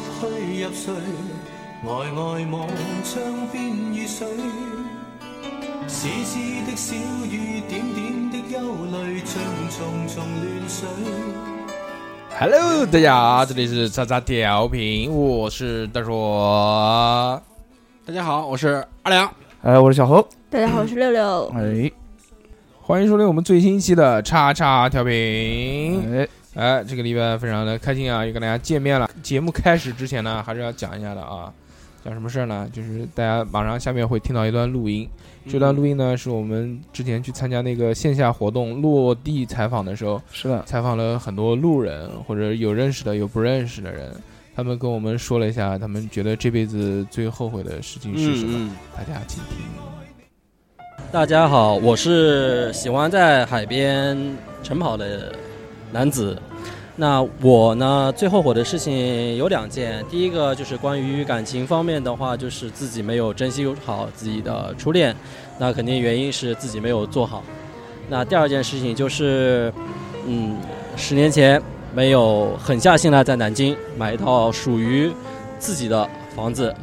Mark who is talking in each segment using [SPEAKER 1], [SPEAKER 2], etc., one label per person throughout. [SPEAKER 1] 入睡，呆呆望窗边雨水。絲絲的小雨，點點的憂慮，像重重亂水。
[SPEAKER 2] Hello，大家好，这里是叉叉调频，我是大硕。
[SPEAKER 3] 大家好，我是阿良。
[SPEAKER 4] 哎，我是小侯。
[SPEAKER 5] 大家好，我是六六。
[SPEAKER 4] 哎
[SPEAKER 2] 欢迎收听我们最新一期的叉叉调频。
[SPEAKER 4] 哎，
[SPEAKER 2] 哎，这个礼拜非常的开心啊，又跟大家见面了。节目开始之前呢，还是要讲一下的啊，讲什么事儿呢？就是大家马上下面会听到一段录音，
[SPEAKER 4] 嗯
[SPEAKER 2] 这段录音呢是我们之前去参加那个线下活动落地采访的时候，
[SPEAKER 4] 是的，
[SPEAKER 2] 采访了很多路人，或者有认识的，有不认识的人。他们跟我们说了一下，他们觉得这辈子最后悔的事情是什么？
[SPEAKER 3] 嗯
[SPEAKER 2] 大家请听。
[SPEAKER 6] 大家好，我是喜欢在海边晨跑的男子。那我呢，最后悔的事情有两件。第一个就是关于感情方面的话，就是自己没有珍惜好自己的初恋，那肯定原因是自己没有做好。那第二件事情就是，嗯，十年前没有狠下心来在南京买一套属于自己的房子，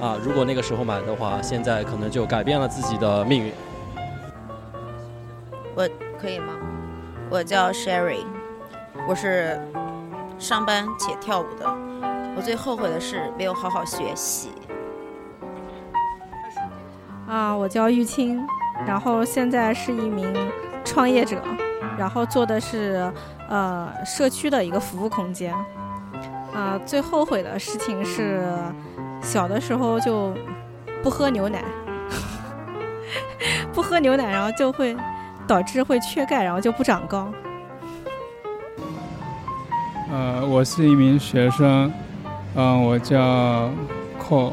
[SPEAKER 6] 啊，如果那个时候买的话，现在可能就改变了自己的命运。
[SPEAKER 7] 可以吗？我叫 Sherry，我是上班且跳舞的。我最后悔的是没有好好学习。
[SPEAKER 8] 啊，我叫玉清，然后现在是一名创业者，然后做的是呃社区的一个服务空间。啊、最后悔的事情是小的时候就不喝牛奶， 不喝牛奶，然后就会导致会缺钙，然后就不长高。
[SPEAKER 9] 呃，我是一名学生，嗯、我叫 Cole，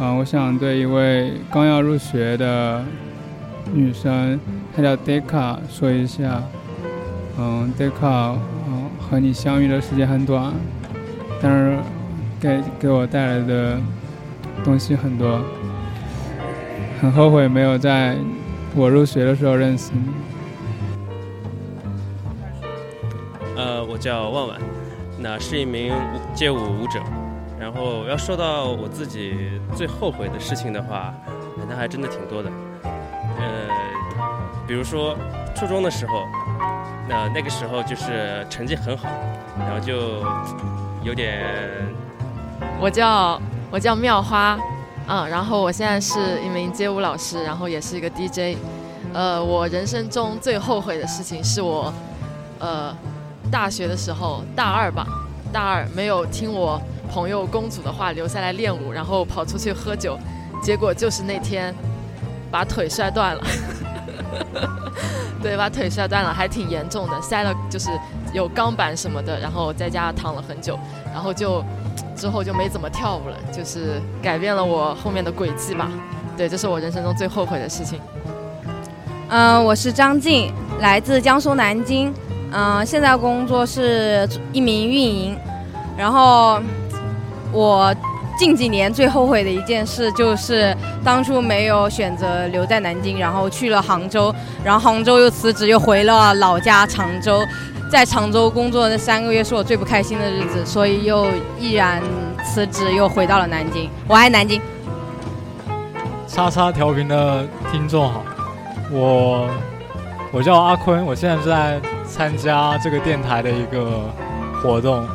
[SPEAKER 9] 嗯、我想对一位刚要入学的女生，她叫 Deka，说一下，嗯，Deka，嗯，和你相遇的时间很短，但是给给我带来的东西很多，很后悔没有在我入学的时候认识你。
[SPEAKER 10] 呃，我叫万万，那是一名舞街舞舞者。然后要说到我自己最后悔的事情的话，呃那还真的挺多的。呃，比如说初中的时候，那那个时候就是成绩很好，然后就有点
[SPEAKER 11] 我叫我叫妙花，嗯，然后我现在是一名街舞老师，然后也是一个 DJ。呃，我人生中最后悔的事情是我，呃，大学的时候大二吧，大二没有听我朋友公主的话留下来练舞，然后跑出去喝酒，结果就是那天把腿摔断了。 对，把腿摔断了，还挺严重的，塞了就是有钢板什么的，然后在家躺了很久，然后就之后就没怎么跳舞了，就是改变了我后面的轨迹吧。对，这是我人生中最后悔的事情。
[SPEAKER 12] 嗯，我是张静，来自江苏南京。嗯，现在工作是一名运营。然后我近几年最后悔的一件事就是当初没有选择留在南京，然后去了杭州，然后杭州又辞职，又回了老家常州。在常州工作的三个月是我最不开心的日子，所以又毅然辞职，又回到了南京。我爱南京。
[SPEAKER 13] 叉叉调频的听众好，我我叫阿坤，我现在是在参加这个电台的一个活动，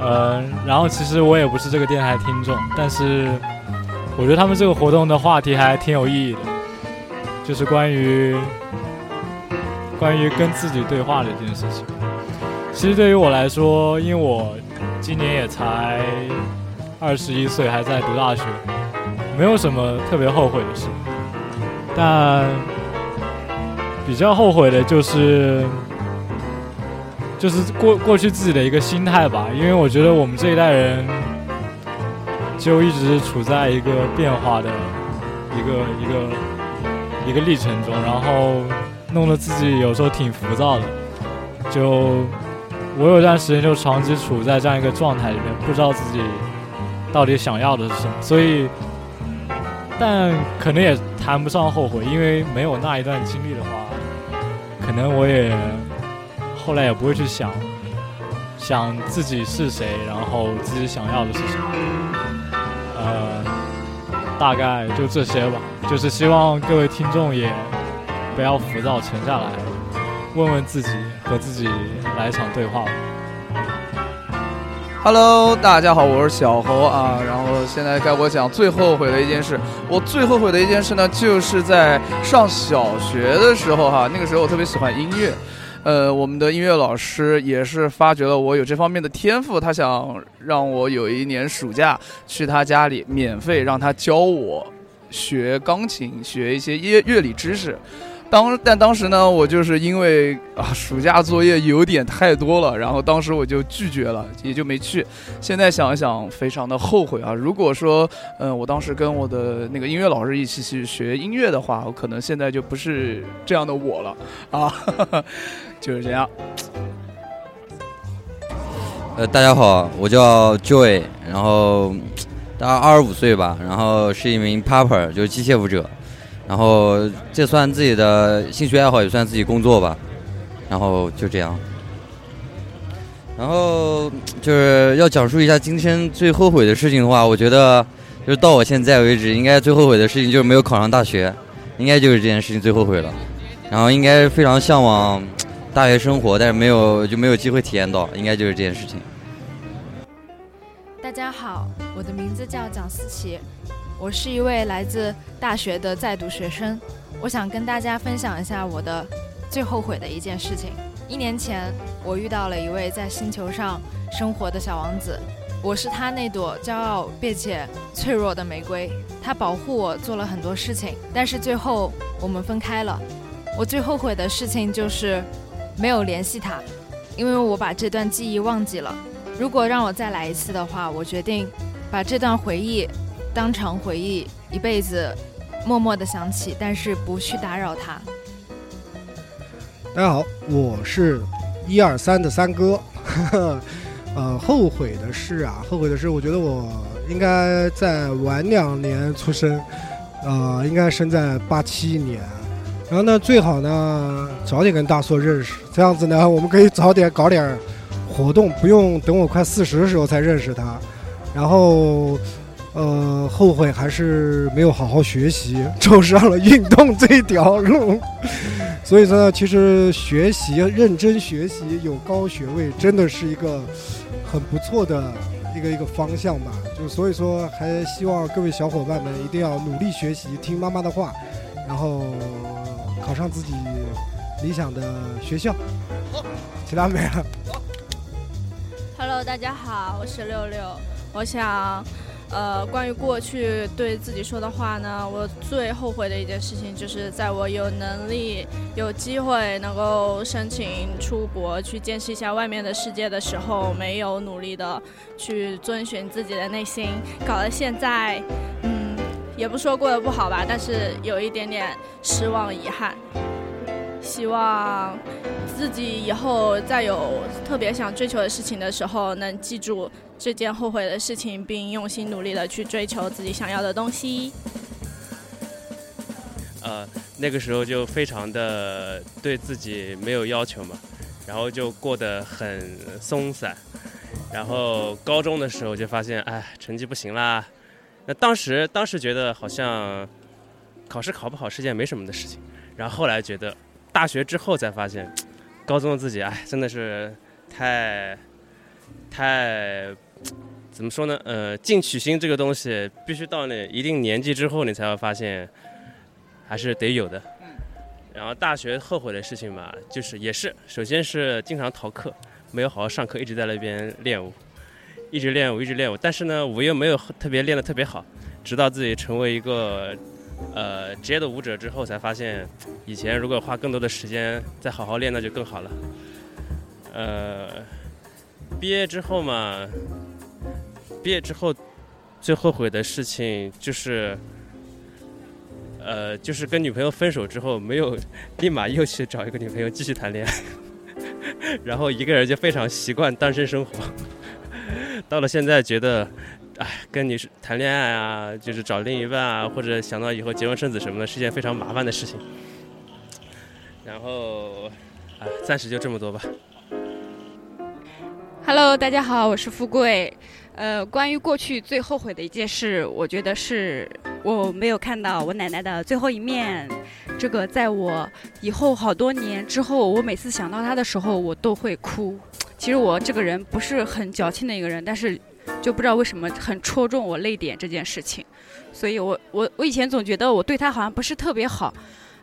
[SPEAKER 13] 呃，然后其实我也不是这个电台听众，但是我觉得他们这个活动的话题还挺有意义的，就是关于关于跟自己对话的这件事情。其实对于我来说，因为我今年也才二十一岁，还在读大学，没有什么特别后悔的事，但比较后悔的就是就是过过去自己的一个心态吧，因为我觉得我们这一代人就一直处在一个变化的一个一个一个历程中，然后弄得自己有时候挺浮躁的，就我有段时间就长期处在这样一个状态里面，不知道自己到底想要的是什么，所以。但可能也谈不上后悔，因为没有那一段经历的话，可能我也后来也不会去想想自己是谁，然后自己想要的是什么。呃，大概就这些吧，就是希望各位听众也不要浮躁，沉下来，问问自己，和自己来一场对话吧。
[SPEAKER 4] Hello，大家好，我是小侯啊。然后现在该我讲最后悔的一件事。我最后悔的一件事呢，就是在上小学的时候哈、那个时候我特别喜欢音乐。呃，我们的音乐老师也是发掘了我有这方面的天赋，他想让我有一年暑假去他家里免费让他教我学钢琴，学一些乐乐理知识。当但当时呢，我就是因为啊暑假作业有点太多了，然后当时我就拒绝了，也就没去。现在想一想，非常的后悔啊！如果说，嗯、我当时跟我的那个音乐老师一起去学音乐的话，我可能现在就不是这样的我了啊， 就是这样。
[SPEAKER 5] 呃，大家好，我叫 Joy，然后嗯大概二十五岁吧，然后是一名 Popper，就是机械舞者，然后这算自己的兴趣爱好，也算自己工作吧，然后就这样。然后嗯就是要讲述一下今天最后悔的事情的话，我觉得就是到我现在为止，应该最后悔的事情就是没有考上大学，应该就是这件事情最后悔了。然后应该非常向往嗯大学生活，但是没有就没有机会体验到，应该就是这件事情。
[SPEAKER 14] 大家好，我的名字叫蒋思琪，我是一位来自大学的在读学生。我想跟大家分享一下我的最后悔的一件事情。一年前，我遇到了一位在星球上生活的小王子，我是他那朵骄傲并且脆弱的玫瑰。他保护我做了很多事情，但是最后我们分开了。我最后悔的事情就是没有联系他，因为我把这段记忆忘记了。如果让我再来一次的话，我决定把这段回忆当成回忆，一辈子默默的想起，但是不去打扰他。
[SPEAKER 15] 大家好，我是一二三的三哥。 呃，后悔的事啊，后悔的是，我觉得我应该再晚两年出生，呃，应该生在八七年。然后呢，最好呢早点跟大硕认识，这样子呢，我们可以早点搞点儿活动，不用等我快四十的时候才认识他。然后，呃，后悔还是没有好好学习，走上了运动这条路。 所以说呢，其实学习认真学习有高学位，真的是一个很不错的一个一个方向吧。就所以说，还希望各位小伙伴们一定要努力学习，听妈妈的话，然后考上自己理想的学校。其他没了。
[SPEAKER 16] Hello，大家好，我是六六。我想，呃，关于过去对自己说的话呢，我最后悔的一件事情就是，在我有能力、有机会能够申请出国去见识一下外面的世界的时候，没有努力的去遵循自己的内心，搞得现在，嗯，也不说过得不好吧，但是有一点点失望、遗憾。希望自己以后再有特别想追求的事情的时候，能记住这件后悔的事情，并用心努力的去追求自己想要的东西。
[SPEAKER 10] 呃，那个时候就非常的对自己没有要求嘛，然后就过得很松散。然后高中的时候就发现，哎，成绩不行啦。那当时当时觉得好像考试考不好是件没什么的事情，然后后来觉得大学之后才发现，高中的自己，哎，真的是太太怎么说呢？呃，进取心这个东西必须到了一定年纪之后，你才会发现还是得有的。然后大学后悔的事情嘛，就是也是，首先是经常逃课，没有好好上课，一直在那边练舞，一直练舞，一直练舞。但是呢，舞又没有特别练得特别好，直到自己成为一个呃职业的舞者之后，才发现以前如果花更多的时间再好好练，那就更好了。呃，毕业之后嘛，毕业之后最后悔的事情就是。呃，就是跟女朋友分手之后，没有立马又去找一个女朋友继续谈恋爱， 然后一个人就非常习惯单身生活。 到了现在，觉得，哎，跟女生谈恋爱啊，就是找另一半啊，或者想到以后结婚生子什么的，是件非常麻烦的事情。然后，啊，暂时就这么多吧。
[SPEAKER 17] Hello，大家好，我是富贵。呃，关于过去最后悔的一件事，我觉得是我没有看到我奶奶的最后一面。这个在我以后好多年之后，我每次想到她的时候，我都会哭。其实我这个人不是很矫情的一个人，但是就不知道为什么很戳中我泪点这件事情。所以我我我以前总觉得我对她好像不是特别好，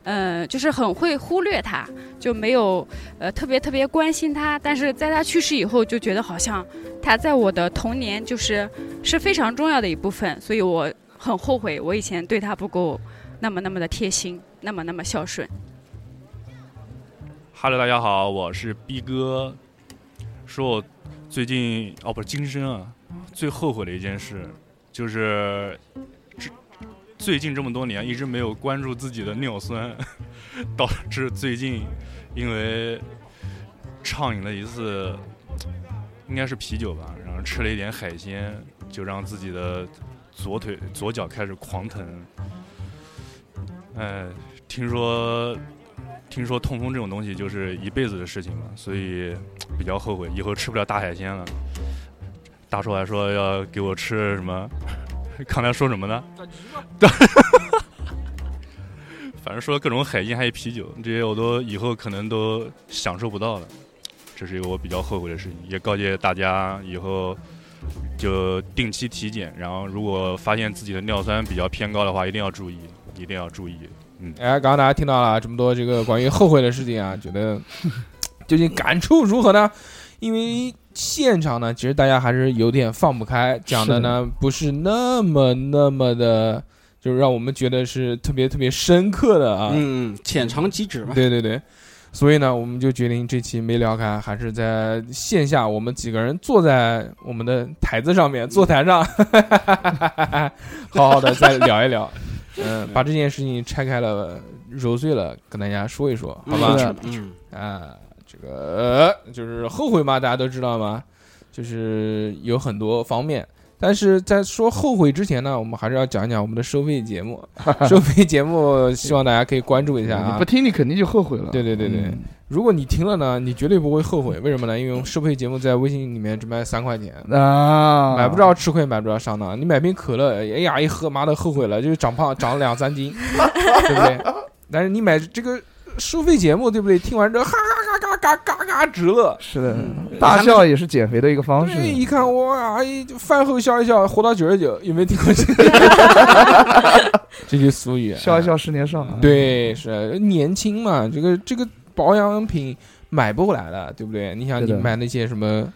[SPEAKER 17] 呃，就是很会忽略她，就没有呃特别特别关心她。但是在她去世以后，就觉得好像她在我的童年就是是非常重要的一部分，所以我很后悔我以前对她不够那么那么的贴心，那么那么孝顺。
[SPEAKER 18] Hello，大家好，我是逼哥，是我最近哦不是今生啊，最后悔的一件事就是这最近这么多年一直没有关注自己的尿酸， 导致最近因为畅饮了一次，应该是啤酒吧，然后吃了一点海鲜，就让自己的左腿左脚开始狂疼。哎，听说听说痛风这种东西就是一辈子的事情嘛，所以比较后悔，以后吃不了大海鲜了。大叔还说要给我吃什么？ 刚才说什么呢？反正说各种海鲜还有啤酒，这些我都以后可能都享受不到了。这是一个我比较后悔的事情，也告诫大家以后就定期体检，然后如果发现自己的尿酸比较偏高的话，一定要注意，一定要注意。嗯，
[SPEAKER 2] 哎，刚刚大家听到了这么多这个关于后悔的事情啊，觉 得究竟感触如何呢？因为现场呢，其实大家还是有点放不开，讲的呢不是那么那么的，就是让我们觉得是特别特别深刻的啊。
[SPEAKER 3] 嗯，浅尝即止嘛。
[SPEAKER 2] 对对对，所以呢，我们就决定这期没聊开，还是在线下，我们几个人坐在我们的台子上面，坐台上， 好好的再聊一聊，嗯，把这件事情拆开了、揉碎了，跟大家说一说，好吧？
[SPEAKER 3] 是的嗯
[SPEAKER 2] 啊，这个就是后悔嘛，大家都知道嘛，就是有很多方面。但是在说后悔之前呢，我们还是要讲一讲我们的收费节目。收费节目，希望大家可以关注一下啊。
[SPEAKER 4] 你不听，你肯定就后悔了。
[SPEAKER 2] 对对对对，如果你听了呢，你绝对不会后悔。为什么呢？因为我们收费节目在微信里面只卖三块钱，
[SPEAKER 4] 啊，
[SPEAKER 2] 买不着吃亏，买不着上当。你买瓶可乐，哎呀一喝，妈的后悔了，就是长胖长了两三斤，对不对？但是你买这个收费节目，对不对？听完之后哈哈哈哈嘎嘎嘎直乐，
[SPEAKER 4] 是的，大笑也是减肥的一个方式
[SPEAKER 2] 哎，。一看哇，哎，饭后笑一笑，活到九十九，有没有听过这个？这句俗语、
[SPEAKER 4] 笑一笑，十年少。啊
[SPEAKER 2] 对，是年轻嘛，这个这个保养品买不回来了，对不对？你想
[SPEAKER 4] 是
[SPEAKER 2] 你
[SPEAKER 4] 的哎
[SPEAKER 2] 买那些什么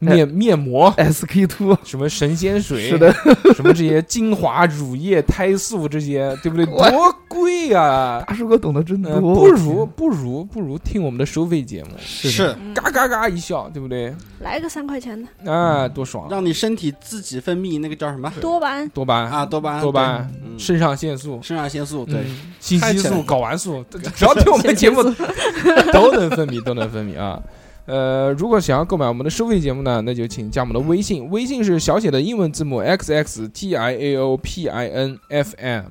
[SPEAKER 2] 面面膜、
[SPEAKER 4] SK two
[SPEAKER 2] 什么神仙水，
[SPEAKER 4] 是的
[SPEAKER 2] 什么这些精华、乳液、胎素这些，对不 对？多贵啊！
[SPEAKER 4] 大叔哥懂得真多，
[SPEAKER 2] 嗯不如不如不如听我们的收费节目，
[SPEAKER 3] 是
[SPEAKER 2] 嘎嘎嘎一笑，对不对？
[SPEAKER 16] 来个三块钱的，
[SPEAKER 2] 啊，多爽！
[SPEAKER 3] 嗯让你身体自己分泌那个叫什么
[SPEAKER 16] 多巴胺
[SPEAKER 2] 多巴胺
[SPEAKER 3] 啊，多巴胺，
[SPEAKER 2] 多巴胺
[SPEAKER 3] 对，嗯
[SPEAKER 2] 肾上腺素，
[SPEAKER 3] 肾上腺素，对
[SPEAKER 2] 嗯，信息
[SPEAKER 3] 太
[SPEAKER 2] 素、
[SPEAKER 3] 浅
[SPEAKER 2] 睾丸 素，只要听我们节目 都能分泌，都能分泌啊。呃，如果想要购买我们的收费节目呢，那就请加我们的微信，微信是小写的英文字母 x x t i a o p i n f m。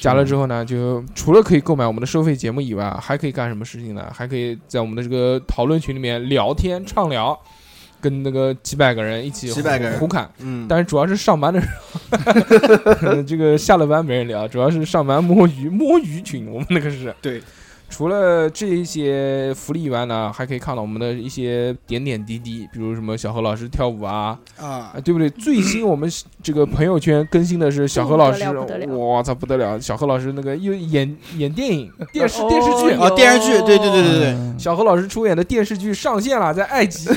[SPEAKER 2] 加了之后呢，就除了可以购买我们的收费节目以外，还可以干什么事情呢？还可以在我们的这个讨论群里面聊天畅聊，跟那个几百个人一起
[SPEAKER 3] 几百个人
[SPEAKER 2] 胡侃。
[SPEAKER 3] 嗯
[SPEAKER 2] 但是主要是上班的时候，这个下了班没人聊，主要是上班摸鱼摸鱼群，我们那个是。
[SPEAKER 3] 对。
[SPEAKER 2] 除了这一些福利以外呢，还可以看到我们的一些点点滴滴，比如什么小何老师跳舞啊，
[SPEAKER 3] 啊
[SPEAKER 2] 对不对？最新我们这个朋友圈更新的是小何老师，
[SPEAKER 3] 不得了不得了
[SPEAKER 2] 我操不得了！小何老师那个又演演电 影、电视、电视剧
[SPEAKER 3] 哦电视剧对对对对对
[SPEAKER 2] 嗯小何老师出演的电视剧上线了，在爱 奇艺。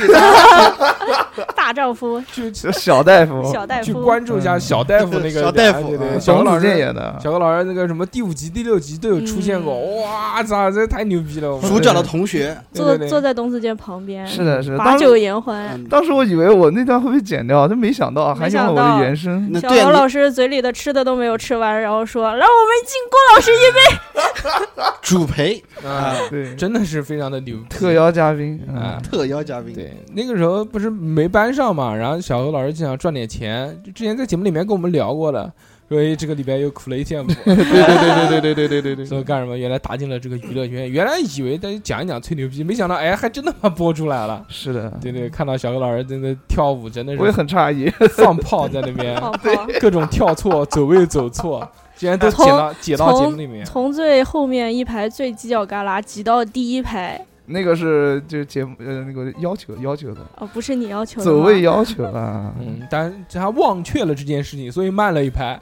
[SPEAKER 16] 大丈 夫
[SPEAKER 2] 去
[SPEAKER 4] 小大夫，嗯
[SPEAKER 16] 小大夫
[SPEAKER 2] 去关注一
[SPEAKER 3] 嗯
[SPEAKER 2] 下小大夫那个
[SPEAKER 4] 小大夫
[SPEAKER 2] 对对对
[SPEAKER 4] 嗯
[SPEAKER 2] 小何老
[SPEAKER 4] 董子
[SPEAKER 2] 师
[SPEAKER 4] 健演的
[SPEAKER 2] 小何老师那个什么第五集、第六集都有出现过，
[SPEAKER 3] 嗯
[SPEAKER 2] 哇操，这太牛逼了！
[SPEAKER 3] 主角的同学
[SPEAKER 2] 对
[SPEAKER 16] 坐
[SPEAKER 2] 对对
[SPEAKER 16] 坐在董子健旁边，
[SPEAKER 4] 是的是的
[SPEAKER 16] 把
[SPEAKER 4] 当时
[SPEAKER 16] 酒言欢。
[SPEAKER 4] 当时我以为我那段会被剪掉，但没想到啊还
[SPEAKER 16] 没
[SPEAKER 4] 用了
[SPEAKER 16] 想
[SPEAKER 4] 我的
[SPEAKER 16] 到
[SPEAKER 4] 原声。
[SPEAKER 16] 小何老师嘴里的吃的都没有吃完，然后说：“来，我们敬郭老师一杯。
[SPEAKER 3] 主陪
[SPEAKER 2] 啊，
[SPEAKER 4] 对，
[SPEAKER 2] 真的是非常的牛逼。
[SPEAKER 4] 特邀嘉宾嗯
[SPEAKER 2] 啊，
[SPEAKER 3] 特邀嘉宾，
[SPEAKER 2] 对，那个时候不是没班上嘛，然后小何老师就想赚点钱，就之前在节目里面跟我们聊过的，说哎，这个礼拜又苦了一 天 不？对
[SPEAKER 3] 对对对对对对对对。
[SPEAKER 2] 说干什么？原来打进了这个娱乐圈，原来以为大家讲一讲吹牛逼，没想到哎，还真他妈播出来了。
[SPEAKER 4] 是的，
[SPEAKER 2] 对对，看到小何老师真的跳舞，真的是
[SPEAKER 4] 我也很诧异，
[SPEAKER 2] 放炮在那边
[SPEAKER 3] 哦
[SPEAKER 4] 放炮，
[SPEAKER 2] 各种跳错、走位走 错，竟然都解到解到节目里面。
[SPEAKER 16] 从最后面一排最犄角旮旯挤到第一排，
[SPEAKER 4] 那个是就是节目呃那个要求要求的，
[SPEAKER 16] 哦，不是你要求的
[SPEAKER 4] 走
[SPEAKER 16] 吗
[SPEAKER 4] 位要求啊。
[SPEAKER 2] 嗯，但是他忘却了这件事情，所以慢了一 拍。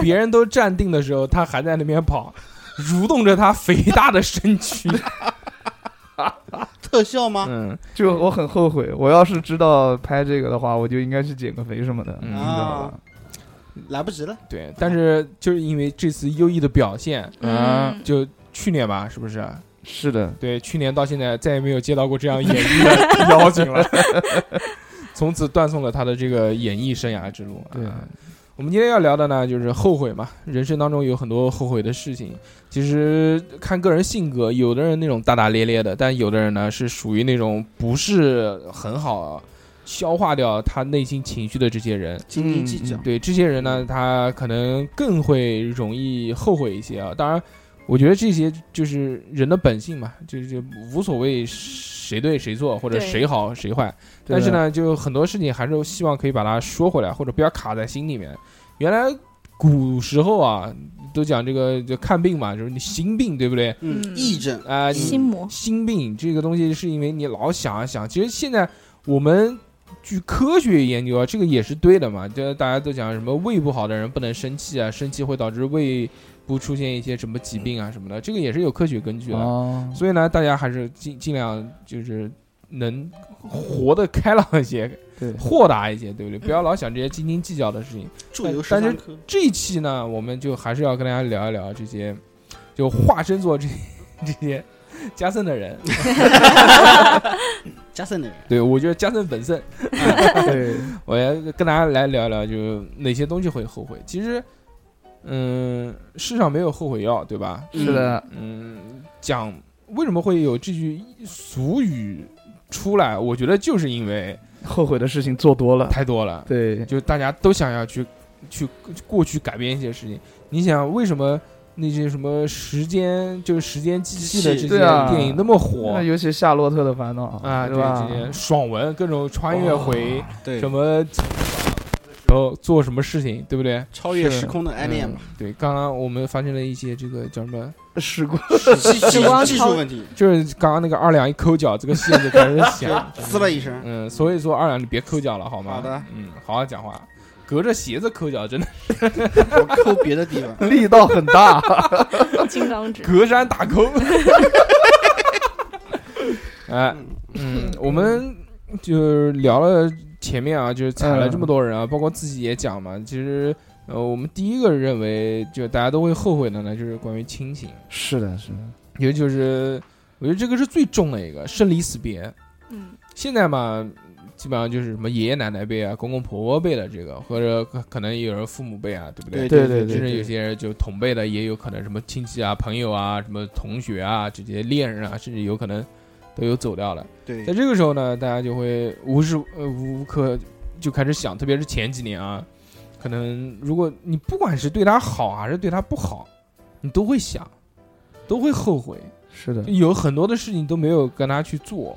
[SPEAKER 2] 别人都站定的时候，他还在那边跑，蠕动着他肥大的身 躯。
[SPEAKER 3] 特效吗？
[SPEAKER 2] 嗯，
[SPEAKER 4] 就我很后悔，我要是知道拍这个的话，我就应该去减个肥什么
[SPEAKER 2] 嗯
[SPEAKER 4] 的，你知道
[SPEAKER 3] 啊
[SPEAKER 4] 吧？
[SPEAKER 3] 来不及了。
[SPEAKER 2] 对，但是就是因为这次优异的表现，
[SPEAKER 4] 嗯
[SPEAKER 2] 就去年吧，是不是？
[SPEAKER 4] 是的，
[SPEAKER 2] 对，去年到现在再也没有接到过这样演绎 的邀请了， 从此断送了他的这个演艺生涯之路。啊
[SPEAKER 4] 对，
[SPEAKER 2] 我们今天要聊的呢，就是后悔嘛。人生当中有很多后悔的事情，其实看个人性格，有的人那种大大咧咧的，但有的人呢是属于那种不是很好消化掉他内心情绪的这些人，嗯
[SPEAKER 3] 斤斤计较
[SPEAKER 2] 对这些人呢，他可能更会容易后悔一些啊。当然，我觉得这些就是人的本性嘛，就就无所谓谁对谁错或者
[SPEAKER 4] 对
[SPEAKER 2] 谁好谁坏，
[SPEAKER 4] 对
[SPEAKER 2] 但
[SPEAKER 4] 的
[SPEAKER 2] 是呢，就很多事情还是希望可以把它说回来，或者不要卡在心里面。原来古时候啊，都讲这个就看病嘛，就是你心病，对不对？
[SPEAKER 3] 嗯嗯癔症
[SPEAKER 2] 啊，你
[SPEAKER 3] 心魔
[SPEAKER 2] 心病这个东西是因为你老想啊想。其实现在我们据科学研究啊，这个也是对的嘛。就大家都讲什么胃不好的人不能生气啊，生气会导致胃部出现一些什么疾病啊什么的，这个也是有科学根据的。
[SPEAKER 4] 哦
[SPEAKER 2] 所以呢，大家还是尽尽量就是能活得开朗一些，
[SPEAKER 4] 对
[SPEAKER 2] 豁达一些，对不对？不要老想这些斤斤计较的事情。
[SPEAKER 3] 祝由
[SPEAKER 2] 但是
[SPEAKER 3] 十三颗
[SPEAKER 2] 这一期呢，我们就还是要跟大家聊一聊这些，就化身做这 这些加森的 人。
[SPEAKER 3] 加森的人，
[SPEAKER 2] 对，我觉得加森本身，
[SPEAKER 4] 嗯对，
[SPEAKER 2] 我要跟大家来聊一聊，就哪些东西会后悔。其实，嗯，世上没有后悔药，对吧？
[SPEAKER 4] 是的
[SPEAKER 2] 嗯，讲为什么会有这句俗语出来，我觉得就是因为
[SPEAKER 4] 后悔的事情做多了，
[SPEAKER 2] 太多了。
[SPEAKER 4] 对，
[SPEAKER 2] 就大家都想要去去过去改变一些事情。你想为什么那些什么时间就是时间机器的这些
[SPEAKER 4] 对啊
[SPEAKER 2] 电影那么火？
[SPEAKER 4] 那尤其《夏洛特的烦恼》
[SPEAKER 2] 啊，
[SPEAKER 4] 对
[SPEAKER 2] 对
[SPEAKER 4] 吧？
[SPEAKER 2] 这些爽文，各种穿越回
[SPEAKER 4] 哦对
[SPEAKER 2] 什么，然后做什么事情，对不对？
[SPEAKER 3] 超越时空的爱恋嘛
[SPEAKER 2] 嗯对，刚刚我们发现了一些这个叫什 么？
[SPEAKER 4] 时光
[SPEAKER 3] 技技时光技术超问题
[SPEAKER 2] 就是刚刚那个二两一抠脚，这个线就开始 响，
[SPEAKER 3] 就滋了一声
[SPEAKER 2] 嗯，所以说二两你别抠脚了，好吗？
[SPEAKER 3] 好的，
[SPEAKER 2] 嗯，好好讲话，隔着鞋子抠脚真的是
[SPEAKER 3] 我抠别的地 方，
[SPEAKER 4] 力道很大
[SPEAKER 16] 金刚指
[SPEAKER 2] 隔山打 狗。哎，嗯，我们就是聊了前面啊，就是踩了这么多
[SPEAKER 4] 嗯
[SPEAKER 2] 人啊，包括自己也讲嘛。其实，呃，我们第一个认为就大家都会后悔的呢，就是关于亲情，
[SPEAKER 4] 是的，是的，
[SPEAKER 2] 也就是我觉得这个是最重的一个生离死别。
[SPEAKER 16] 嗯，
[SPEAKER 2] 现在嘛，基本上就是什么爷爷奶奶辈啊、公公婆婆辈的这个，或者可可能有人父母辈啊，对不
[SPEAKER 4] 对
[SPEAKER 2] 对
[SPEAKER 4] 对对对
[SPEAKER 2] 甚至
[SPEAKER 4] 对
[SPEAKER 2] 有些人就同辈的，也有可能什么亲戚啊、朋友啊、什么同学啊、这些恋人啊，甚至有可能都有走掉了。
[SPEAKER 3] 对
[SPEAKER 2] 在这个时候呢，大家就会无时呃无无可就开始想，特别是前几年啊，可能如果你不管是对他好还是对他不好，你都会想，都会后悔。
[SPEAKER 4] 是的，
[SPEAKER 2] 有很多的事情都没有跟他去做，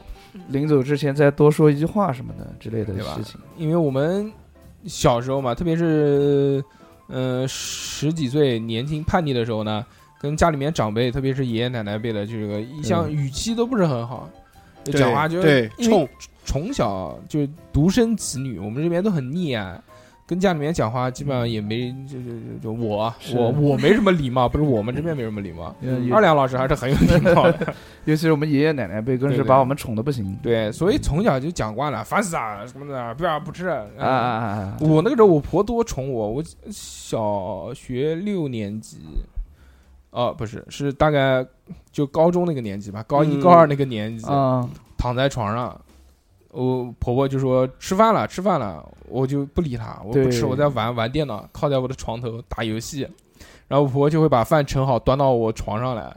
[SPEAKER 4] 临走之前再多说一句话什么的之类的
[SPEAKER 2] 对吧
[SPEAKER 4] 事情。？
[SPEAKER 2] 因为我们小时候嘛，特别是呃十几岁年轻叛逆的时候呢，跟家里面长辈，特别是爷爷奶奶辈的，这个一向
[SPEAKER 4] 嗯
[SPEAKER 2] 语气都不是很好，就
[SPEAKER 3] 对
[SPEAKER 2] 讲话就
[SPEAKER 3] 对
[SPEAKER 2] 因为
[SPEAKER 3] 冲
[SPEAKER 2] 从小就独生子女，我们这边都很溺爱。跟家里面讲话，基本上也没就就就就我
[SPEAKER 4] 是
[SPEAKER 2] 我我没什么礼貌，不是我们这边没什么礼貌
[SPEAKER 4] 嗯。
[SPEAKER 2] 二两老师还是很有礼貌的，
[SPEAKER 4] 尤其是我们爷爷奶奶辈，更
[SPEAKER 2] 对
[SPEAKER 4] 是
[SPEAKER 2] 对
[SPEAKER 4] 把我们宠的不行。
[SPEAKER 2] 对，所以从小就讲惯了，烦死啊什么的，不要不吃啊
[SPEAKER 4] 啊啊啊啊
[SPEAKER 2] 我那个时候我婆多宠我，我小学六年级，哦、不是，是大概就高中那个年级吧，高一、
[SPEAKER 4] 嗯
[SPEAKER 2] 高二那个年级，
[SPEAKER 4] 啊
[SPEAKER 2] 躺在床上，我婆婆就说吃饭了，吃饭了，我就不理她，我不吃，
[SPEAKER 4] 对
[SPEAKER 2] 我在玩玩电脑，靠在我的床头打游 戏，然后我婆婆就会把饭盛好端到我床上来，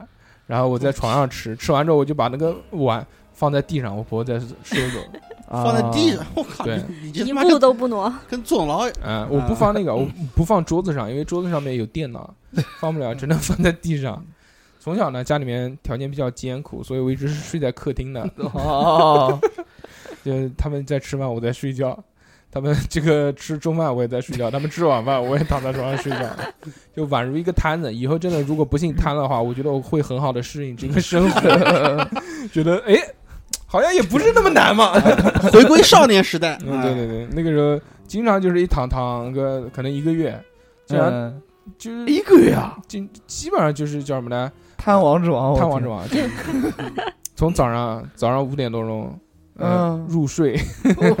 [SPEAKER 2] 然后我在床上吃，吃完之后我就把那个碗。放在地上，我婆婆再收走。
[SPEAKER 3] 放在地
[SPEAKER 4] 啊
[SPEAKER 3] 上，我
[SPEAKER 2] 哦
[SPEAKER 3] 靠，
[SPEAKER 2] 对，
[SPEAKER 3] 你这
[SPEAKER 8] 一
[SPEAKER 3] 他妈
[SPEAKER 8] 步
[SPEAKER 3] 跟
[SPEAKER 8] 都不挪，
[SPEAKER 3] 跟坐牢一样。
[SPEAKER 2] 嗯，我不放那个，我不放桌子上，因为桌子上面有电脑，放不了，只能放在地上。从小呢，家里面条件比较艰苦，所以我一直是睡在客厅的。
[SPEAKER 4] 哦，
[SPEAKER 2] 就是他们在吃饭，我在睡觉；他们这个吃中饭，我也在睡觉；他们吃晚饭，我也躺在床上睡觉，就宛如一个瘫子。以后真的如果不幸瘫了的话，我觉得我会很好的适应这个生活， 觉得哎，好像也不是那么难嘛。
[SPEAKER 3] 回归少年时代
[SPEAKER 2] 嗯，对对对，那个时候经常就是一躺躺个可能一个月，经常、
[SPEAKER 4] 嗯
[SPEAKER 2] 就是
[SPEAKER 4] 一个月啊，
[SPEAKER 2] 基基本上就是叫什么呢？
[SPEAKER 4] 贪王之王，我
[SPEAKER 2] 贪王
[SPEAKER 4] 天
[SPEAKER 2] 之王，就是从早上早上五点多钟，
[SPEAKER 4] 嗯
[SPEAKER 2] 嗯，入睡，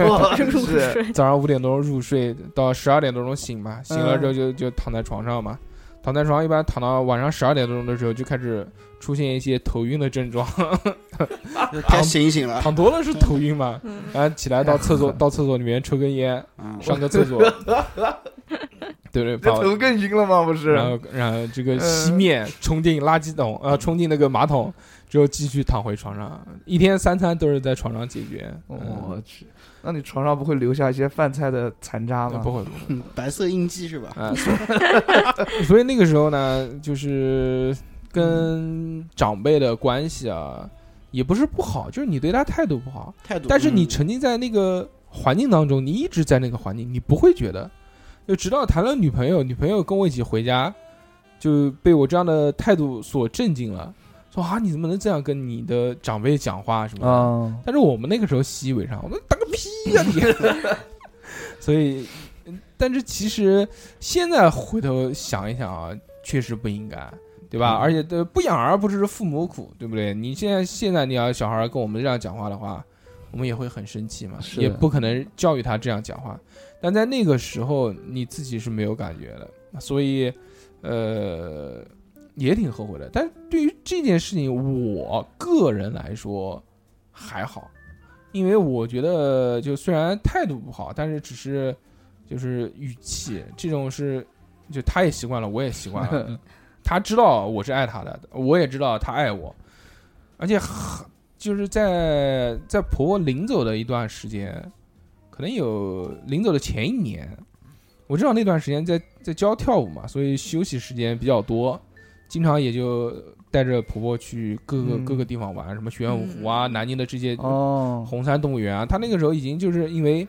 [SPEAKER 4] 哇入睡
[SPEAKER 2] 早上五点多钟入睡到十二点多钟醒嘛，醒了之后就就躺在床上嘛，躺在床上一般躺到晚上十二点多钟的时候就开始出现一些头晕的症状，
[SPEAKER 3] 该醒一醒了嗯
[SPEAKER 2] 躺多了是头晕嘛，然后起来到厕所到厕所里面抽根烟，上个厕 所，对对，
[SPEAKER 4] 这
[SPEAKER 2] 把我
[SPEAKER 4] 头更晕了吗？不是，
[SPEAKER 2] 然后然后这个
[SPEAKER 4] 嗯
[SPEAKER 2] 熄灭，冲进垃圾桶，呃，冲进那个马桶，之后继续躺回床上，一天三餐都是在床上解决。
[SPEAKER 4] 我去，那你床上不会留下一些饭菜的残渣吗？
[SPEAKER 2] 不会不会
[SPEAKER 4] 嗯，
[SPEAKER 3] 白色印记是吧？
[SPEAKER 2] 啊， 所以那个时候呢，就是跟长辈的关系啊，也不是不好，就是你对他态度不好，
[SPEAKER 3] 态度
[SPEAKER 2] 但是你
[SPEAKER 3] 嗯
[SPEAKER 2] 沉浸在那个环境当中，你一直在那个环境，你不会觉得，就直到谈了女朋友，女朋友跟我一起回家，就被我这样的态度所震惊了。说啊，你怎么能这样跟你的长辈讲话什么的？
[SPEAKER 4] 啊
[SPEAKER 2] 但是我们那个时候习以为常，我们打个屁呀、你！ 所以，嗯但是其实现在回头想一想啊，确实不应该，对吧？而且对不养儿不知父母苦，对不对？你现在现在你要小孩儿跟我们这样讲话的话，我们也会很生气嘛，
[SPEAKER 4] 是
[SPEAKER 2] 也不可能教育他这样讲话。但在那个时候，你自己是没有感觉的，所以，呃，也挺后悔的。但对于这件事情，我个人来说还好，因为我觉得就虽然态度不好，但是只是就是语气这种是，就他也习惯了，我也习惯了，他知道我是爱他的，我也知道他爱我，而且很就是在在婆婆临走的一段时间，可能有临走的前一年，我正好那段时间在在教跳舞嘛，所以休息时间比较多，经常也就带着婆婆去各个、
[SPEAKER 4] 嗯
[SPEAKER 2] 各个地方玩，什么玄武湖啊、南京的这些
[SPEAKER 4] 哦
[SPEAKER 2] 红山动物园啊。她那个时候已经就是因为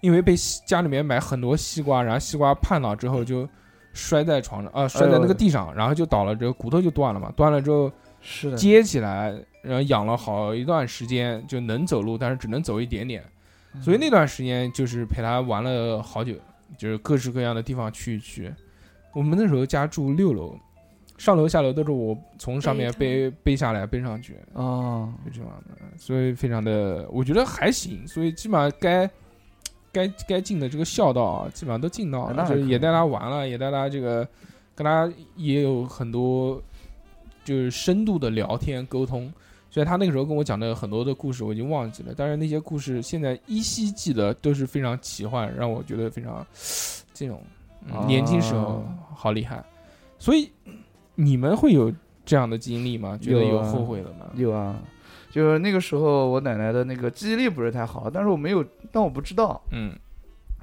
[SPEAKER 2] 因为被西家里面买很多西瓜，然后西瓜判了之后就摔在床上，啊，摔
[SPEAKER 4] 哎
[SPEAKER 2] 在那个地上，然后就倒了，之后骨头就断了嘛，断了之后
[SPEAKER 4] 是的
[SPEAKER 2] 接起来，然后养了好一段时间，就能走路，但是只能走一点点。
[SPEAKER 4] 嗯
[SPEAKER 2] 所以那段时间就是陪他玩了好久，就是各式各样的地方去一去。我们那时候家住六楼，上楼下楼都是我从上面背背下来背上去
[SPEAKER 4] 哦，
[SPEAKER 2] 就这样的，所以非常的，我觉得还行，所以基本上该该该尽的这个孝道啊，基本上都尽到
[SPEAKER 4] 啊那
[SPEAKER 2] 了，
[SPEAKER 4] 还
[SPEAKER 2] 就是
[SPEAKER 4] 可以
[SPEAKER 2] 也带他玩了，也带他这个跟他也有很多就是深度的聊天沟通。虽然他那个时候跟我讲的很多的故事我已经忘记了，但是那些故事现在依稀记得，都是非常奇幻，让我觉得非常这种、嗯
[SPEAKER 4] 啊
[SPEAKER 2] 年轻时候好厉害。所以你们会有这样的经历吗？觉得有
[SPEAKER 4] 啊
[SPEAKER 2] 后悔的吗？？
[SPEAKER 4] 有啊，就是那个时候我奶奶的那个记忆力不是太好，但是我没有，但我不知道，
[SPEAKER 2] 嗯，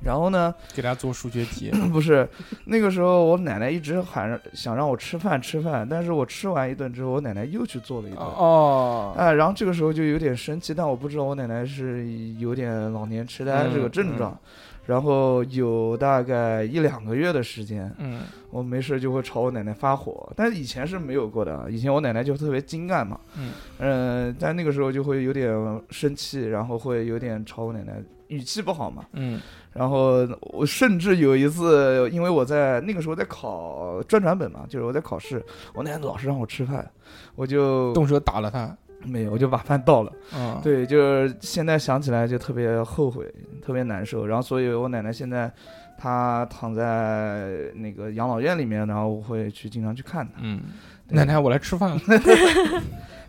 [SPEAKER 4] 然后呢，
[SPEAKER 2] 给大家做数学题
[SPEAKER 4] 不是，那个时候我奶奶一直喊着想让我吃饭吃饭，但是我吃完一顿之后，我奶奶又去做了一顿。
[SPEAKER 2] 哦，
[SPEAKER 4] 哎，然后这个时候就有点生气，但我不知道我奶奶是有点老年痴呆这个
[SPEAKER 2] 嗯
[SPEAKER 4] 症状。
[SPEAKER 2] 嗯
[SPEAKER 4] 然后有大概一两个月的时间，
[SPEAKER 2] 嗯，
[SPEAKER 4] 我没事就会朝我奶奶发火，但是以前是没有过的啊，以前我奶奶就特别精干嘛，
[SPEAKER 2] 嗯，
[SPEAKER 4] 呃，但那个时候就会有点生气，然后会有点朝我奶奶语气不好嘛，
[SPEAKER 2] 嗯，
[SPEAKER 4] 然后我甚至有一次，因为我在那个时候在考专传本嘛，就是我在考试，我奶奶老是让我吃饭，我就嗯
[SPEAKER 2] 动手打了她，
[SPEAKER 4] 没有，我就把饭倒了，
[SPEAKER 2] 啊
[SPEAKER 4] 对，就是现在想起来就特别后悔，特别难受，然后所以我奶奶现在她躺在那个养老院里面，然后我会去经常去看她。
[SPEAKER 2] 嗯，
[SPEAKER 4] 奶
[SPEAKER 2] 奶，我来吃饭了。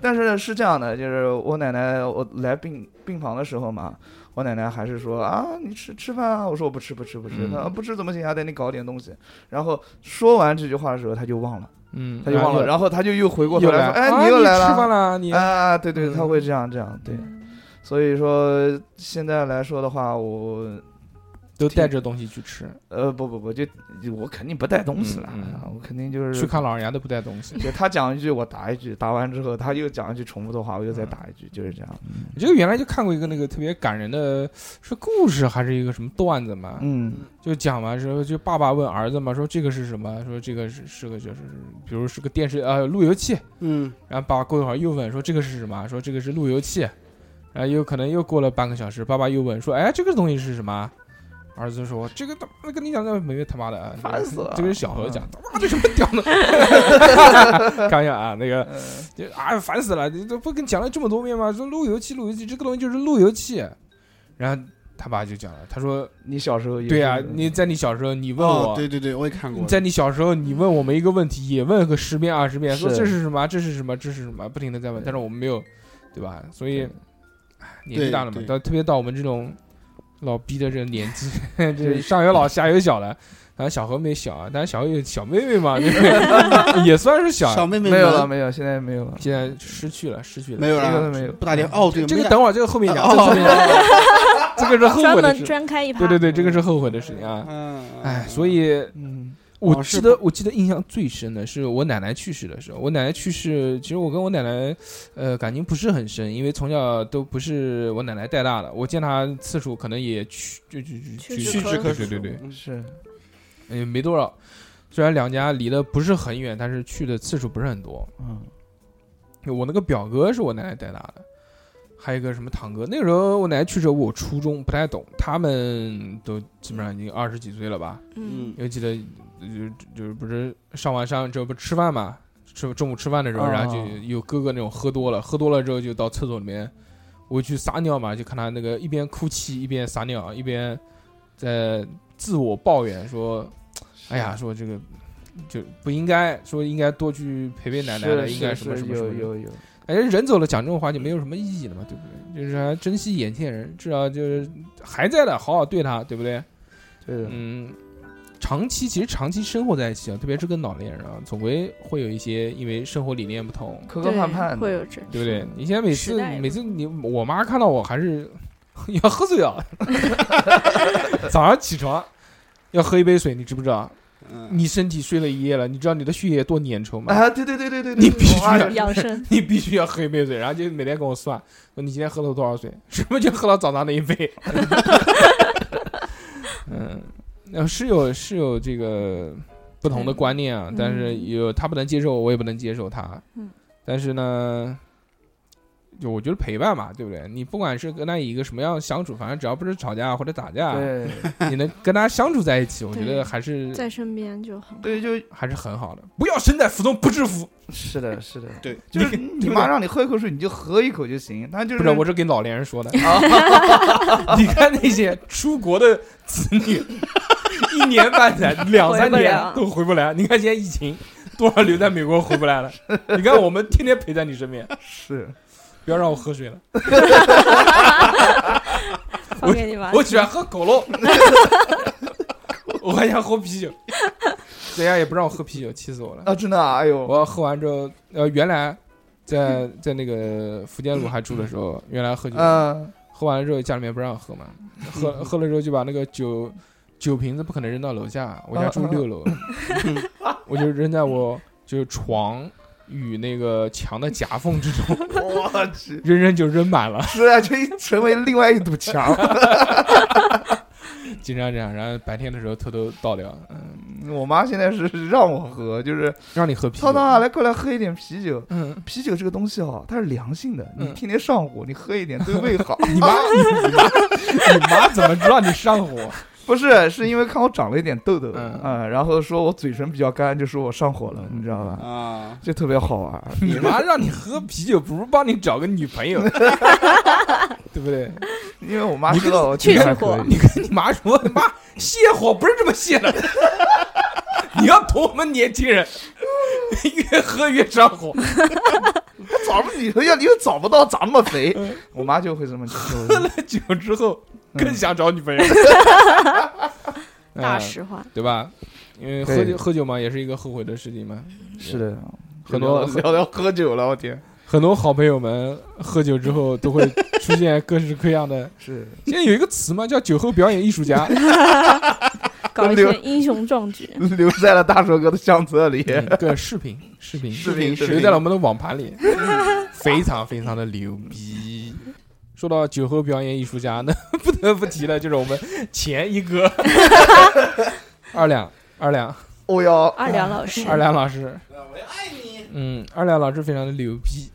[SPEAKER 4] 但是是这样的，就是我奶奶，我来病病房的时候嘛，我奶奶还是说啊，你吃吃饭啊。我说我不吃，不吃，不吃。
[SPEAKER 2] 嗯
[SPEAKER 4] 她、啊不吃怎么行啊？得你搞点东西。然后说完这句话的时候，她就忘了。
[SPEAKER 2] 嗯
[SPEAKER 4] 她就忘了，然后她就又回过头来说：“哎，
[SPEAKER 2] 又来
[SPEAKER 4] 你又来了，
[SPEAKER 2] 啊你吃饭了你嗯
[SPEAKER 4] 啊，对对，她会这样这样对。所以说现在来说的话，我
[SPEAKER 2] 都带着东西去吃。
[SPEAKER 4] 呃，不不不，就就我肯定不带东西了，
[SPEAKER 2] 嗯嗯
[SPEAKER 4] 我肯定就是
[SPEAKER 2] 去看老人家都不带东西。
[SPEAKER 4] 就他讲一句，我答一句，答完之后他又讲一句重复的话，我又再答一句，就是这样。
[SPEAKER 2] 你这个原来就看过一个那个特别感人的，是故事还是一个什么段子嘛？
[SPEAKER 4] 嗯，
[SPEAKER 2] 就讲嘛，说就爸爸问儿子嘛，说这个是什么？说这个是是个就是，比如是个电视呃路由器。
[SPEAKER 3] 嗯，
[SPEAKER 2] 然后爸爸过一会儿又问说这个是什么？说这个是路由器。然后又可能又过了半个小时，爸爸又问说，哎，这个东西是什么？儿子说这个他妈跟你讲那没有他妈的，烦
[SPEAKER 4] 死了
[SPEAKER 2] 这个是小何讲
[SPEAKER 4] 嗯
[SPEAKER 2] 他妈的什么屌 呢？开玩笑啊，那个就啊烦死了，你这不跟你讲了这么多遍吗？说路由器，路由器这个东西就是路由器。然后他爸就讲了，他说
[SPEAKER 4] 你小时候也
[SPEAKER 2] 对啊
[SPEAKER 4] 是，
[SPEAKER 2] 你在你小时候你问
[SPEAKER 4] 哦
[SPEAKER 2] 我，
[SPEAKER 4] 对对对我也看过
[SPEAKER 2] 在你小时候你问我们一个问题，也问个十遍二十遍，说
[SPEAKER 4] 是
[SPEAKER 2] 这是什么，这是什么，这是什么，不停的在问，但是我们没有，对吧？所以唉年纪
[SPEAKER 4] 对
[SPEAKER 2] 大了嘛
[SPEAKER 4] 对，
[SPEAKER 2] 到特别到我们这种老逼的这个年 纪， 就是
[SPEAKER 4] 对
[SPEAKER 2] 上有老下有小了。然后小何没小啊，但是小何有小妹妹嘛，对不 对 也算是小啊
[SPEAKER 4] 没有了，没有，现在没有了，
[SPEAKER 2] 现在失去了，失去了，
[SPEAKER 4] 没有了
[SPEAKER 2] 这个都没有，嗯
[SPEAKER 4] 不打电哦对
[SPEAKER 2] 这
[SPEAKER 4] 没
[SPEAKER 2] 个
[SPEAKER 4] 打
[SPEAKER 2] 等会儿这个后面讲，
[SPEAKER 4] 哦
[SPEAKER 2] 这个后 面讲这个是后悔
[SPEAKER 8] 专
[SPEAKER 2] 的
[SPEAKER 8] 门
[SPEAKER 2] 事，
[SPEAKER 8] 专开一趴
[SPEAKER 2] 对对对，这个是后悔的事情啊，嗯，哎，所以，
[SPEAKER 4] 嗯，
[SPEAKER 2] 我
[SPEAKER 4] 往事
[SPEAKER 2] 记得我记得印象最深的是我奶奶去世的时候，我奶奶去世，其实我跟我奶奶，呃，感情不是很深，因为从小都不是我奶奶带大的，我见她次数可能也去就就就
[SPEAKER 4] 屈
[SPEAKER 2] 屈
[SPEAKER 4] 指可数
[SPEAKER 2] 对对对，
[SPEAKER 4] 是，
[SPEAKER 2] 也没多少。虽然两家离得不是很远，但是去的次数不是很多。
[SPEAKER 4] 嗯，
[SPEAKER 2] 我那个表哥是我奶奶带大的，还有一个什么堂哥。那个时候我奶奶去世，我初中不太懂，他们都基本上已经二十几岁了吧。
[SPEAKER 1] 嗯
[SPEAKER 2] 因为记得就就是不是上完上之后不吃饭嘛，吃中午吃饭的时候，
[SPEAKER 4] 哦
[SPEAKER 2] 然后就有哥哥那种喝多了，喝多了之后就到厕所里面，我去撒尿嘛，就看他那个一边哭泣一边撒尿，一边在自我抱怨说，哎呀，说这个就不应该，说应该多去陪陪奶奶的，
[SPEAKER 4] 是
[SPEAKER 2] 应该
[SPEAKER 4] 是
[SPEAKER 2] 什么
[SPEAKER 4] 是
[SPEAKER 2] 什么什么
[SPEAKER 4] 有
[SPEAKER 2] 什么
[SPEAKER 4] 有有
[SPEAKER 2] 哎，人走了，讲这种话就没有什么意义了嘛，对不对？就是还珍惜眼前人，至少就是还在的，好好对他，对不对？
[SPEAKER 4] 对的。
[SPEAKER 2] 嗯，长期其实长期生活在一起啊，特别是跟老年人啊，总归会有一些因为生活理念不同，
[SPEAKER 4] 磕磕绊绊的对会有这
[SPEAKER 2] 对不对？你现在每
[SPEAKER 4] 时
[SPEAKER 2] 次
[SPEAKER 4] 代也不
[SPEAKER 2] 每次你我妈看到我还是 要喝水啊， 早上起床要喝一杯水，你知不知道？你身体睡了一夜了，你知道你的血液多粘稠吗？
[SPEAKER 4] 嗯啊，对对对对对，
[SPEAKER 2] 你必须
[SPEAKER 4] 我妈
[SPEAKER 2] 要，
[SPEAKER 4] 就
[SPEAKER 2] 你必须要喝一杯水，然后就每天跟我算，说你今天喝了多少水，什么就喝到早上那一杯。 嗯，那是有是有这个不同的观念啊，
[SPEAKER 1] 嗯
[SPEAKER 2] 但是有他不能接受，我也不能接受他。
[SPEAKER 1] 嗯，
[SPEAKER 2] 但是呢，就我觉得陪伴嘛，对不对？你不管是跟他以一个什么样的相处，反正只要不是吵架或者打架，
[SPEAKER 4] 对，
[SPEAKER 2] 你能跟他相处在一起，我觉
[SPEAKER 8] 对
[SPEAKER 2] 得还是
[SPEAKER 8] 在身边就好。
[SPEAKER 4] 对，就
[SPEAKER 2] 还是很好的。不要身在福中不知福。
[SPEAKER 4] 是的，是的，
[SPEAKER 3] 对，
[SPEAKER 4] 就是你妈让你喝一口水，你就喝一口就行。他就是
[SPEAKER 2] 不是，我是给老年人 说的。
[SPEAKER 4] 啊
[SPEAKER 2] 你看那些出国的子女，一年半载、两三
[SPEAKER 4] 回不
[SPEAKER 2] 年
[SPEAKER 4] 了
[SPEAKER 2] 都回不来。你看现在疫情，多少留在美国回不来了？你看我们天天陪在你身边。
[SPEAKER 4] 是，
[SPEAKER 2] 不要让我喝水了。
[SPEAKER 1] 放给你吧
[SPEAKER 2] 我我喜欢喝可乐， 我还想喝啤酒。人家也不让我喝啤酒，气死我了。
[SPEAKER 4] 啊，真的、啊，哎呦！
[SPEAKER 2] 我喝完之后，呃，原来在在那个福建路还住的时候，原来喝酒，
[SPEAKER 4] 嗯
[SPEAKER 2] 喝完了之后家里面不让喝嘛，喝 喝了之后就把那个酒酒瓶子不可能扔到楼下，我家住六楼，
[SPEAKER 4] 嗯
[SPEAKER 2] 我就扔在我就是床与那个墙的夹缝之中，
[SPEAKER 4] 我 去，
[SPEAKER 2] 扔扔就扔满了。
[SPEAKER 4] 是啊，就一成为另外一堵墙。
[SPEAKER 2] 经常这样，然后白天的时候偷偷倒掉，嗯，
[SPEAKER 4] 我妈现在是让我喝，就是
[SPEAKER 2] 让你喝啤酒
[SPEAKER 4] 涛涛啊，来过来喝一点啤酒。
[SPEAKER 2] 嗯，
[SPEAKER 4] 啤酒这个东西哦，它是良性的，你
[SPEAKER 2] 嗯
[SPEAKER 4] 天天上火，你喝一点对胃好。
[SPEAKER 2] 你 妈，你妈，你妈怎么知道你上火？
[SPEAKER 4] 不是，是因为看我长了一点痘痘，嗯，然后说我嘴唇比较干，就说我上火了，你知道吧？
[SPEAKER 3] 啊，
[SPEAKER 4] 就特别好玩。
[SPEAKER 2] 嗯 你 妈让你喝啤酒，不如帮你找个女朋友，对不对？
[SPEAKER 4] 因为我妈
[SPEAKER 2] 你
[SPEAKER 4] 知道我
[SPEAKER 2] 跟
[SPEAKER 4] 体
[SPEAKER 2] 你
[SPEAKER 4] 质还
[SPEAKER 2] 跟
[SPEAKER 4] 可以
[SPEAKER 2] 你跟你妈说，妈泻火不是这么泻的， 你要懂我们年轻人，越喝越上火。
[SPEAKER 4] 找不你要你又找不到长那么肥，我妈就会这么嗯喝
[SPEAKER 2] 嗯了酒之后更想找女朋 友。
[SPEAKER 17] 大
[SPEAKER 2] 嗯
[SPEAKER 17] 实话
[SPEAKER 2] 对吧？因为喝
[SPEAKER 4] 对
[SPEAKER 2] 酒喝酒嘛，也是一个后悔的事情嘛。
[SPEAKER 4] 是的，
[SPEAKER 2] 很多
[SPEAKER 4] 聊聊喝酒了，我天，
[SPEAKER 2] 很多好朋友们喝酒之后都会出现各式各样的。
[SPEAKER 4] 是，
[SPEAKER 2] 现在有一个词嘛，叫酒后表演艺术家。
[SPEAKER 8] 搞一
[SPEAKER 4] 留
[SPEAKER 8] 些英雄壮举。
[SPEAKER 4] 留在了大硕哥的相册里，
[SPEAKER 2] 嗯对，视频视频
[SPEAKER 4] 视频
[SPEAKER 2] 留在了我们的网盘里，非常非常的牛逼。说到酒后表演艺术家，那不得不提了，就是我们前一 哥二两二两
[SPEAKER 4] 哦哟，
[SPEAKER 2] 二两老师二两老师，嗯，二两老师非常的牛逼，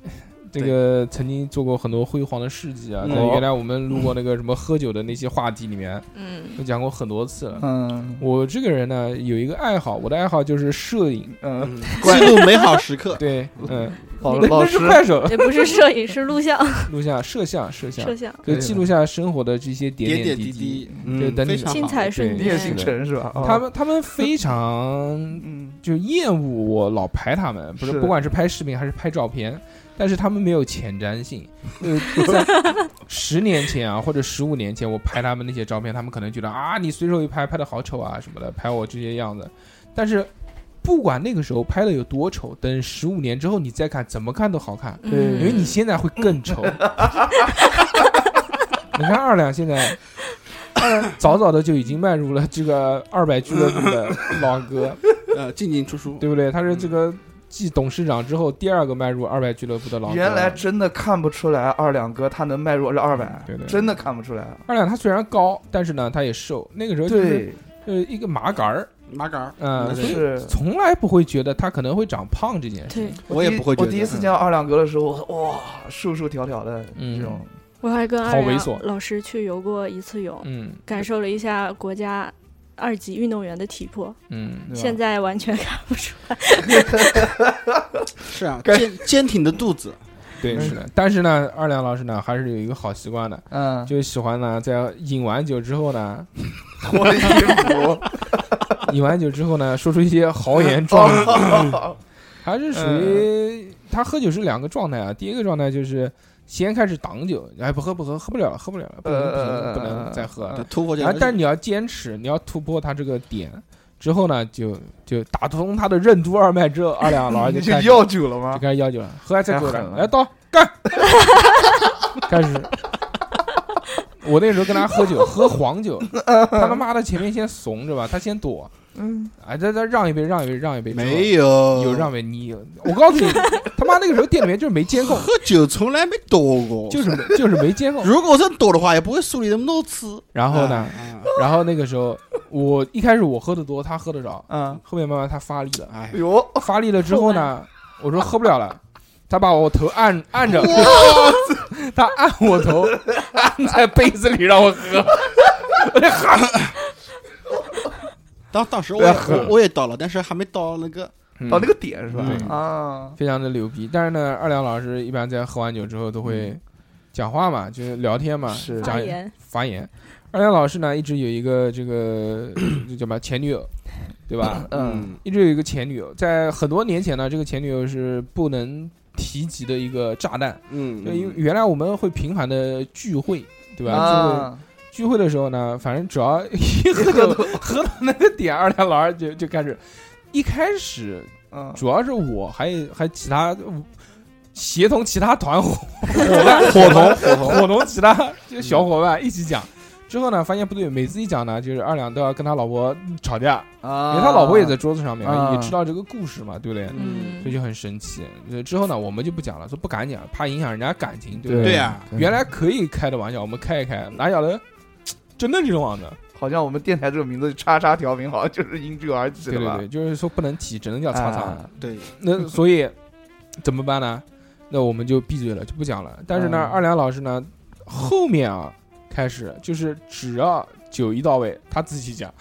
[SPEAKER 2] 这个曾经做过很多辉煌的事迹啊。
[SPEAKER 4] 嗯
[SPEAKER 2] 在原来我们录过那个什么 喝酒的那些话题里面，
[SPEAKER 4] 嗯
[SPEAKER 2] 我讲过很多次了。
[SPEAKER 4] 嗯，
[SPEAKER 2] 我这个人呢有一个爱好，我的爱好就是摄影，
[SPEAKER 4] 嗯，
[SPEAKER 2] 记录
[SPEAKER 3] 美好时刻。
[SPEAKER 2] 对，
[SPEAKER 4] 哦
[SPEAKER 2] 嗯，
[SPEAKER 4] 老
[SPEAKER 2] 那
[SPEAKER 4] 老
[SPEAKER 2] 那是
[SPEAKER 4] 师
[SPEAKER 2] 快手，
[SPEAKER 8] 也不是摄影，是录 像。
[SPEAKER 2] 录像、摄像、摄像、
[SPEAKER 8] 摄像
[SPEAKER 2] 就记录下生活的这些点
[SPEAKER 4] 点
[SPEAKER 2] 滴
[SPEAKER 4] 滴
[SPEAKER 2] 滴
[SPEAKER 4] 滴，
[SPEAKER 2] 就
[SPEAKER 4] 嗯
[SPEAKER 2] 等你
[SPEAKER 4] 非常好精彩瞬间你也姓陈是吧哦嗯
[SPEAKER 2] 他们他 们非常就厌恶我老拍他们，不是
[SPEAKER 4] 是的
[SPEAKER 2] 不管是拍视频还是拍照片，但是他们没有前瞻性。呃， 在十年前啊，或者十五年前，我拍他们那些照片，他们可能觉得啊，你随手一拍拍的好丑啊什么的，拍我这些样子，但是。不管那个时候拍的有多丑，等十五年之后你再看，怎么看都好看，
[SPEAKER 4] 对
[SPEAKER 2] 因为你现在会更丑。你看二两现在，二两早早的就已经迈入了这个二百俱乐部的老哥，
[SPEAKER 4] 嗯
[SPEAKER 3] 呃，进进出出，
[SPEAKER 2] 对不对？他是这个呃继董事长之后第二个迈入二百俱乐部的老哥。
[SPEAKER 4] 原来真的看不出来二两哥他能迈入二百，
[SPEAKER 2] 嗯对对
[SPEAKER 4] 真的看不出来。啊
[SPEAKER 2] 二两他虽然高，但是呢他也瘦，那个时候就是
[SPEAKER 4] 对
[SPEAKER 2] 呃一个麻杆儿。
[SPEAKER 3] 麻杆儿，
[SPEAKER 2] 嗯，所
[SPEAKER 4] 是
[SPEAKER 2] 以从来不会觉得他可能会长胖这件事情。
[SPEAKER 4] 第一我第一
[SPEAKER 2] 嗯
[SPEAKER 4] 次见到二两哥的时候，我说哇，瘦瘦条条的这种，
[SPEAKER 8] 我还跟
[SPEAKER 4] 好
[SPEAKER 8] 二
[SPEAKER 4] 猥
[SPEAKER 8] 洋
[SPEAKER 4] 琐
[SPEAKER 8] 老师去游过一次泳，
[SPEAKER 2] 嗯
[SPEAKER 8] 感受了一下国家二级运动员的体魄，
[SPEAKER 2] 嗯
[SPEAKER 4] 对吧
[SPEAKER 8] 现在完全看不出 来。
[SPEAKER 3] 是啊， 坚坚挺的肚子，
[SPEAKER 2] 对，是的。但是呢，二两老师呢还是有一个好习惯的，
[SPEAKER 4] 嗯，
[SPEAKER 2] 就喜欢呢在饮完酒之后呢，
[SPEAKER 4] 脱了衣服，
[SPEAKER 2] 饮完酒之后呢，说出一些豪言壮语，
[SPEAKER 4] 哦
[SPEAKER 2] 还是属于
[SPEAKER 4] 嗯
[SPEAKER 2] 他喝酒是两个状态啊。第一个状态就是先开始挡酒，哎，不喝不喝，喝不了了，喝不了了，不能不能
[SPEAKER 4] 呃
[SPEAKER 2] 不能再喝了
[SPEAKER 4] 对，突破这个
[SPEAKER 2] 啊但是你要坚持，你要突破他这个点。之后呢，就就打通他的任督二脉之后，二两老二就
[SPEAKER 4] 你 就
[SPEAKER 2] 开始
[SPEAKER 4] 要酒了吗哎
[SPEAKER 2] 就开始要酒了，喝完再
[SPEAKER 4] 太
[SPEAKER 2] 过来
[SPEAKER 4] 狠，了
[SPEAKER 2] 来倒干， 开始。我那时候跟他喝 酒，喝黄酒，他他妈的前面先怂着吧，他先躲，
[SPEAKER 4] 嗯，
[SPEAKER 2] 哎，再再让一杯，让一杯，让一杯，
[SPEAKER 3] 没有
[SPEAKER 2] 有让一杯，你有我告诉你，他妈那个时候店里面就是没监控，
[SPEAKER 3] 喝酒从来没躲过，
[SPEAKER 2] 就是没就是没监控。
[SPEAKER 3] 如果真躲的话，也不会树立那么多啊次。
[SPEAKER 2] 然后呢，然后那个时候我一开始我喝的多，他喝的少，
[SPEAKER 4] 嗯，
[SPEAKER 2] 后面慢慢他发力了，
[SPEAKER 3] 哎
[SPEAKER 4] 呦，
[SPEAKER 2] 发力了之后呢，我说喝不了了，他把我头按按着， 他按我头，按在杯子里让我喝， 我就喝。
[SPEAKER 3] 当当时我
[SPEAKER 2] 不要
[SPEAKER 3] 也
[SPEAKER 2] 喝
[SPEAKER 3] 我我也到了，但是还没到那个
[SPEAKER 2] 嗯
[SPEAKER 4] 到那个点是吧
[SPEAKER 2] 嗯？
[SPEAKER 4] 啊，
[SPEAKER 2] 非常的牛逼。但是呢，二两老师一般在喝完酒之后都会讲话嘛，就是聊天嘛，
[SPEAKER 4] 嗯是
[SPEAKER 2] 讲
[SPEAKER 4] 发言
[SPEAKER 2] 发言。二两老师呢，一直有一个这个这叫什么前女友，对吧？
[SPEAKER 4] 嗯，
[SPEAKER 2] 一直有一个前女友，在很多年前呢，这个前女友是不能提及的一个炸弹。
[SPEAKER 3] 嗯
[SPEAKER 2] 就因为原来我们会频繁的聚会，对吧？
[SPEAKER 4] 啊
[SPEAKER 2] 聚会聚会的时候呢，反正只要 一喝 酒喝到那个点，二两老二就就开始，一开始
[SPEAKER 4] 嗯，
[SPEAKER 2] 主要是我还有还有其他协同其他团伙伙 伴
[SPEAKER 4] 伙同
[SPEAKER 2] 伙
[SPEAKER 4] 伙同
[SPEAKER 2] 伙同其他就小伙
[SPEAKER 4] 嗯
[SPEAKER 2] 伴一起讲。之后呢，发现不对，每次一讲呢，就是二两都要跟他老婆吵架，
[SPEAKER 4] 啊
[SPEAKER 2] 因为他老婆也在桌子上面，
[SPEAKER 4] 啊
[SPEAKER 2] 也知道这个故事嘛，对不对？
[SPEAKER 4] 嗯
[SPEAKER 2] 所以就很生气。呃之后呢，我们就不讲了，说不敢讲，怕影响人家感情，对不
[SPEAKER 4] 对啊
[SPEAKER 2] 对
[SPEAKER 4] 对呀
[SPEAKER 2] 原来可以开的玩笑，我们开一开，哪晓得真的这种网的？
[SPEAKER 4] 好像我们电台这个名字“叉叉调频”好像就是因这个而起
[SPEAKER 2] 对
[SPEAKER 4] 的
[SPEAKER 2] 对
[SPEAKER 4] 吧？
[SPEAKER 2] 对，就是说不能提，只能叫擦擦
[SPEAKER 4] 啊。
[SPEAKER 3] 对
[SPEAKER 2] 那所以怎么办呢？那我们就闭嘴了，就不讲了。但是呢，
[SPEAKER 4] 嗯
[SPEAKER 2] 二良老师呢，后面 啊开始就是只要酒一到位，他自己讲，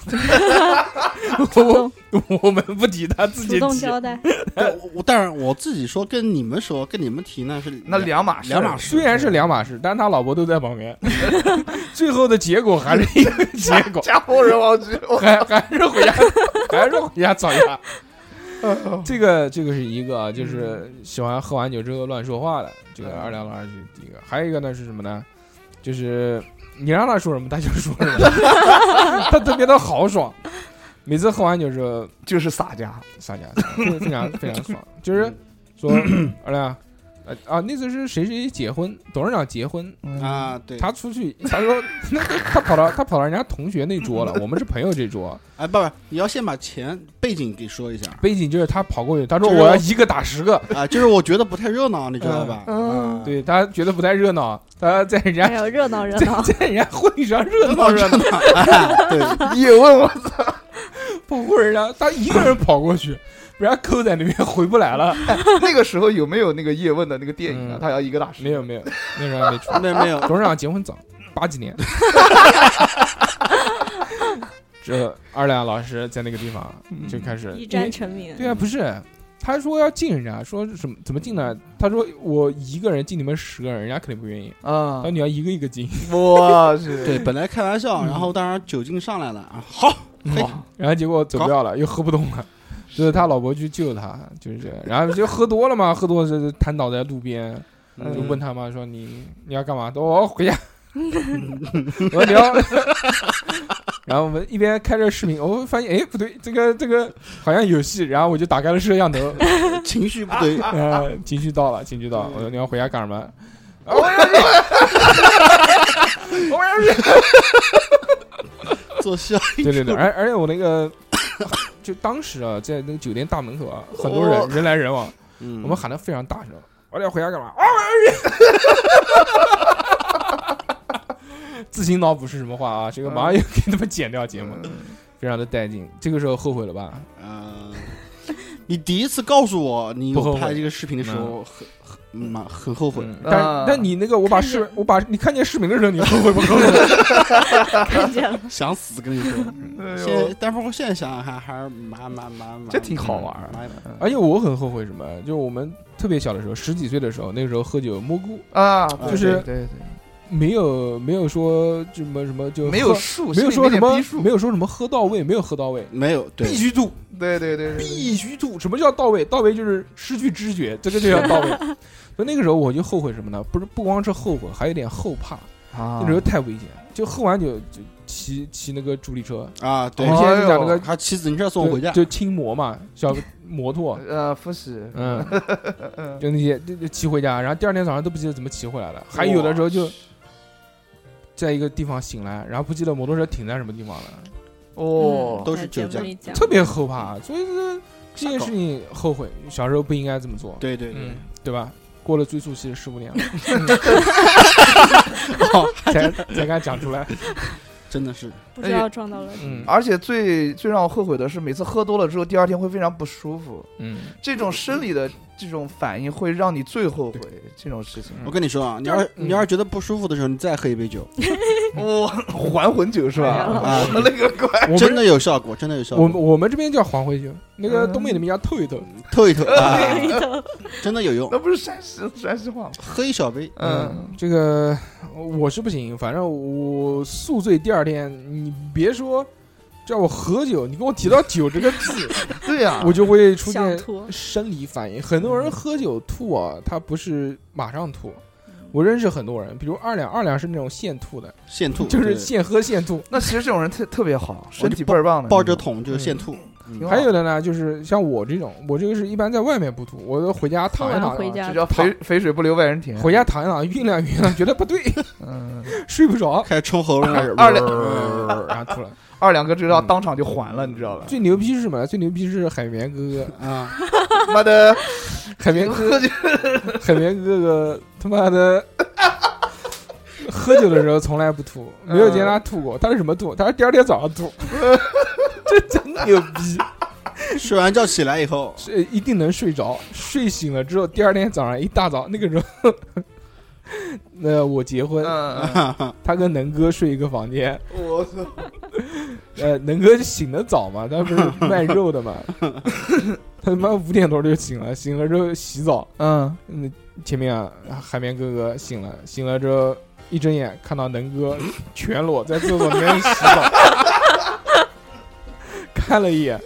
[SPEAKER 2] 我 我们不提他自己
[SPEAKER 3] 主动
[SPEAKER 2] 提
[SPEAKER 3] 交
[SPEAKER 16] 代。
[SPEAKER 3] 对我我但是我自己说跟你们说，跟你们提呢是
[SPEAKER 2] 那两码事，
[SPEAKER 3] 两码事。
[SPEAKER 2] 虽然是两码事，但他老婆都在旁边， 最后的结果还是一个结果，
[SPEAKER 4] 家破人亡之后，
[SPEAKER 2] 还 还是回家， 还是回家吵 架。这个这个是一个啊，就是喜欢喝完酒之后乱说话的，这个二两老二是第一个，还有一个呢是什么呢？就是你让他说什么他就说什么， 他特别的豪爽。每次喝完酒之后
[SPEAKER 4] 就是撒家，嗯
[SPEAKER 2] 撒家，就是非常非 常爽。就是说二亮，呃啊，那次是谁谁结婚，董事长结婚
[SPEAKER 4] 嗯
[SPEAKER 3] 啊对
[SPEAKER 2] 他出去，他说 他跑到他跑到人家同学那桌了，我们是朋友这桌。
[SPEAKER 3] 哎，不不，你要先把前背景给说一下
[SPEAKER 2] 背景就是他跑过去，他说
[SPEAKER 3] 就是
[SPEAKER 2] 我要
[SPEAKER 3] 我
[SPEAKER 2] 一个打十个
[SPEAKER 3] 啊，就是我觉得不太热闹，你知道吧？
[SPEAKER 2] 嗯，对他觉得不太热闹，他 在人家
[SPEAKER 8] 哎呦热闹热闹
[SPEAKER 2] 在在人家婚礼上热闹热闹，
[SPEAKER 3] 对，
[SPEAKER 4] 叶问我
[SPEAKER 2] 操，跑过人家，他一个人跑过去， 被人家扣在那边回不来了。 嗯
[SPEAKER 4] 那个时候有没有那个叶问的那个电影啊？他要一个大师，
[SPEAKER 2] 没有没有，那时候还没出，
[SPEAKER 4] 没没有
[SPEAKER 2] 董事长啊结婚早，八几 年。这二两老师在那个地方就开始
[SPEAKER 8] 一战成名
[SPEAKER 2] 对啊，不是，他说要进人家，说什么怎么进呢？他说我一个人进你们十个人，人家肯定不愿意
[SPEAKER 4] 啊。
[SPEAKER 2] 然后你要一个一个进。
[SPEAKER 4] 哇是
[SPEAKER 3] 对，本来开玩笑，然后当然酒精上来了啊，好，嘿
[SPEAKER 2] 嗯然后结果走不掉了，又喝不动了，就是他老婆去救他，就是这样。然后就喝多了嘛，喝多了就瘫倒在路边，
[SPEAKER 3] 嗯
[SPEAKER 2] 就问他妈说你你要干嘛？我要回家。 我说你要， 然后我们一边开着视频，我发现哎不对，这个这个好像有戏，然后我就打开了摄像头，
[SPEAKER 3] 情绪不对，
[SPEAKER 2] 啊，情绪到了，情绪到了，我说你要回家干什么？
[SPEAKER 3] 哎
[SPEAKER 2] 我要是
[SPEAKER 3] 做效应
[SPEAKER 2] 对对对，而而且我那个就当时啊，在那个酒店大门口啊，很多人、
[SPEAKER 3] 哦
[SPEAKER 2] 人来人往，
[SPEAKER 3] 嗯
[SPEAKER 2] 我们喊的非常大声，我俩回家干嘛？
[SPEAKER 4] 啊
[SPEAKER 2] 自行脑补是什么话啊？这个
[SPEAKER 3] 嗯
[SPEAKER 2] 马上又给他们剪掉节目，非常的带劲。这个时候后悔了吧？
[SPEAKER 3] 啊，你第一次告诉我你
[SPEAKER 2] 不后
[SPEAKER 3] 有
[SPEAKER 2] 悔
[SPEAKER 3] 拍这个视频的时候，很很嗯蛮很后悔。
[SPEAKER 2] 但但你那个我把视我把你看见视频的时候，你后悔不后悔？
[SPEAKER 3] 看
[SPEAKER 8] 见了，
[SPEAKER 3] 想死跟你
[SPEAKER 4] 哎
[SPEAKER 3] 说。
[SPEAKER 4] 呦
[SPEAKER 3] 现在，但是我现在想想还还是嗯蛮蛮蛮蛮，
[SPEAKER 4] 这挺好玩儿啊
[SPEAKER 3] 蛮
[SPEAKER 2] 而且哎我很后悔什么？就我们特别小的时候，十几岁的时候，那个时候喝酒蘑菇
[SPEAKER 4] 啊
[SPEAKER 2] 就
[SPEAKER 3] 嗯
[SPEAKER 4] 对
[SPEAKER 2] 是
[SPEAKER 4] 对对
[SPEAKER 2] 没有没有说什么什么就
[SPEAKER 4] 没有
[SPEAKER 2] 喝
[SPEAKER 4] 数
[SPEAKER 2] 没有
[SPEAKER 4] 心里
[SPEAKER 2] 说
[SPEAKER 4] 没
[SPEAKER 2] 什
[SPEAKER 4] 点
[SPEAKER 2] 么
[SPEAKER 4] 逼数
[SPEAKER 2] 没有说什么喝到位，没有喝到位，
[SPEAKER 3] 没有，对
[SPEAKER 2] 必须吐，
[SPEAKER 4] 对对对，
[SPEAKER 2] 必须吐。什么叫到位？到位就是失去知觉，这个就叫到位。所以那个时候我就后悔什么呢？不是不光是后悔，还有点后怕。
[SPEAKER 4] 啊
[SPEAKER 2] 那时候太危险，就喝完酒就骑骑那个助力车
[SPEAKER 3] 啊对
[SPEAKER 2] 我们现在就讲
[SPEAKER 3] 哎呦
[SPEAKER 2] 那个，
[SPEAKER 3] 还骑自行车送我回家
[SPEAKER 2] 就就轻摩嘛， 小摩托，
[SPEAKER 4] 呃，复习，
[SPEAKER 2] 嗯，就那些就就骑回家，然后第二天早上都不记得怎么骑回来了，还有的时候就在一个地方醒来，然后不记得摩托车停在什么地方了，
[SPEAKER 4] 哦，
[SPEAKER 3] 都是酒驾，
[SPEAKER 2] 特别后怕，所以这这件事情后悔，小时候不应该这么做，
[SPEAKER 3] 对对对
[SPEAKER 2] 嗯，对吧？过了追溯期十五年 了，才才敢讲出来，
[SPEAKER 3] 真的是
[SPEAKER 8] 不知道撞到了谁
[SPEAKER 2] 嗯，
[SPEAKER 4] 哎而且最最让我后悔的是，每次喝多了之后，第二天会非常不舒服。
[SPEAKER 2] 嗯，
[SPEAKER 4] 这种生理的这种反应会让你最后悔这种事情。嗯
[SPEAKER 3] 我跟你说啊，你要是你要是觉得不舒服的时候，你再喝一 杯酒，
[SPEAKER 4] 我还魂酒是吧？
[SPEAKER 19] 哎
[SPEAKER 3] 啊，
[SPEAKER 4] 我勒个乖，
[SPEAKER 3] 真的有效果，真的有效
[SPEAKER 2] 我
[SPEAKER 3] 果
[SPEAKER 2] 们，我们这边叫黄灰酒，那个
[SPEAKER 4] 嗯
[SPEAKER 1] 嗯
[SPEAKER 2] 东北那边叫透一透，
[SPEAKER 3] 透 一透 啊
[SPEAKER 2] 透一
[SPEAKER 8] 透，
[SPEAKER 3] 真的有用。
[SPEAKER 4] 那不是山西山西话吗？，
[SPEAKER 3] 喝一小杯，
[SPEAKER 2] 嗯，这个我是不行，反正我宿醉第二天，你别说叫我喝酒，你跟我提到酒这个 字
[SPEAKER 4] 对呀
[SPEAKER 2] 我就会出
[SPEAKER 4] 想
[SPEAKER 2] 现生理反应。很多人喝酒吐啊，他不是马上吐。我认识很多人，比如二两，二两是那种现吐的，
[SPEAKER 3] 现吐
[SPEAKER 2] 就是
[SPEAKER 3] 对
[SPEAKER 2] 现喝现吐。
[SPEAKER 4] 那其实这种人特特别好，身体倍儿棒的，嗯
[SPEAKER 3] 抱着桶就是现吐。
[SPEAKER 4] 挺好
[SPEAKER 2] 还有的呢，就是像我这种，我这个是一般在外面不吐，我就回家躺啊一躺，
[SPEAKER 4] 这叫肥肥水不流外人田。
[SPEAKER 2] 回家躺一躺，酝酿酝酿，觉得不对，
[SPEAKER 4] 嗯，
[SPEAKER 2] 睡不着，
[SPEAKER 3] 开始冲喉咙
[SPEAKER 4] 二两，
[SPEAKER 2] 然后吐了。
[SPEAKER 4] 二两哥知道，当场就还了，你知道吧？
[SPEAKER 2] 最牛逼是什么呢？最牛逼是海绵哥哥
[SPEAKER 3] 啊！
[SPEAKER 4] 妈的，
[SPEAKER 2] 海绵哥哥，海绵哥哥他妈的，喝酒的时候从来不吐，没有见他
[SPEAKER 4] 嗯
[SPEAKER 2] 吐过。他是什么吐？他是第二天早上 吐，这真牛逼！
[SPEAKER 3] 睡完觉起来以后，
[SPEAKER 2] 睡一定能睡着，睡醒了之后，第二天早上一大早，那个时候， 呃那我结婚
[SPEAKER 4] 嗯嗯，
[SPEAKER 2] 他跟能哥睡一个房间，
[SPEAKER 4] 我操！
[SPEAKER 2] 呃，能哥醒得早嘛，他不是卖肉的 嘛，他他妈五点多就醒了，醒了之后洗澡，
[SPEAKER 4] 嗯
[SPEAKER 2] 嗯，前面啊，海绵哥哥醒了，醒了之后一睁眼看到能哥全裸在厕所里面洗澡， 看了一 眼，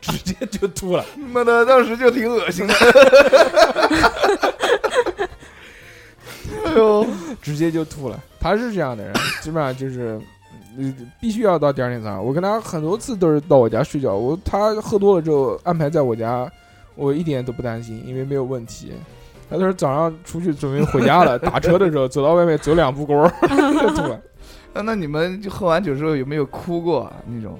[SPEAKER 2] 直接就吐了。
[SPEAKER 4] 妈的，当时就挺恶心的。
[SPEAKER 2] 哎呦，直接就吐了。他是这样的人，基本上就是，嗯必须要到第二天早上。我跟他很多次都是到我家睡觉，我他喝多了之后安排在我家，我一点都不担心，因为没有问题。他都是早上出去准备回家 了，打车的时候走到外面走两步光儿就吐了。
[SPEAKER 4] 那那你们就喝完酒之后有没有哭过啊？那种？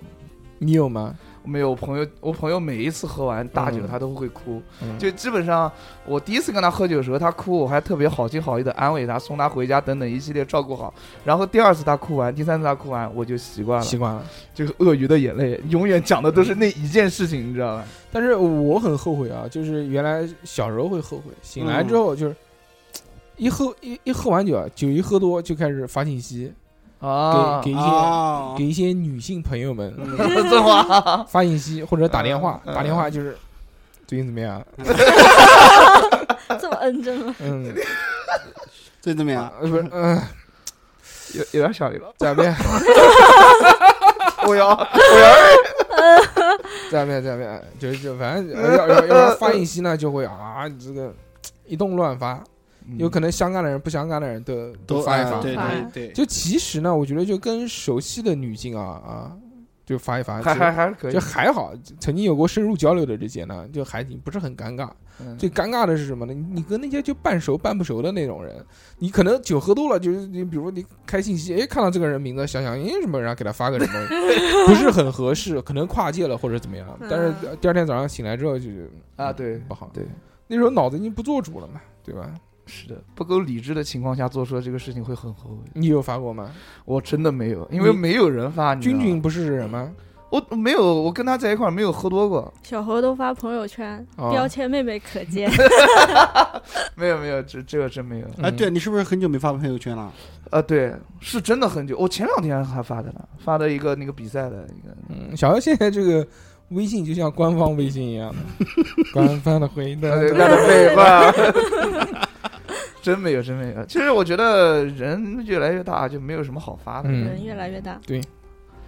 [SPEAKER 2] 你有吗？
[SPEAKER 4] 我没有，我朋友我朋友每一次喝完大酒他都会哭，
[SPEAKER 2] 嗯
[SPEAKER 4] 就基本上我第一次跟他喝酒的时候他哭，我还特别好心好意的安慰他，送他回家等等一系列照顾好。然后第二次他哭完，第三次他哭完，我就习惯了，
[SPEAKER 2] 习惯了。
[SPEAKER 4] 这个鳄鱼的眼泪永远讲的都是那一件事情，你知道 吧？
[SPEAKER 2] 但是我很后悔啊，就是原来小时候会后悔，
[SPEAKER 4] 嗯
[SPEAKER 2] 醒来之后就是、一喝一一喝完酒啊，酒一喝多就开始发信息。
[SPEAKER 4] 啊
[SPEAKER 2] 给给一些、
[SPEAKER 4] 啊
[SPEAKER 2] 给一些女性朋友们
[SPEAKER 3] 嗯
[SPEAKER 4] 这话
[SPEAKER 2] 发信息或者打电话，打电话就是最近怎么样？
[SPEAKER 3] 嗯
[SPEAKER 8] 这么恩真吗？
[SPEAKER 2] 嗯，
[SPEAKER 3] 最近怎么
[SPEAKER 4] 啊
[SPEAKER 3] 样？
[SPEAKER 2] 不是，嗯，
[SPEAKER 4] 有有点小了，
[SPEAKER 2] 咋变？
[SPEAKER 4] 我要我要。
[SPEAKER 2] 在面在面，就是就反正要要要不 然发信息呢，就会啊，你这个一通乱发，
[SPEAKER 4] 嗯
[SPEAKER 2] 有可能相干的人不相干的人都
[SPEAKER 3] 都
[SPEAKER 2] 发一
[SPEAKER 4] 啊
[SPEAKER 3] 哎
[SPEAKER 2] 发，
[SPEAKER 3] 对对对
[SPEAKER 2] 就其实呢，我觉得就跟熟悉的女性啊啊，就发一发，
[SPEAKER 4] 还
[SPEAKER 2] 就
[SPEAKER 4] 还还是可以
[SPEAKER 2] 就还好。曾经有过深入交流的这些呢，就还挺不是很尴尬
[SPEAKER 4] 嗯。
[SPEAKER 2] 最尴尬的是什么呢？你你跟那些就半熟半不熟的那种人，你可能酒喝多了，就是你比如你开信息，哎，看到这个人名字，想想，哎，什么，然后给他发个什么， 不是很合适，可能跨界了或者怎么样。但是第二天早上醒来之后就
[SPEAKER 4] 嗯
[SPEAKER 2] 嗯
[SPEAKER 4] 啊，对，
[SPEAKER 2] 不好，
[SPEAKER 4] 对，
[SPEAKER 2] 那时候脑子已经不做主了嘛，对吧？
[SPEAKER 4] 是的，不够理智的情况下做出的这个事情会很后悔。
[SPEAKER 2] 你有发过吗？
[SPEAKER 4] 我真的没有，因为
[SPEAKER 2] 你
[SPEAKER 4] 没有人发。
[SPEAKER 2] 君君
[SPEAKER 4] 不
[SPEAKER 2] 是人吗？
[SPEAKER 4] 我没有，我跟他在一块儿没有喝多过，
[SPEAKER 16] 小猴都发朋友圈，
[SPEAKER 4] 哦
[SPEAKER 16] 标签妹妹可 见。
[SPEAKER 4] 没有没有，这这个真没有。
[SPEAKER 19] 嗯
[SPEAKER 4] 嗯
[SPEAKER 3] 哎，对你是不是很久没发朋友圈了？
[SPEAKER 4] 啊，对，是真的很久。我前两天还发的呢，发的一个那个比赛的一个。
[SPEAKER 2] 嗯小姚现在这个微信就像官方微信一 样的，官方的回答，
[SPEAKER 4] 对，那的废话，真没有，真没有。 其实我觉得人越来越大，就没有什么好发的。
[SPEAKER 16] 人越来越大，
[SPEAKER 2] 对，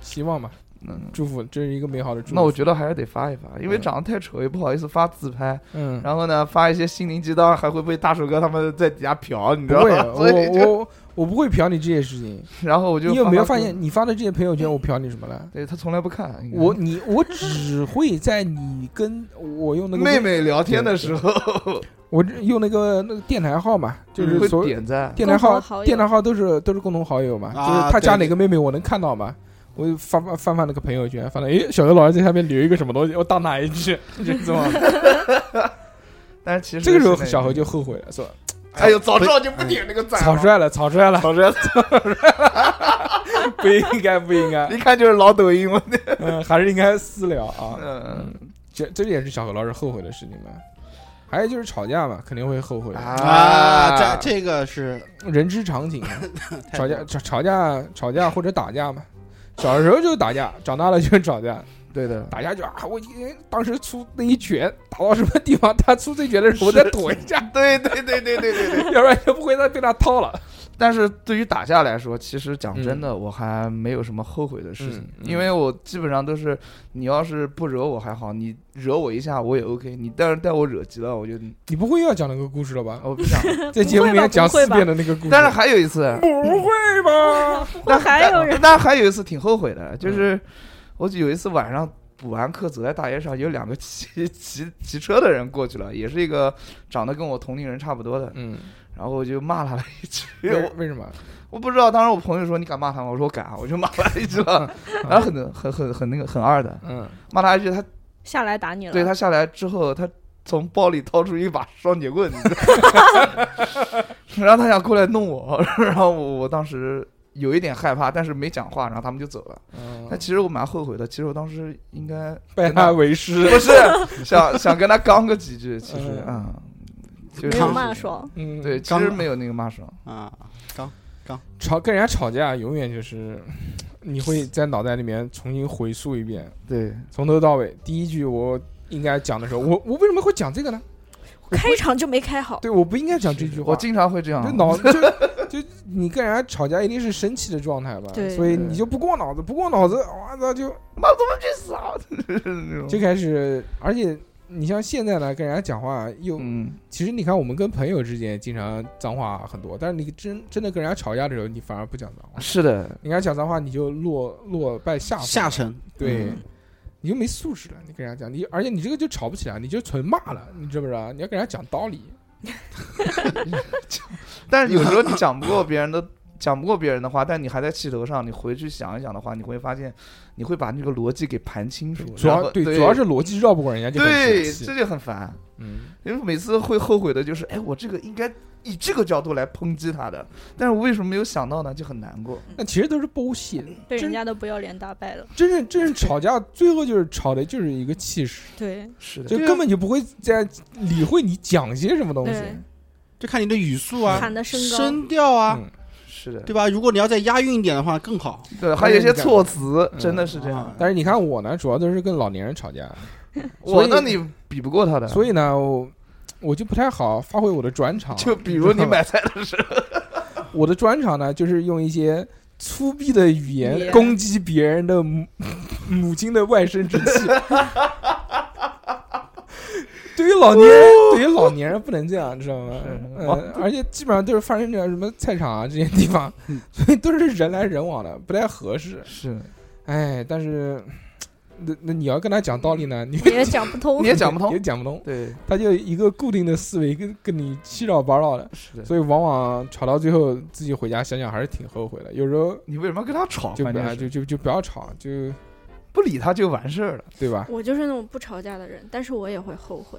[SPEAKER 2] 希望吧，
[SPEAKER 4] 嗯，
[SPEAKER 2] 祝福，这是一个美好的祝福。
[SPEAKER 4] 那我觉得还是得发一发，因为
[SPEAKER 2] 嗯
[SPEAKER 4] 长得太丑也不好意思发自拍。
[SPEAKER 2] 嗯
[SPEAKER 4] 然后呢，发一些心灵鸡汤，还会被大手哥他们在底下瞟，你知
[SPEAKER 2] 不
[SPEAKER 4] 道
[SPEAKER 2] 会，啊
[SPEAKER 4] 吗？ 所以
[SPEAKER 2] 我
[SPEAKER 4] 就
[SPEAKER 2] 我我不会瞟你这些事情。
[SPEAKER 4] 然后我就
[SPEAKER 2] 你有没有发
[SPEAKER 4] 发
[SPEAKER 2] 现，你发的这些朋友圈，我瞟你什么了？
[SPEAKER 4] 哎对他从来不看。应该
[SPEAKER 2] 我你我只会在你跟我用那个
[SPEAKER 4] 妹
[SPEAKER 2] 微
[SPEAKER 4] 妹聊天的时，候，
[SPEAKER 2] 我用那个那个电台号嘛，就是
[SPEAKER 4] 嗯会
[SPEAKER 2] 所
[SPEAKER 4] 点赞
[SPEAKER 2] 电台
[SPEAKER 4] 共同好
[SPEAKER 2] 号
[SPEAKER 4] 友
[SPEAKER 2] 电台号都是都是共同好友嘛，
[SPEAKER 4] 啊
[SPEAKER 2] 就是他加
[SPEAKER 4] 对
[SPEAKER 2] 哪个妹妹我能看到嘛。我就翻翻翻翻那个朋友圈，翻到诶，小刘老师在下面留一个什么东西，我当哪一句， 你知道吗？
[SPEAKER 4] 但是其实
[SPEAKER 2] 这个时候
[SPEAKER 4] 现在
[SPEAKER 2] 小何就后悔了，说：“
[SPEAKER 4] 哎呦早知道就不点那个赞了
[SPEAKER 2] 草率了， 草率了，
[SPEAKER 4] 草率了，
[SPEAKER 2] 不应该，不应该，
[SPEAKER 4] 一看就是老抖音嘛。
[SPEAKER 2] 嗯，还是应该私聊啊。
[SPEAKER 4] 嗯，
[SPEAKER 2] 这这也是小何老师后悔的事情嘛。还有就是吵架嘛，肯定会后悔
[SPEAKER 3] 啊这这个是
[SPEAKER 2] 人之常 情啊，吵架吵吵架吵架或者打架嘛。小时候就打架，长大了就吵架。
[SPEAKER 4] 对的，
[SPEAKER 2] 打架就啊，我当时出那一拳打到什么地方，他出这拳的时候我再躲一下。
[SPEAKER 4] 对对对对对对对，
[SPEAKER 2] 要不然就不会再被他掏了。
[SPEAKER 4] 但是对于打架来说，其实讲真的，我还没有什么后悔的事情
[SPEAKER 2] 嗯，嗯
[SPEAKER 4] 因为我基本上都是，你要是不惹我还好，你惹我一下我也 OK，你但是带我惹急了，我就
[SPEAKER 2] 你不会又要讲那个故事了吧？
[SPEAKER 4] 我不想
[SPEAKER 2] 在节目里面讲四遍的那个故事。
[SPEAKER 4] 但是还有一次，
[SPEAKER 2] 不会 吧？
[SPEAKER 4] 但 但但还有一次挺后悔的，
[SPEAKER 2] 嗯
[SPEAKER 4] 就是我有一次晚上补完课走在大街上，有两个 骑骑骑车的人过去了，也是一个长得跟我同龄人差不多的，
[SPEAKER 2] 嗯，
[SPEAKER 4] 然后我就骂他了一句，
[SPEAKER 2] 为
[SPEAKER 4] 我
[SPEAKER 2] 为什么？
[SPEAKER 4] 我不知道，当时我朋友说你敢骂他吗？我说我敢啊，我就骂他一句 了，然后很很很很那个很二的，
[SPEAKER 2] 嗯，
[SPEAKER 4] 骂他一句，他
[SPEAKER 8] 下来打你了。
[SPEAKER 4] 对他下来之后，他从包里掏出一把双节棍， 然后他想过来弄我，然后我我当时有一点害怕，但是没讲话，然后他们就走了。
[SPEAKER 2] 嗯哎
[SPEAKER 4] 但其实我蛮后悔的，其实我当时应该
[SPEAKER 2] 拜
[SPEAKER 4] 跟他
[SPEAKER 2] 他为师
[SPEAKER 4] 不是想想跟他刚个几句，其实
[SPEAKER 2] 嗯
[SPEAKER 4] 啊，嗯就是
[SPEAKER 16] 没有骂爽
[SPEAKER 4] 对，其
[SPEAKER 3] 刚
[SPEAKER 4] 实没有那个骂爽
[SPEAKER 3] 啊，刚刚
[SPEAKER 2] 吵跟人家吵架，永远就是你会在脑袋里面重新回溯一遍，
[SPEAKER 4] 对，
[SPEAKER 2] 从头到尾。第一句我应该讲的时候，我我为什么会讲这个呢？
[SPEAKER 19] 开场就没开好。
[SPEAKER 2] 对，我不应该讲这句话。
[SPEAKER 4] 我经常会这样
[SPEAKER 2] 就脑就 就你跟人家吵架一定是生气的状态吧，
[SPEAKER 4] 对
[SPEAKER 2] 所以你就不过脑子，不过脑子，我操就
[SPEAKER 4] 妈怎么去死啊！
[SPEAKER 2] 就开始，而且你像现在呢，跟人家讲话又，
[SPEAKER 4] 嗯
[SPEAKER 2] 其实你看我们跟朋友之间经常脏话很多，但是你真真的跟人家吵架的时候，你反而不讲脏话，
[SPEAKER 4] 是的，
[SPEAKER 2] 你跟人家讲脏话你就落落败下风
[SPEAKER 3] 下乘
[SPEAKER 2] 对。
[SPEAKER 3] 嗯
[SPEAKER 2] 你就没素质了，你跟人家讲，你而且你这个就吵不起来，你就纯骂了，你知不知道？你要跟人家讲道理，
[SPEAKER 4] 但是有时候你讲不过别人的，讲不过别人的话，但你还在气头上，你回去想一想的话，你会发现，你会把那个逻辑给盘清楚。
[SPEAKER 2] 主要
[SPEAKER 4] 然后
[SPEAKER 2] 对
[SPEAKER 4] 对，
[SPEAKER 2] 主要是逻辑绕不过人家就很
[SPEAKER 4] 对，
[SPEAKER 2] 生气
[SPEAKER 4] 这就很烦。
[SPEAKER 2] 嗯，
[SPEAKER 4] 因为每次会后悔的就是，哎，我这个应该以这个角度来抨击他的，但是我为什么没有想到呢？就很难过。
[SPEAKER 2] 那其实都是剥削。
[SPEAKER 19] 被人家的不要脸打败了。
[SPEAKER 2] 真正真正吵架，最后就是吵的就是一个气势，
[SPEAKER 19] 对，
[SPEAKER 4] 是
[SPEAKER 3] 啊
[SPEAKER 2] 就根本就不会再理会你讲些什么东西
[SPEAKER 19] 对。
[SPEAKER 3] 就看你的语速啊，
[SPEAKER 19] 喊得声高
[SPEAKER 3] 调啊，
[SPEAKER 4] 嗯是的，
[SPEAKER 3] 对吧？如果你要再押韵一点的话，更好。
[SPEAKER 4] 对还有一些措辞真的是这样
[SPEAKER 2] 嗯但是你看我呢，主要都是跟老年人 吵架，
[SPEAKER 4] 我
[SPEAKER 2] 所
[SPEAKER 4] 那
[SPEAKER 2] 以
[SPEAKER 4] 你比不过他的
[SPEAKER 2] 所以呢，我我就不太好发挥我的专长。
[SPEAKER 4] 就比如你买菜的时候，
[SPEAKER 2] 我的专长呢，就是用一些粗鄙的语
[SPEAKER 4] 语
[SPEAKER 2] 言
[SPEAKER 4] 言
[SPEAKER 2] 攻击别人的母母亲的外生殖 器。对于老年人，
[SPEAKER 4] 哦
[SPEAKER 2] 对于老年人不能这啊样，你知道吗？嗯，而且基本上都是发生在什么菜场啊这些地方，
[SPEAKER 3] 嗯
[SPEAKER 2] 所以都是人来人往的，不太合适。
[SPEAKER 4] 是，
[SPEAKER 2] 哎，但是那那你要跟他讲道理呢，你
[SPEAKER 19] 也讲不通你也讲不通
[SPEAKER 2] 也讲不通。
[SPEAKER 4] 对，
[SPEAKER 2] 他就一个固定的思维跟跟你七绕八绕的，
[SPEAKER 4] 是
[SPEAKER 2] 所以往往吵到最后，自己回家想想还是挺后悔的。有时候
[SPEAKER 4] 你为什么要跟他吵
[SPEAKER 2] 就不
[SPEAKER 4] 关键
[SPEAKER 2] 要
[SPEAKER 4] 是
[SPEAKER 2] 就就就不要吵，就
[SPEAKER 4] 不理他就完事儿了，
[SPEAKER 2] 对吧？
[SPEAKER 19] 我就是那种不吵架的人，但是我也会后悔，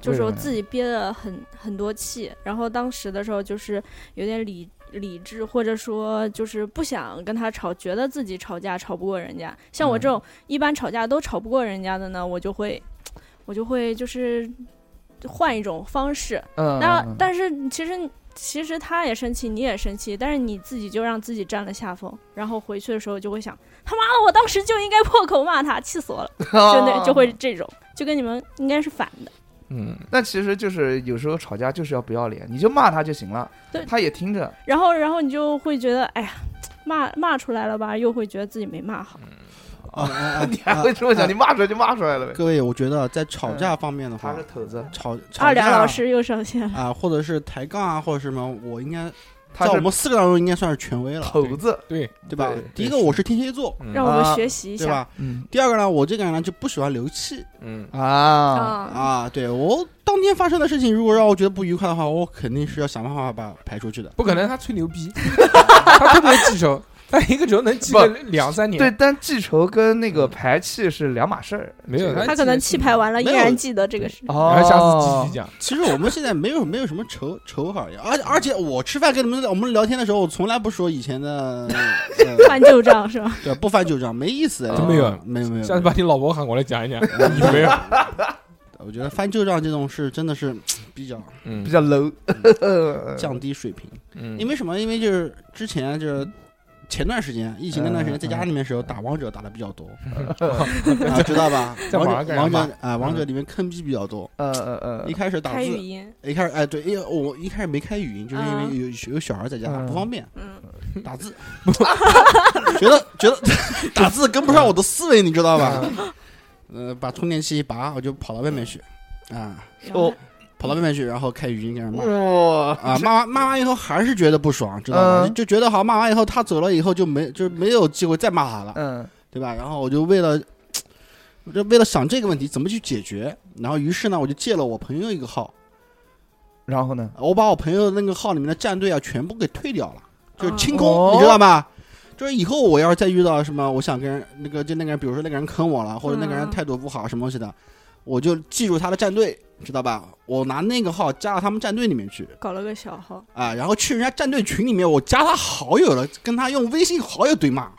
[SPEAKER 19] 就
[SPEAKER 2] 为
[SPEAKER 19] 是
[SPEAKER 2] 什么
[SPEAKER 19] 我
[SPEAKER 2] 呀
[SPEAKER 19] 自己憋了很很多气，然后当时的时候就是有点理理智，或者说就是不想跟他吵，觉得自己吵架吵不过人家。像
[SPEAKER 2] 嗯
[SPEAKER 19] 我这种一般吵架都吵不过人家的呢，我就会我就会就是换一种方式。
[SPEAKER 4] 嗯
[SPEAKER 19] 那
[SPEAKER 4] 嗯嗯
[SPEAKER 19] 但是其实。其实他也生气，你也生气，但是你自己就让自己占了下风，然后回去的时候就会想，他妈的，我当时就应该破口骂他，气死我了，就那 就
[SPEAKER 3] 哦
[SPEAKER 19] 会这种，就跟你们应该是反的。
[SPEAKER 2] 嗯，
[SPEAKER 4] 那其实就是有时候吵架就是要不要脸，你就骂他就行了，
[SPEAKER 19] 对
[SPEAKER 4] 他也听着。
[SPEAKER 19] 然后，然后你就会觉得，哎呀，骂骂出来了吧，又会觉得自己没骂
[SPEAKER 3] 嗯
[SPEAKER 19] 好。
[SPEAKER 3] 啊
[SPEAKER 4] 你还会这么想？你骂出来就骂出来了呗。
[SPEAKER 3] 各位，我觉得在吵架方面的话，
[SPEAKER 4] 他是嗯头子，
[SPEAKER 3] 吵
[SPEAKER 19] 二
[SPEAKER 3] 吵
[SPEAKER 19] 两
[SPEAKER 3] 架
[SPEAKER 19] 老师又上线 了，
[SPEAKER 3] 啊，或者是抬杠啊，或者什么，我应该
[SPEAKER 4] 他
[SPEAKER 3] 在
[SPEAKER 4] 是
[SPEAKER 3] 我们四个当中应该算是权威了。
[SPEAKER 4] 头子，
[SPEAKER 2] 对
[SPEAKER 3] 对吧
[SPEAKER 4] 对？
[SPEAKER 3] 第一个我是天蝎座，啊
[SPEAKER 19] 让我们学习一
[SPEAKER 3] 对
[SPEAKER 19] 下
[SPEAKER 3] 吧？。
[SPEAKER 4] 嗯。
[SPEAKER 3] 第二个呢，我这个人呢就不喜欢留气，
[SPEAKER 2] 嗯
[SPEAKER 4] 啊
[SPEAKER 3] 啊，对我当天发生的事情，如果让我觉得不愉快的话，我肯定是要想办法把它排出去的。
[SPEAKER 2] 不可能，他吹牛逼，
[SPEAKER 3] 嗯
[SPEAKER 2] 他特别记仇，他一个仇能记个两三年。
[SPEAKER 4] 对，但记仇跟那个排气是两码事儿。
[SPEAKER 2] 没有
[SPEAKER 19] 他可能气排完了，依
[SPEAKER 3] 没有
[SPEAKER 19] 然记得这个事。
[SPEAKER 4] 哦
[SPEAKER 2] 然后下次继续讲。
[SPEAKER 3] 其实我们现在没有没有什么仇仇好像，而且而且我吃饭跟你们我们聊天的时候，我从来不说以前的 呃
[SPEAKER 19] 翻旧账是吧？
[SPEAKER 3] 对，不翻旧账，没意
[SPEAKER 4] 啊
[SPEAKER 3] 思。哎
[SPEAKER 2] 真没有，
[SPEAKER 3] 没有没有
[SPEAKER 2] 下次把你老婆喊过来讲一讲，你没有。
[SPEAKER 3] 我觉得翻旧账这种事真的是比较
[SPEAKER 2] 嗯
[SPEAKER 4] 比较 low，
[SPEAKER 3] 降低水平。
[SPEAKER 2] 嗯
[SPEAKER 3] 因为什么？因为就是之前啊就是前段时间疫情那段时间，在家里面的时候打王者打的比较多，
[SPEAKER 2] 嗯
[SPEAKER 3] 啊知道吧？
[SPEAKER 2] 在
[SPEAKER 3] 王
[SPEAKER 2] 网上
[SPEAKER 3] 者
[SPEAKER 2] 干
[SPEAKER 3] 王
[SPEAKER 2] 啥
[SPEAKER 3] 者啊，王者里面坑逼比较多。
[SPEAKER 4] 呃呃呃
[SPEAKER 3] 一开始打
[SPEAKER 19] 开
[SPEAKER 3] 字
[SPEAKER 19] 语音，
[SPEAKER 3] 一开始哎对，因为我一开始没开语音，就是因
[SPEAKER 19] 嗯
[SPEAKER 3] 为有有有小孩在家
[SPEAKER 19] 嗯
[SPEAKER 3] 不方便
[SPEAKER 19] 嗯，
[SPEAKER 3] 打字， 觉得 觉得打字跟不上我的思维，你知道吧？呃，把充电器一拔，我就跑到外面去，啊，
[SPEAKER 4] 哦，
[SPEAKER 3] 跑到外面去，然后开语音跟人骂，
[SPEAKER 4] 哇
[SPEAKER 3] 啊，骂完骂完以后还是觉得不爽，知道吧？
[SPEAKER 4] 嗯
[SPEAKER 3] 就觉得好，骂完以后他走了以后就没就没有机会再骂他了，
[SPEAKER 4] 嗯，
[SPEAKER 3] 对吧？然后我就为了。我就为了想这个问题怎么去解决，然后于是呢，我就借了我朋友一个号，
[SPEAKER 4] 然后呢？
[SPEAKER 3] 我把我朋友那个号里面的战队啊全部给退掉了，就是清空，
[SPEAKER 4] 哦
[SPEAKER 3] 你知道吧？就是以后我要是再遇到什么，我想跟人那个就那个人，比如说那个人坑我了，或者那个
[SPEAKER 4] 嗯
[SPEAKER 3] 人态度不好什么东西的，我就记住他的战队，知道吧？我拿那个号加到他们战队里面去
[SPEAKER 19] 搞了个小号，
[SPEAKER 3] 啊，然后去人家战队群里面，我加他好友了，跟他用微信好友对骂。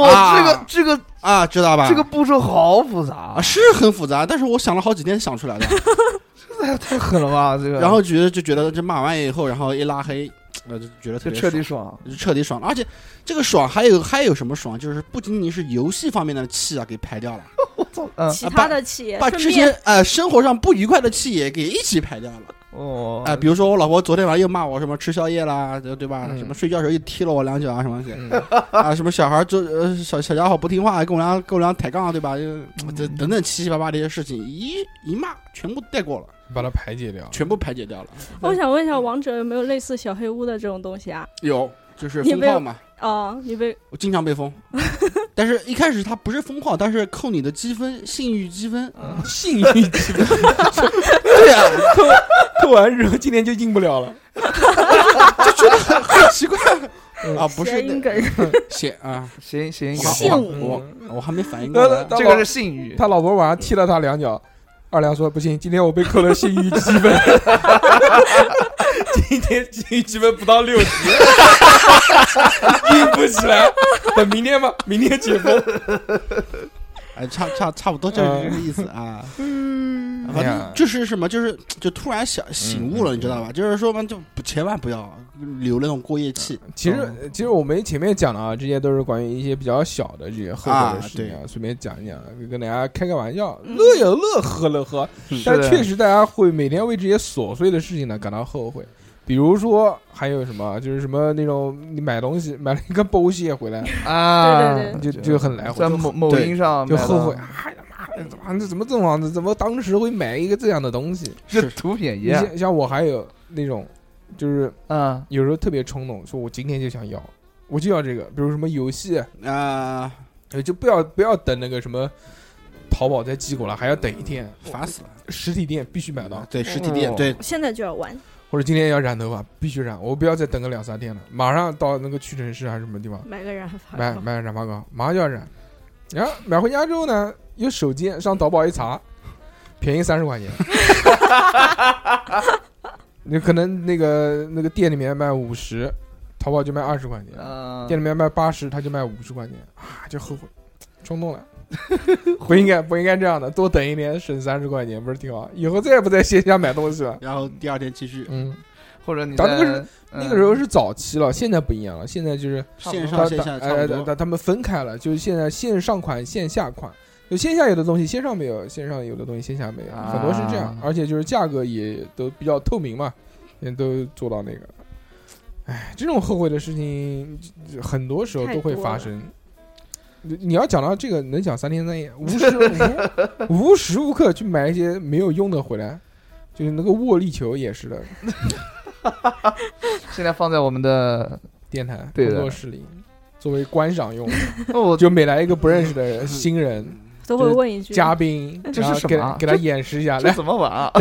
[SPEAKER 4] 哇，这个这个
[SPEAKER 3] 啊，知道吧？
[SPEAKER 4] 这个步骤好复杂，
[SPEAKER 3] 啊是很复杂，但是我想了好几天想出来的。
[SPEAKER 4] 太狠了吧！这个，
[SPEAKER 3] 然后觉得就觉得这骂完以后，然后一拉黑，那就觉得特别
[SPEAKER 4] 就彻底爽，
[SPEAKER 3] 就彻底爽了。而且这个爽还有还有什么爽？就是不仅仅是游戏方面的气啊给 排掉了，
[SPEAKER 4] 嗯
[SPEAKER 19] 其他的企业
[SPEAKER 3] 啊把
[SPEAKER 19] 顺
[SPEAKER 3] 之
[SPEAKER 19] 便
[SPEAKER 3] 前呃生活上不愉快的气也给一起排掉了。
[SPEAKER 4] 哦，
[SPEAKER 3] 哎、比如说我老婆昨天晚上又骂我什么吃宵夜啦，对对
[SPEAKER 2] 嗯
[SPEAKER 3] 吧？什么睡觉时候又踢了我两脚啊，什么东西、啊？什么小孩就呃小小家伙不听话，跟我俩跟我俩抬杠，对吧？就
[SPEAKER 2] 嗯
[SPEAKER 3] 这等等七七八八这些事情，一一骂全部带过了，
[SPEAKER 2] 把它排解掉，嗯
[SPEAKER 3] 全部排解掉了。
[SPEAKER 19] 我想问一下，王者有没有类似小黑屋的这种东西啊？
[SPEAKER 3] 有就是
[SPEAKER 19] 你
[SPEAKER 3] 风
[SPEAKER 19] 被
[SPEAKER 3] 暴嘛，
[SPEAKER 19] 哦，你被
[SPEAKER 3] 我经常 被封，但是一开始他不是封号，但是扣你的积分，信誉积分，
[SPEAKER 2] 嗯 信誉 积分，嗯
[SPEAKER 3] 对呀、
[SPEAKER 4] 呃
[SPEAKER 2] 扣扣完之后今天就硬不了 了。
[SPEAKER 3] 就觉得很很奇怪 啊， 不是
[SPEAKER 19] 谐音梗
[SPEAKER 3] 写啊，
[SPEAKER 4] 谐谐
[SPEAKER 2] 音
[SPEAKER 3] 音
[SPEAKER 2] 梗
[SPEAKER 3] 我
[SPEAKER 2] 嗯
[SPEAKER 3] 我还没反应过
[SPEAKER 2] 那
[SPEAKER 3] 来，
[SPEAKER 2] 他老他老婆晚上踢了他两脚，二亮说不行，今天我被扣了信誉积分， 今天信誉积分不到 六十，硬不起来，等明天吧，明天解封。
[SPEAKER 3] 哎，差差差不多就是这个意思啊。嗯，反
[SPEAKER 2] 哎
[SPEAKER 3] 正
[SPEAKER 2] 呀嗯
[SPEAKER 3] 就是什么，就是就突然想醒悟了，你知道吧？就是说嘛，就不千万不要留那种过夜气。
[SPEAKER 2] 嗯其实，其实我们前面讲了啊，这些都是关于一些比较小的这些后悔的事情啊，嗯随便讲一讲，跟大家开开玩笑，乐有乐，呵乐呵。
[SPEAKER 4] 嗯
[SPEAKER 2] 但确实，大家会每天为这些琐碎的事情呢感到后悔。比如说，还有什么，就是什么那种你买东西买了一个包蟹回来
[SPEAKER 4] 啊对对对
[SPEAKER 2] 就就很来回，
[SPEAKER 4] 在某某
[SPEAKER 2] 对
[SPEAKER 4] 音上
[SPEAKER 2] 就
[SPEAKER 4] 买
[SPEAKER 2] 后悔
[SPEAKER 4] 了
[SPEAKER 2] 啊，哎呀妈的，怎么怎么这么怎么当时会买一个这样的东西？
[SPEAKER 4] 这图便宜啊
[SPEAKER 2] 你像像我还有那种，就是
[SPEAKER 4] 啊，
[SPEAKER 2] 有时候特别冲动，说我今天就想要，我就要这个，比如什么游戏
[SPEAKER 3] 啊，
[SPEAKER 2] 呃就不要不要等那个什么淘宝再寄过来，还要等一天，
[SPEAKER 3] 烦死了。
[SPEAKER 2] 实体店必须买到，
[SPEAKER 3] 对实体
[SPEAKER 2] 哦
[SPEAKER 3] 店，对
[SPEAKER 19] 现在就要玩，
[SPEAKER 2] 或者今天要染头发，必须染，我不要再等个两三天了，马上到那个屈臣氏还是什么地方
[SPEAKER 19] 买个染发
[SPEAKER 2] 买买染发膏，马上就要染。然后买回家之后呢，有手机，上淘宝一查，便宜三十块 钱。你可能那个那个店里面卖五十，淘宝就卖二十块钱，
[SPEAKER 4] 啊
[SPEAKER 2] 店里面卖八十，他就卖五十块钱，啊，就后悔，冲动了。 不应该不应该这样的，多等一年省三十块钱不是挺好？以后再也不在线下买东西了。
[SPEAKER 3] 然后第二天继续，
[SPEAKER 2] 嗯，
[SPEAKER 4] 或者你
[SPEAKER 2] 咱那个是
[SPEAKER 4] 在
[SPEAKER 2] 那个时候是早期了，现在不一样了，现在就是
[SPEAKER 3] 嗯线上线下
[SPEAKER 2] 他
[SPEAKER 3] 差不
[SPEAKER 2] 哎
[SPEAKER 3] 多
[SPEAKER 2] 他他们分开了，就是现在线上款、线下款，就线下有的东西线上没有，线上有的东西线下没有，很多是这样
[SPEAKER 4] 啊，
[SPEAKER 2] 而且就是价格也都比较透明嘛，也都做到那个。哎，这种后悔的事情，就很多时候都会发生。你你要讲到这个，能讲三天三夜，无时无无时无刻去买一些没有用的回来，就是那个握力球也是的，
[SPEAKER 4] 现在放在我们的
[SPEAKER 2] 电台
[SPEAKER 4] 对
[SPEAKER 2] 工
[SPEAKER 4] 的。
[SPEAKER 2] 作室里，作为观赏用
[SPEAKER 4] 哦我
[SPEAKER 2] 就每来一个不认识的人新人，
[SPEAKER 19] 都会
[SPEAKER 2] 就是
[SPEAKER 19] 问一句
[SPEAKER 2] 嘉宾，
[SPEAKER 19] 这是
[SPEAKER 2] 然后
[SPEAKER 4] 什
[SPEAKER 2] 给
[SPEAKER 4] 么啊
[SPEAKER 2] 给他
[SPEAKER 4] 这
[SPEAKER 2] 演示一下，
[SPEAKER 4] 这
[SPEAKER 2] 来
[SPEAKER 4] 怎么 玩啊？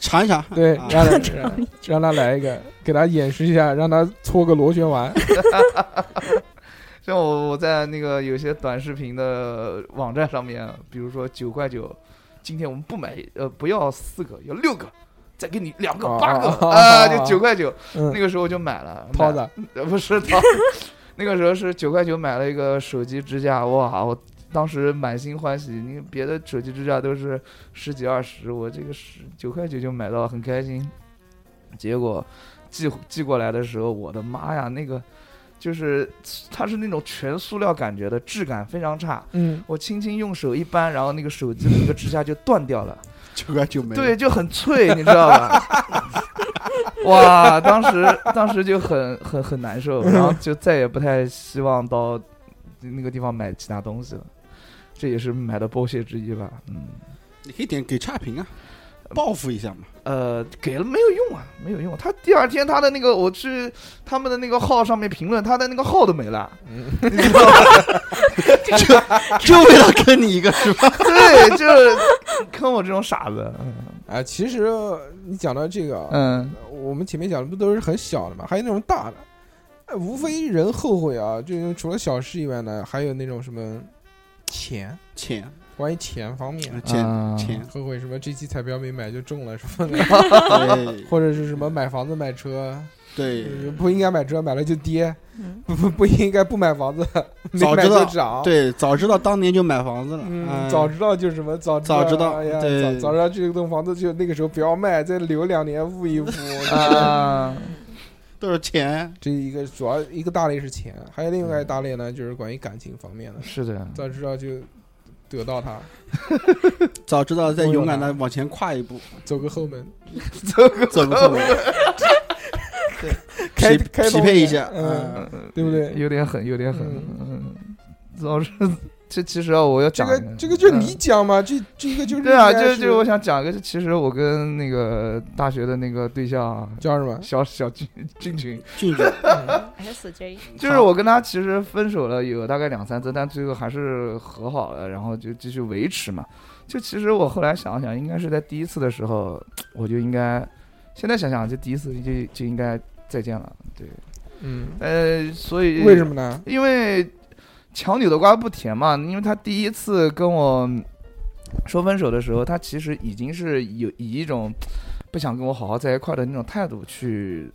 [SPEAKER 3] 尝一尝，
[SPEAKER 2] 对，
[SPEAKER 4] 啊
[SPEAKER 2] 让他
[SPEAKER 4] 尝一
[SPEAKER 2] 让他来一个，给他演示一下，让他搓个螺旋丸。
[SPEAKER 4] 像我我在那个有些短视频的网站上面，啊比如说九块九，今天我们不买呃不要四个，要六个，再给你两个
[SPEAKER 2] 哦
[SPEAKER 4] 八个
[SPEAKER 2] 哦
[SPEAKER 4] 啊，就
[SPEAKER 2] 哦
[SPEAKER 4] 九块九，
[SPEAKER 2] 嗯
[SPEAKER 4] 那个时候就买了。
[SPEAKER 2] 涛
[SPEAKER 4] 掏
[SPEAKER 2] 子
[SPEAKER 4] 不是涛子， 那个时候是九块九买了一个手机支架，哇，我当时满心欢喜。你别的手机支架都是十几二十，我这个十九块九就买到了，很开心。结果寄寄过来的时候，我的妈呀，那个就是它是那种全塑料感觉的，质感非常差。
[SPEAKER 2] 嗯，
[SPEAKER 4] 我轻轻用手一扳，然后那个手机的那个支架就断掉了，
[SPEAKER 3] 九块九没了
[SPEAKER 4] 对，就很脆，你知道吧？ 哇，当时当时就很很很难受，然后就再也不太希望到那个地方买其他东西了。这也是买的剥削之一吧，嗯。
[SPEAKER 3] 你可以点给差评啊，报复一下嘛。
[SPEAKER 4] 呃，给了没有用啊，没有用。他第二天他的那个，我去他们的那个号上面评论，他的那个号都没了，你知道吧？啊 就
[SPEAKER 3] 嗯 就为了跟你一个 是吧？
[SPEAKER 4] 对，就是坑我这种傻子。
[SPEAKER 2] 啊，其实你讲到这个，啊
[SPEAKER 4] 嗯，
[SPEAKER 2] 我们前面讲的不都是很小的嘛，还有那种大的，哎无非人后悔啊，就是除了小事以外呢，还有那种什么钱
[SPEAKER 3] 钱。
[SPEAKER 2] 关于钱方面，
[SPEAKER 3] 钱啊 钱
[SPEAKER 2] 后悔什么？这期彩票没买就中了什么
[SPEAKER 3] 对
[SPEAKER 2] 的，或者是什么买房子买车，
[SPEAKER 3] 对
[SPEAKER 2] 就是不应该买车，买了就跌
[SPEAKER 3] 嗯，
[SPEAKER 2] 不不不应该不买房子，没
[SPEAKER 3] 早
[SPEAKER 2] 买
[SPEAKER 3] 知
[SPEAKER 2] 就
[SPEAKER 3] 道
[SPEAKER 2] 涨，
[SPEAKER 3] 对，早知道当年就买房子了。
[SPEAKER 2] 嗯，
[SPEAKER 3] 哎
[SPEAKER 2] 早知道就是什么，早
[SPEAKER 3] 早知道
[SPEAKER 2] 哎呀，
[SPEAKER 3] 对
[SPEAKER 2] 早早知道这栋房子就那个时候不要卖，再留两年捂一捂
[SPEAKER 4] 啊。
[SPEAKER 3] 都是钱。
[SPEAKER 2] 这一个主要一个大类是钱，还有另外一个大类呢，就是关于感情方面的。
[SPEAKER 4] 是的，
[SPEAKER 2] 早知道就得到它，
[SPEAKER 3] 早知道再
[SPEAKER 2] 拥有
[SPEAKER 3] 勇敢
[SPEAKER 2] 它
[SPEAKER 3] 的往前跨一步，
[SPEAKER 2] 走个后门，
[SPEAKER 3] 走个 走个后门，
[SPEAKER 2] 开
[SPEAKER 3] 匹
[SPEAKER 2] 开
[SPEAKER 3] 匹
[SPEAKER 2] 动
[SPEAKER 3] 配一
[SPEAKER 2] 点
[SPEAKER 3] 下，哎
[SPEAKER 2] 嗯，
[SPEAKER 4] 对不呃对？有点狠，有点狠。嗯，老师， 这其实啊，我要
[SPEAKER 2] 这
[SPEAKER 4] 讲一嗯
[SPEAKER 2] 个这个就你讲嘛，这这个就是
[SPEAKER 4] 对啊，
[SPEAKER 2] 应该
[SPEAKER 4] 就是
[SPEAKER 2] 是
[SPEAKER 4] 就是我想讲一个，其实我跟那个大学的那个对象啊
[SPEAKER 2] 叫什么？嗯
[SPEAKER 4] 小小俊俊群，
[SPEAKER 3] 俊
[SPEAKER 4] 群，
[SPEAKER 20] SJ
[SPEAKER 4] 就是我跟他其实分手了有大概两三次，但最后还是和好了，然后就继续维持嘛。就其实我后来想想，应该是在第一次的时候，我就应该，现在想想就第一次就就应该再见了，对。
[SPEAKER 2] 嗯，
[SPEAKER 4] 呃，所以
[SPEAKER 2] 为什么呢？
[SPEAKER 4] 因为强扭的瓜不甜嘛，因为他第一次跟我说分手的时候，他其实已经是有以一种不想跟我好好在一块的那种态度去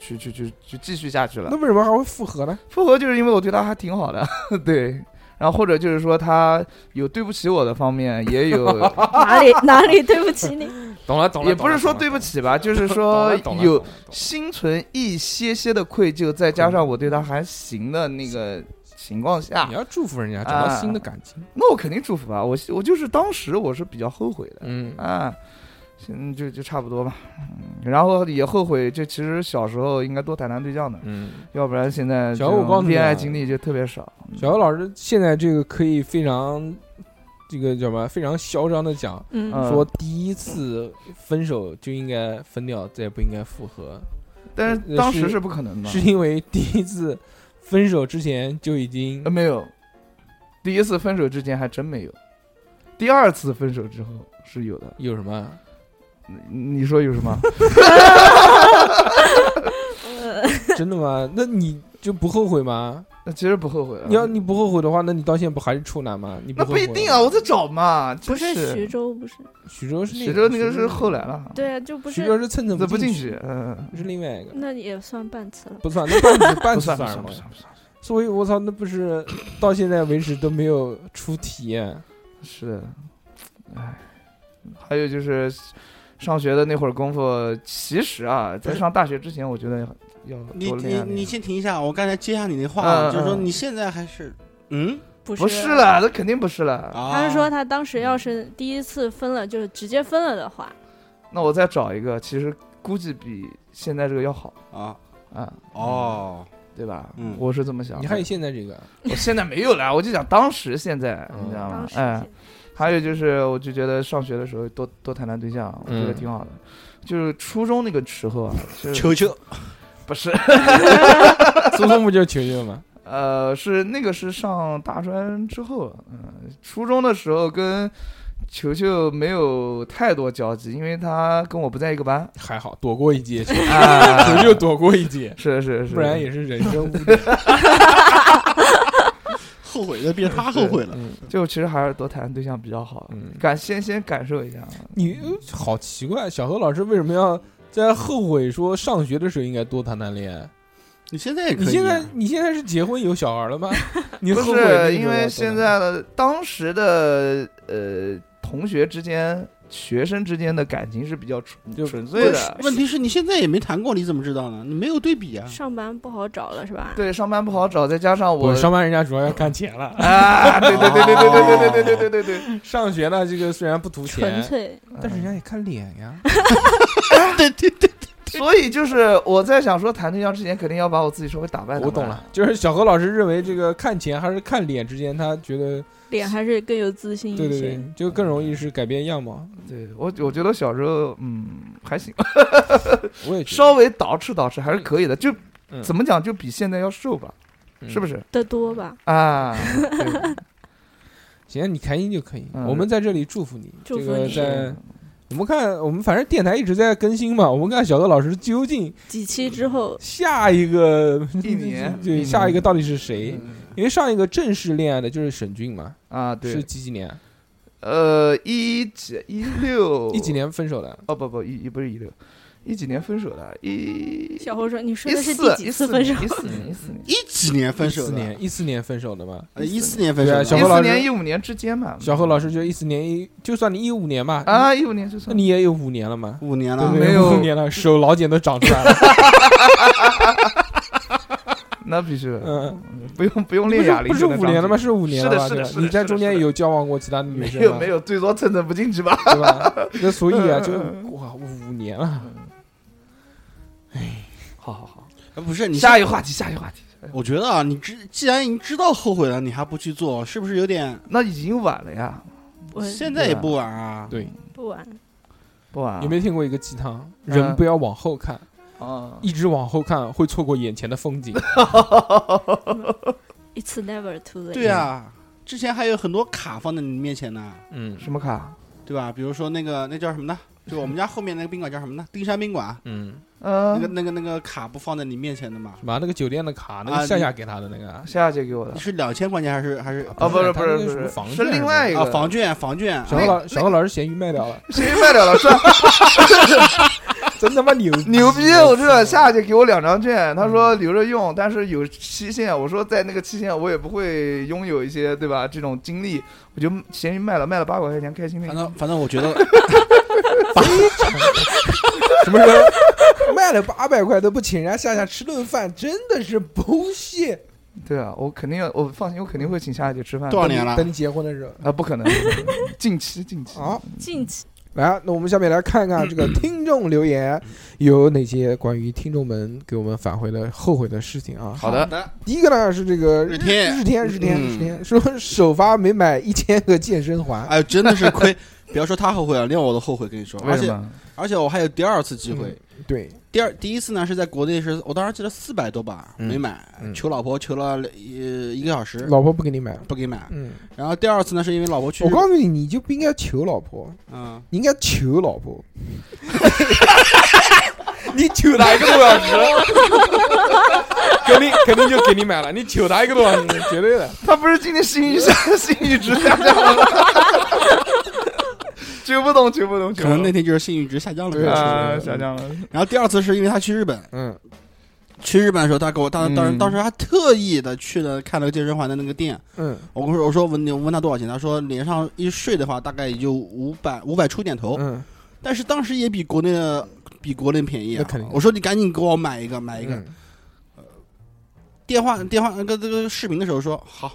[SPEAKER 4] 去去去去继续下去了
[SPEAKER 2] 那。为什么还会复合呢？
[SPEAKER 4] 复合就是因为我对他还挺好的， 对。然后或者就是说他有对不起我的方面，也 有
[SPEAKER 19] 哪 里哪里对不起你？
[SPEAKER 2] 懂了懂了，
[SPEAKER 4] 也不是说对不起吧，就是说有心存一些些的愧疚，再加上我对他还行的那个情况下，
[SPEAKER 2] 你要祝福人啊家找到新的感情，
[SPEAKER 4] 啊那我肯定祝福啊！我我就是当时我是比较后悔的，
[SPEAKER 2] 嗯
[SPEAKER 4] 啊，嗯就就差不多吧，嗯然后也后悔，就其实小时候应该多谈谈对象的，
[SPEAKER 2] 嗯，
[SPEAKER 4] 要不然现在
[SPEAKER 2] 小欧我
[SPEAKER 4] 这种
[SPEAKER 2] 告诉你啊
[SPEAKER 4] 恋爱经历就特别少，
[SPEAKER 2] 小姚老师现在这个可以非常，这个叫什么？非常嚣张的讲，
[SPEAKER 4] 嗯
[SPEAKER 2] 说第一次分手就应该分掉，再也不应该复合。
[SPEAKER 4] 但是
[SPEAKER 2] 呃
[SPEAKER 4] 当时是不可能的
[SPEAKER 2] 是因为第一次分手之前就已经
[SPEAKER 4] 呃没有，第一次分手之前还真没有，第二次分手之后是有的。
[SPEAKER 2] 有什么？
[SPEAKER 4] 你说有什么？
[SPEAKER 2] 真的吗？那你就不后悔吗？
[SPEAKER 4] 那其实不后悔。啊
[SPEAKER 2] 你要你不后悔的话，那你到现在不还是处男吗？你
[SPEAKER 4] 那
[SPEAKER 2] 后
[SPEAKER 4] 不
[SPEAKER 2] 悔
[SPEAKER 4] 一定啊，我在找嘛。
[SPEAKER 19] 不
[SPEAKER 4] 真
[SPEAKER 19] 是
[SPEAKER 4] 是
[SPEAKER 19] 徐州，不是
[SPEAKER 2] 徐州是
[SPEAKER 4] 徐州那个是后来了。
[SPEAKER 19] 对啊，就不是
[SPEAKER 2] 徐州是蹭蹭
[SPEAKER 4] 这不进
[SPEAKER 2] 去
[SPEAKER 4] 去，嗯，
[SPEAKER 2] 是另外一个，
[SPEAKER 19] 那也算半次了，
[SPEAKER 2] 不算，那半次半
[SPEAKER 4] 啊不
[SPEAKER 2] 次
[SPEAKER 4] 算不
[SPEAKER 2] 算什
[SPEAKER 4] 算
[SPEAKER 2] 么
[SPEAKER 4] 不？算不算。
[SPEAKER 2] 所以我操，那不是到现在为止都没有出体验？
[SPEAKER 4] 是的，唉，还有就是上学的那会儿功夫，其实啊，在上大学之前，我觉得要
[SPEAKER 3] 你
[SPEAKER 4] 多
[SPEAKER 3] 你
[SPEAKER 4] 练
[SPEAKER 3] 你
[SPEAKER 4] 练。
[SPEAKER 3] 先停一下，我刚才接下你的话，
[SPEAKER 4] 嗯
[SPEAKER 3] 就是说
[SPEAKER 4] 嗯
[SPEAKER 3] 你现在还是嗯，
[SPEAKER 19] 不啊
[SPEAKER 4] 不是了，那肯定不是了。
[SPEAKER 19] 他是说他当时要是第一次分了，就是直接分了的话，
[SPEAKER 4] 那我再找一个，其实估计比现在这个要好
[SPEAKER 3] 啊
[SPEAKER 4] 啊
[SPEAKER 3] 哦，
[SPEAKER 4] 对吧？
[SPEAKER 3] 嗯
[SPEAKER 4] 我是这么想的。
[SPEAKER 2] 你还有现在这个？
[SPEAKER 4] 我现在没有了，我就讲当时现在，你知道吗
[SPEAKER 2] 当？时
[SPEAKER 4] 哎，还有就是，我就觉得上学的时候多多谈谈对象，我觉得
[SPEAKER 2] 嗯
[SPEAKER 4] 挺好的。就是初中那个时候啊，就是
[SPEAKER 2] 球 球
[SPEAKER 4] 不是，
[SPEAKER 2] 初中不就是球球吗？
[SPEAKER 4] 呃，是那个是上大专之后，嗯、初中的时候跟球球没有太多交集，因为他跟我不在一个班，
[SPEAKER 2] 还好躲过一劫，球
[SPEAKER 4] 啊
[SPEAKER 2] 球躲过一劫，
[SPEAKER 4] 是是是，
[SPEAKER 2] 不然也是人生无
[SPEAKER 3] 后悔的变他后悔了。
[SPEAKER 4] 是嗯就其实还是多谈对象比较好，
[SPEAKER 2] 嗯
[SPEAKER 4] 感先先 感受一下，啊
[SPEAKER 2] 你 好奇怪，小何老师为什么要在后悔说上学的时候应该多谈谈恋爱？
[SPEAKER 3] 你现在也可以啊
[SPEAKER 2] 你现在你现在是结婚有小孩了吗？你
[SPEAKER 4] 不
[SPEAKER 2] 后悔的
[SPEAKER 4] 是
[SPEAKER 2] 时候
[SPEAKER 4] 因
[SPEAKER 2] 要多
[SPEAKER 4] 为
[SPEAKER 2] 谈
[SPEAKER 4] 现在的当时的呃同学之间、学生之间的感情是比较纯纯粹
[SPEAKER 3] 不
[SPEAKER 4] 的
[SPEAKER 3] 是，问题是你现在也没谈过，你怎么知道呢？你没有对比啊。
[SPEAKER 19] 上班不好找了是吧？
[SPEAKER 4] 对，上班不好找，再加上
[SPEAKER 2] 不
[SPEAKER 4] 我
[SPEAKER 2] 是上班人家主要要干钱了
[SPEAKER 4] 啊对对对对对对对对对
[SPEAKER 3] 哦
[SPEAKER 4] 对对对，
[SPEAKER 2] 上学呢，这个虽然不图钱，哎
[SPEAKER 4] 纯粹
[SPEAKER 2] 但是人家也看脸呀。
[SPEAKER 4] 所以就是我在想说，谈对象之前肯定要把我自己稍微打扮。啊
[SPEAKER 2] 我懂了，，就是小何老师 认为这个看钱还是看脸之间，他觉得
[SPEAKER 19] 脸还是更有自信一些。
[SPEAKER 2] 对对对，就更容易是改变样貌。
[SPEAKER 4] 对我，我觉得小时候嗯还行，
[SPEAKER 2] 我也
[SPEAKER 4] 稍微捯饬捯饬还是可以的，就
[SPEAKER 2] 嗯
[SPEAKER 4] 怎么讲就比现在要瘦吧，是不是？
[SPEAKER 19] 的多吧？
[SPEAKER 4] 啊，
[SPEAKER 2] 行，你开心就可以。
[SPEAKER 4] 嗯
[SPEAKER 2] 我们在这里祝福你，
[SPEAKER 19] 祝福
[SPEAKER 2] 这个
[SPEAKER 19] 你
[SPEAKER 2] 在。我们看，我们反正电台一直在更新嘛，我们看小何老师究竟
[SPEAKER 19] 几期之后，
[SPEAKER 2] 下一个
[SPEAKER 4] 一年 嗯
[SPEAKER 2] 对，下一个到底是谁？因为上一个正式恋爱的就是沈俊嘛，
[SPEAKER 4] 啊，对
[SPEAKER 2] 是几几年？
[SPEAKER 4] 呃，一几一六
[SPEAKER 2] 一几年分手的？
[SPEAKER 4] 哦不不一一不是一六，一几年分手的？一
[SPEAKER 19] 小侯说：“你说
[SPEAKER 4] 一
[SPEAKER 19] 的是
[SPEAKER 4] 四
[SPEAKER 19] 第
[SPEAKER 4] 一
[SPEAKER 19] 几次
[SPEAKER 4] 四
[SPEAKER 19] 分手？嗯
[SPEAKER 4] 一四年，一四年，
[SPEAKER 3] 一几年分手
[SPEAKER 2] 一
[SPEAKER 3] 的
[SPEAKER 2] 四年，一四年分手的嘛，
[SPEAKER 3] 呃14年分手的
[SPEAKER 2] 对啊小何老
[SPEAKER 4] 14年
[SPEAKER 2] 师
[SPEAKER 4] 15年之间嘛
[SPEAKER 2] 小何老师就一四年一，就算你一五年吧，
[SPEAKER 4] 啊15年就
[SPEAKER 2] 那
[SPEAKER 4] 算
[SPEAKER 2] 你也有五年了嘛，
[SPEAKER 3] 五年
[SPEAKER 4] 了没
[SPEAKER 2] 没
[SPEAKER 4] 有
[SPEAKER 2] 五年了，手老茧都长出来了。
[SPEAKER 4] 那必须的。
[SPEAKER 2] 嗯，
[SPEAKER 4] 不用不用
[SPEAKER 2] 不
[SPEAKER 4] 练哑
[SPEAKER 2] 是
[SPEAKER 4] 铃
[SPEAKER 2] 不是
[SPEAKER 4] 就能
[SPEAKER 2] 五年了吗？
[SPEAKER 4] 长
[SPEAKER 2] 是五年
[SPEAKER 4] 是
[SPEAKER 2] 了
[SPEAKER 4] 的
[SPEAKER 2] 吧？
[SPEAKER 4] 是的
[SPEAKER 2] 对吧
[SPEAKER 4] 是的
[SPEAKER 2] 你
[SPEAKER 4] 是
[SPEAKER 2] 在
[SPEAKER 4] 的
[SPEAKER 2] 中间有交往过其他女
[SPEAKER 4] 没
[SPEAKER 2] 生啊
[SPEAKER 4] 有
[SPEAKER 2] 吗
[SPEAKER 4] 没有，最多蹭蹭不进去吧？
[SPEAKER 2] 对吧？那所以啊， 就哇，五年了。
[SPEAKER 4] 好好好，
[SPEAKER 3] 呃不是你
[SPEAKER 4] 下一个话题，下一个话题。哎
[SPEAKER 3] 我觉得啊，你知既然已经知道后悔了，你还不去做，是不是有点？
[SPEAKER 4] 那已经晚了呀，
[SPEAKER 19] 我
[SPEAKER 3] 现在也不晚啊。
[SPEAKER 2] 对，
[SPEAKER 19] 不晚。
[SPEAKER 4] 不晚。
[SPEAKER 2] 有没有听过一个鸡汤？
[SPEAKER 4] 嗯
[SPEAKER 2] 人不要往后看，
[SPEAKER 4] 哦
[SPEAKER 2] 一直往后看会错过眼前的风 景。
[SPEAKER 19] It's never too late。
[SPEAKER 3] 对啊，之前还有很多卡放在你面前呢。
[SPEAKER 2] 嗯，
[SPEAKER 4] 什么卡？
[SPEAKER 3] 对吧？比如说那个那叫什么呢？就我们家后面那个宾馆叫什么呢？丁山宾馆。
[SPEAKER 2] 嗯，
[SPEAKER 4] 嗯
[SPEAKER 3] 那个那个那个卡不放在你面前的嘛？
[SPEAKER 2] 什么那个酒店的卡，那
[SPEAKER 3] 啊
[SPEAKER 2] 个夏夏
[SPEAKER 3] 你
[SPEAKER 2] 给他的那个，
[SPEAKER 4] 夏夏姐给我的
[SPEAKER 3] 你是两千块钱还是还是？
[SPEAKER 2] 啊不是不是不是不是房是券另外一个
[SPEAKER 3] 啊房券房券。
[SPEAKER 2] 小何老小何老师咸鱼卖掉了，
[SPEAKER 4] 谁卖 掉了？赚，
[SPEAKER 2] 真他妈牛啊
[SPEAKER 4] 牛逼！我知道夏姐给我两张券，她
[SPEAKER 2] 嗯
[SPEAKER 4] 说留着用，但是有期限。我说在那个期限，我也不会拥有一些对吧这种经历，我就闲鱼卖了，卖了八百块钱，开心呗。反
[SPEAKER 3] 正反正我觉得，
[SPEAKER 2] 什么时候 卖了八百块都不请人家夏夏吃顿饭，真的是 bullshit。
[SPEAKER 4] 对啊，我肯定要，我放心，我肯定会请夏姐吃饭。
[SPEAKER 2] 多少年了等你结婚的时候啊
[SPEAKER 4] 啊，不可能，近期近期。
[SPEAKER 2] 好，
[SPEAKER 19] 近期。
[SPEAKER 2] 来，那我们下面来看看这个听众留言有哪些关于听众们给我们反馈的后悔的事情啊。
[SPEAKER 4] 好的好的，
[SPEAKER 2] 第一个呢是这个日
[SPEAKER 3] 天
[SPEAKER 2] 日天日天
[SPEAKER 3] 嗯
[SPEAKER 2] 日天 说首发没买一千个健身环，
[SPEAKER 3] 哎，真的是亏！不要说他后悔了，连我都后悔。跟你说，
[SPEAKER 2] 为
[SPEAKER 3] 而
[SPEAKER 2] 什
[SPEAKER 3] 且
[SPEAKER 2] 么
[SPEAKER 3] 而且我还有第二次机会。
[SPEAKER 2] 嗯对，
[SPEAKER 3] 第二第一次呢是在国内是，我当时记得四百多吧，
[SPEAKER 2] 嗯
[SPEAKER 3] 没买，求老婆求了一一个小时，
[SPEAKER 2] 老婆不给你买，
[SPEAKER 3] 不给买。
[SPEAKER 2] 嗯，
[SPEAKER 3] 然后第二次呢是因为老婆去
[SPEAKER 2] 我
[SPEAKER 3] 日本，
[SPEAKER 2] 告诉你，你就不应该求老婆，
[SPEAKER 3] 嗯，
[SPEAKER 2] 你应该求老婆。 你求她一个多小时，肯定肯定就给你买了。你求她一个多小时，绝对的。
[SPEAKER 4] 他不是今天心欲下心欲值下降了吗？ 求不懂，求不懂，求不
[SPEAKER 3] 可能
[SPEAKER 4] 懂。
[SPEAKER 3] 那天就是性欲值下降了，
[SPEAKER 4] 对啊
[SPEAKER 3] 可能是
[SPEAKER 4] 下降了。
[SPEAKER 3] 然后第二次是因为他去日本，
[SPEAKER 2] 嗯，
[SPEAKER 3] 去日本的时候，他给我当当时
[SPEAKER 4] 嗯
[SPEAKER 3] 当时还特意的去了看了健身环的那个店，
[SPEAKER 2] 嗯，
[SPEAKER 3] 我跟我说我说问你我问他多少钱，他说连上一税的话大概也就五百五百出点头，
[SPEAKER 2] 嗯，
[SPEAKER 3] 但是当时也比国内的比国内便宜啊，
[SPEAKER 2] 肯定嗯
[SPEAKER 3] 我说你赶紧给我买一个买一个，呃电话电话那个这个视频的时候说好。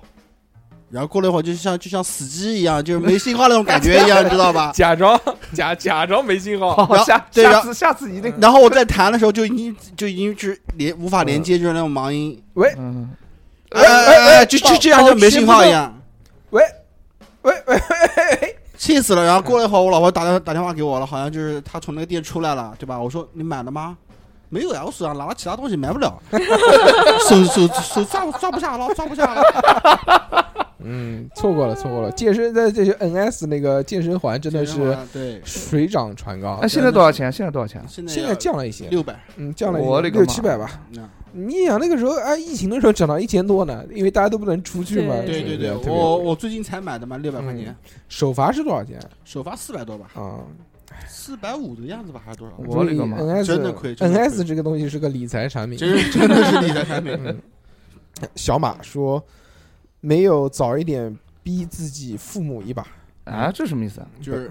[SPEAKER 3] 然后过了一会儿，就像就像死机一样，就是没信号那种感觉一样，你知道 吧？
[SPEAKER 2] 假装假假装没信号，
[SPEAKER 3] 然后对，然后
[SPEAKER 4] 下次一定
[SPEAKER 3] 然后我在弹的时候就已经就已经就是连无法连接，就是那种忙音。
[SPEAKER 2] 喂，
[SPEAKER 4] 嗯
[SPEAKER 3] 哎哎哎，就就这样就没信号一样。
[SPEAKER 2] 喂
[SPEAKER 3] 喂喂气死了！然后过了一会儿，我老婆打电打电话给我了，好像就是她从那个店出来了，对吧？我说你买了吗？没有呀，我手上拿了其他东西，买不了，手手手抓不抓不下了，抓不下了。
[SPEAKER 2] 嗯，错过了，错过了。健身在这些哎 NS 那个健身环真的
[SPEAKER 4] 健身
[SPEAKER 2] 是
[SPEAKER 4] 环对
[SPEAKER 2] 水涨船高。
[SPEAKER 4] 哎，现在多少钱？现在多少钱？
[SPEAKER 2] 现在降了一些，
[SPEAKER 3] 600
[SPEAKER 2] 嗯，降了一些
[SPEAKER 4] 我勒个
[SPEAKER 2] 六
[SPEAKER 4] 妈
[SPEAKER 2] 七百吧。你想那个时候，哎，疫情的时候涨到一千多呢，因为大家都不能出去嘛。
[SPEAKER 3] 对对对，
[SPEAKER 2] 特别
[SPEAKER 3] 我我最近才买的嘛，六百块钱，
[SPEAKER 2] 首发是多少钱？
[SPEAKER 3] 首发四百多吧，
[SPEAKER 2] 啊，
[SPEAKER 3] 四百五的样子吧，还是多少？
[SPEAKER 2] 所以 NS
[SPEAKER 3] 真的亏，真的亏
[SPEAKER 2] NS 这个东西是个理财产品，
[SPEAKER 3] 真是真的是理财产品
[SPEAKER 2] 嗯小马说，没有早一点逼自己父母一把
[SPEAKER 4] 啊这什么意思啊
[SPEAKER 3] 就是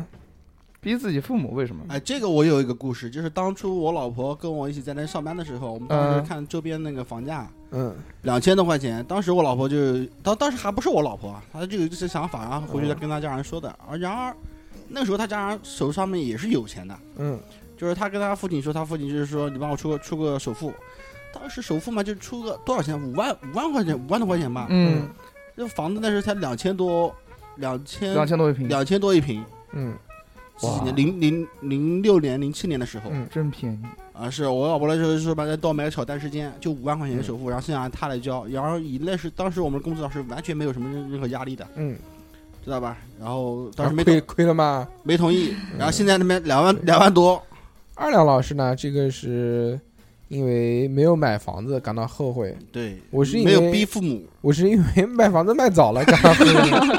[SPEAKER 4] 逼自己父母为什么？
[SPEAKER 3] 哎，这个我有一个故事，就是当初我老婆跟我一起在那上班的时候，我们当时
[SPEAKER 4] 嗯
[SPEAKER 3] 看周边那个房价，
[SPEAKER 2] 嗯，
[SPEAKER 3] 两千多块钱。当时我老婆就当当时还不是我老婆啊，她就有这些想法，然后回去再
[SPEAKER 4] 嗯
[SPEAKER 3] 跟她家人说的。而然而那时候她家人手上面也是有钱的，
[SPEAKER 2] 嗯，
[SPEAKER 3] 就是她跟她父亲说，她父亲就是说你帮我出个出个首付，当时首付嘛就出个多少钱，五万五万块钱，五万多块钱吧，
[SPEAKER 4] 嗯，
[SPEAKER 3] 这房子那时候才两千多，两千
[SPEAKER 4] 2000多一平
[SPEAKER 3] 两千多一平，
[SPEAKER 2] 嗯，
[SPEAKER 3] 几
[SPEAKER 4] 哇
[SPEAKER 3] 年零零零六年零七年的时候，
[SPEAKER 2] 嗯，
[SPEAKER 4] 哦真便宜。
[SPEAKER 3] 啊，是我老婆那时候说把那倒买个小单时间，就五万块钱的首付，然后剩下她来交。然后以那是当时我们工作上是完全没有什么任任何压力的，
[SPEAKER 2] 嗯，
[SPEAKER 3] 知道吧？然后当时
[SPEAKER 2] 啊
[SPEAKER 3] 没
[SPEAKER 2] 亏
[SPEAKER 3] 同
[SPEAKER 2] 亏了吗？嗯
[SPEAKER 3] 没同意，然后现在那边两万两万多，
[SPEAKER 2] 二两老师呢，这个是因为没有买房子感到后悔。
[SPEAKER 3] 对
[SPEAKER 2] 我是因
[SPEAKER 3] 没
[SPEAKER 2] 为
[SPEAKER 3] 有逼父母，
[SPEAKER 2] 我是因为卖房子卖早了感到后悔。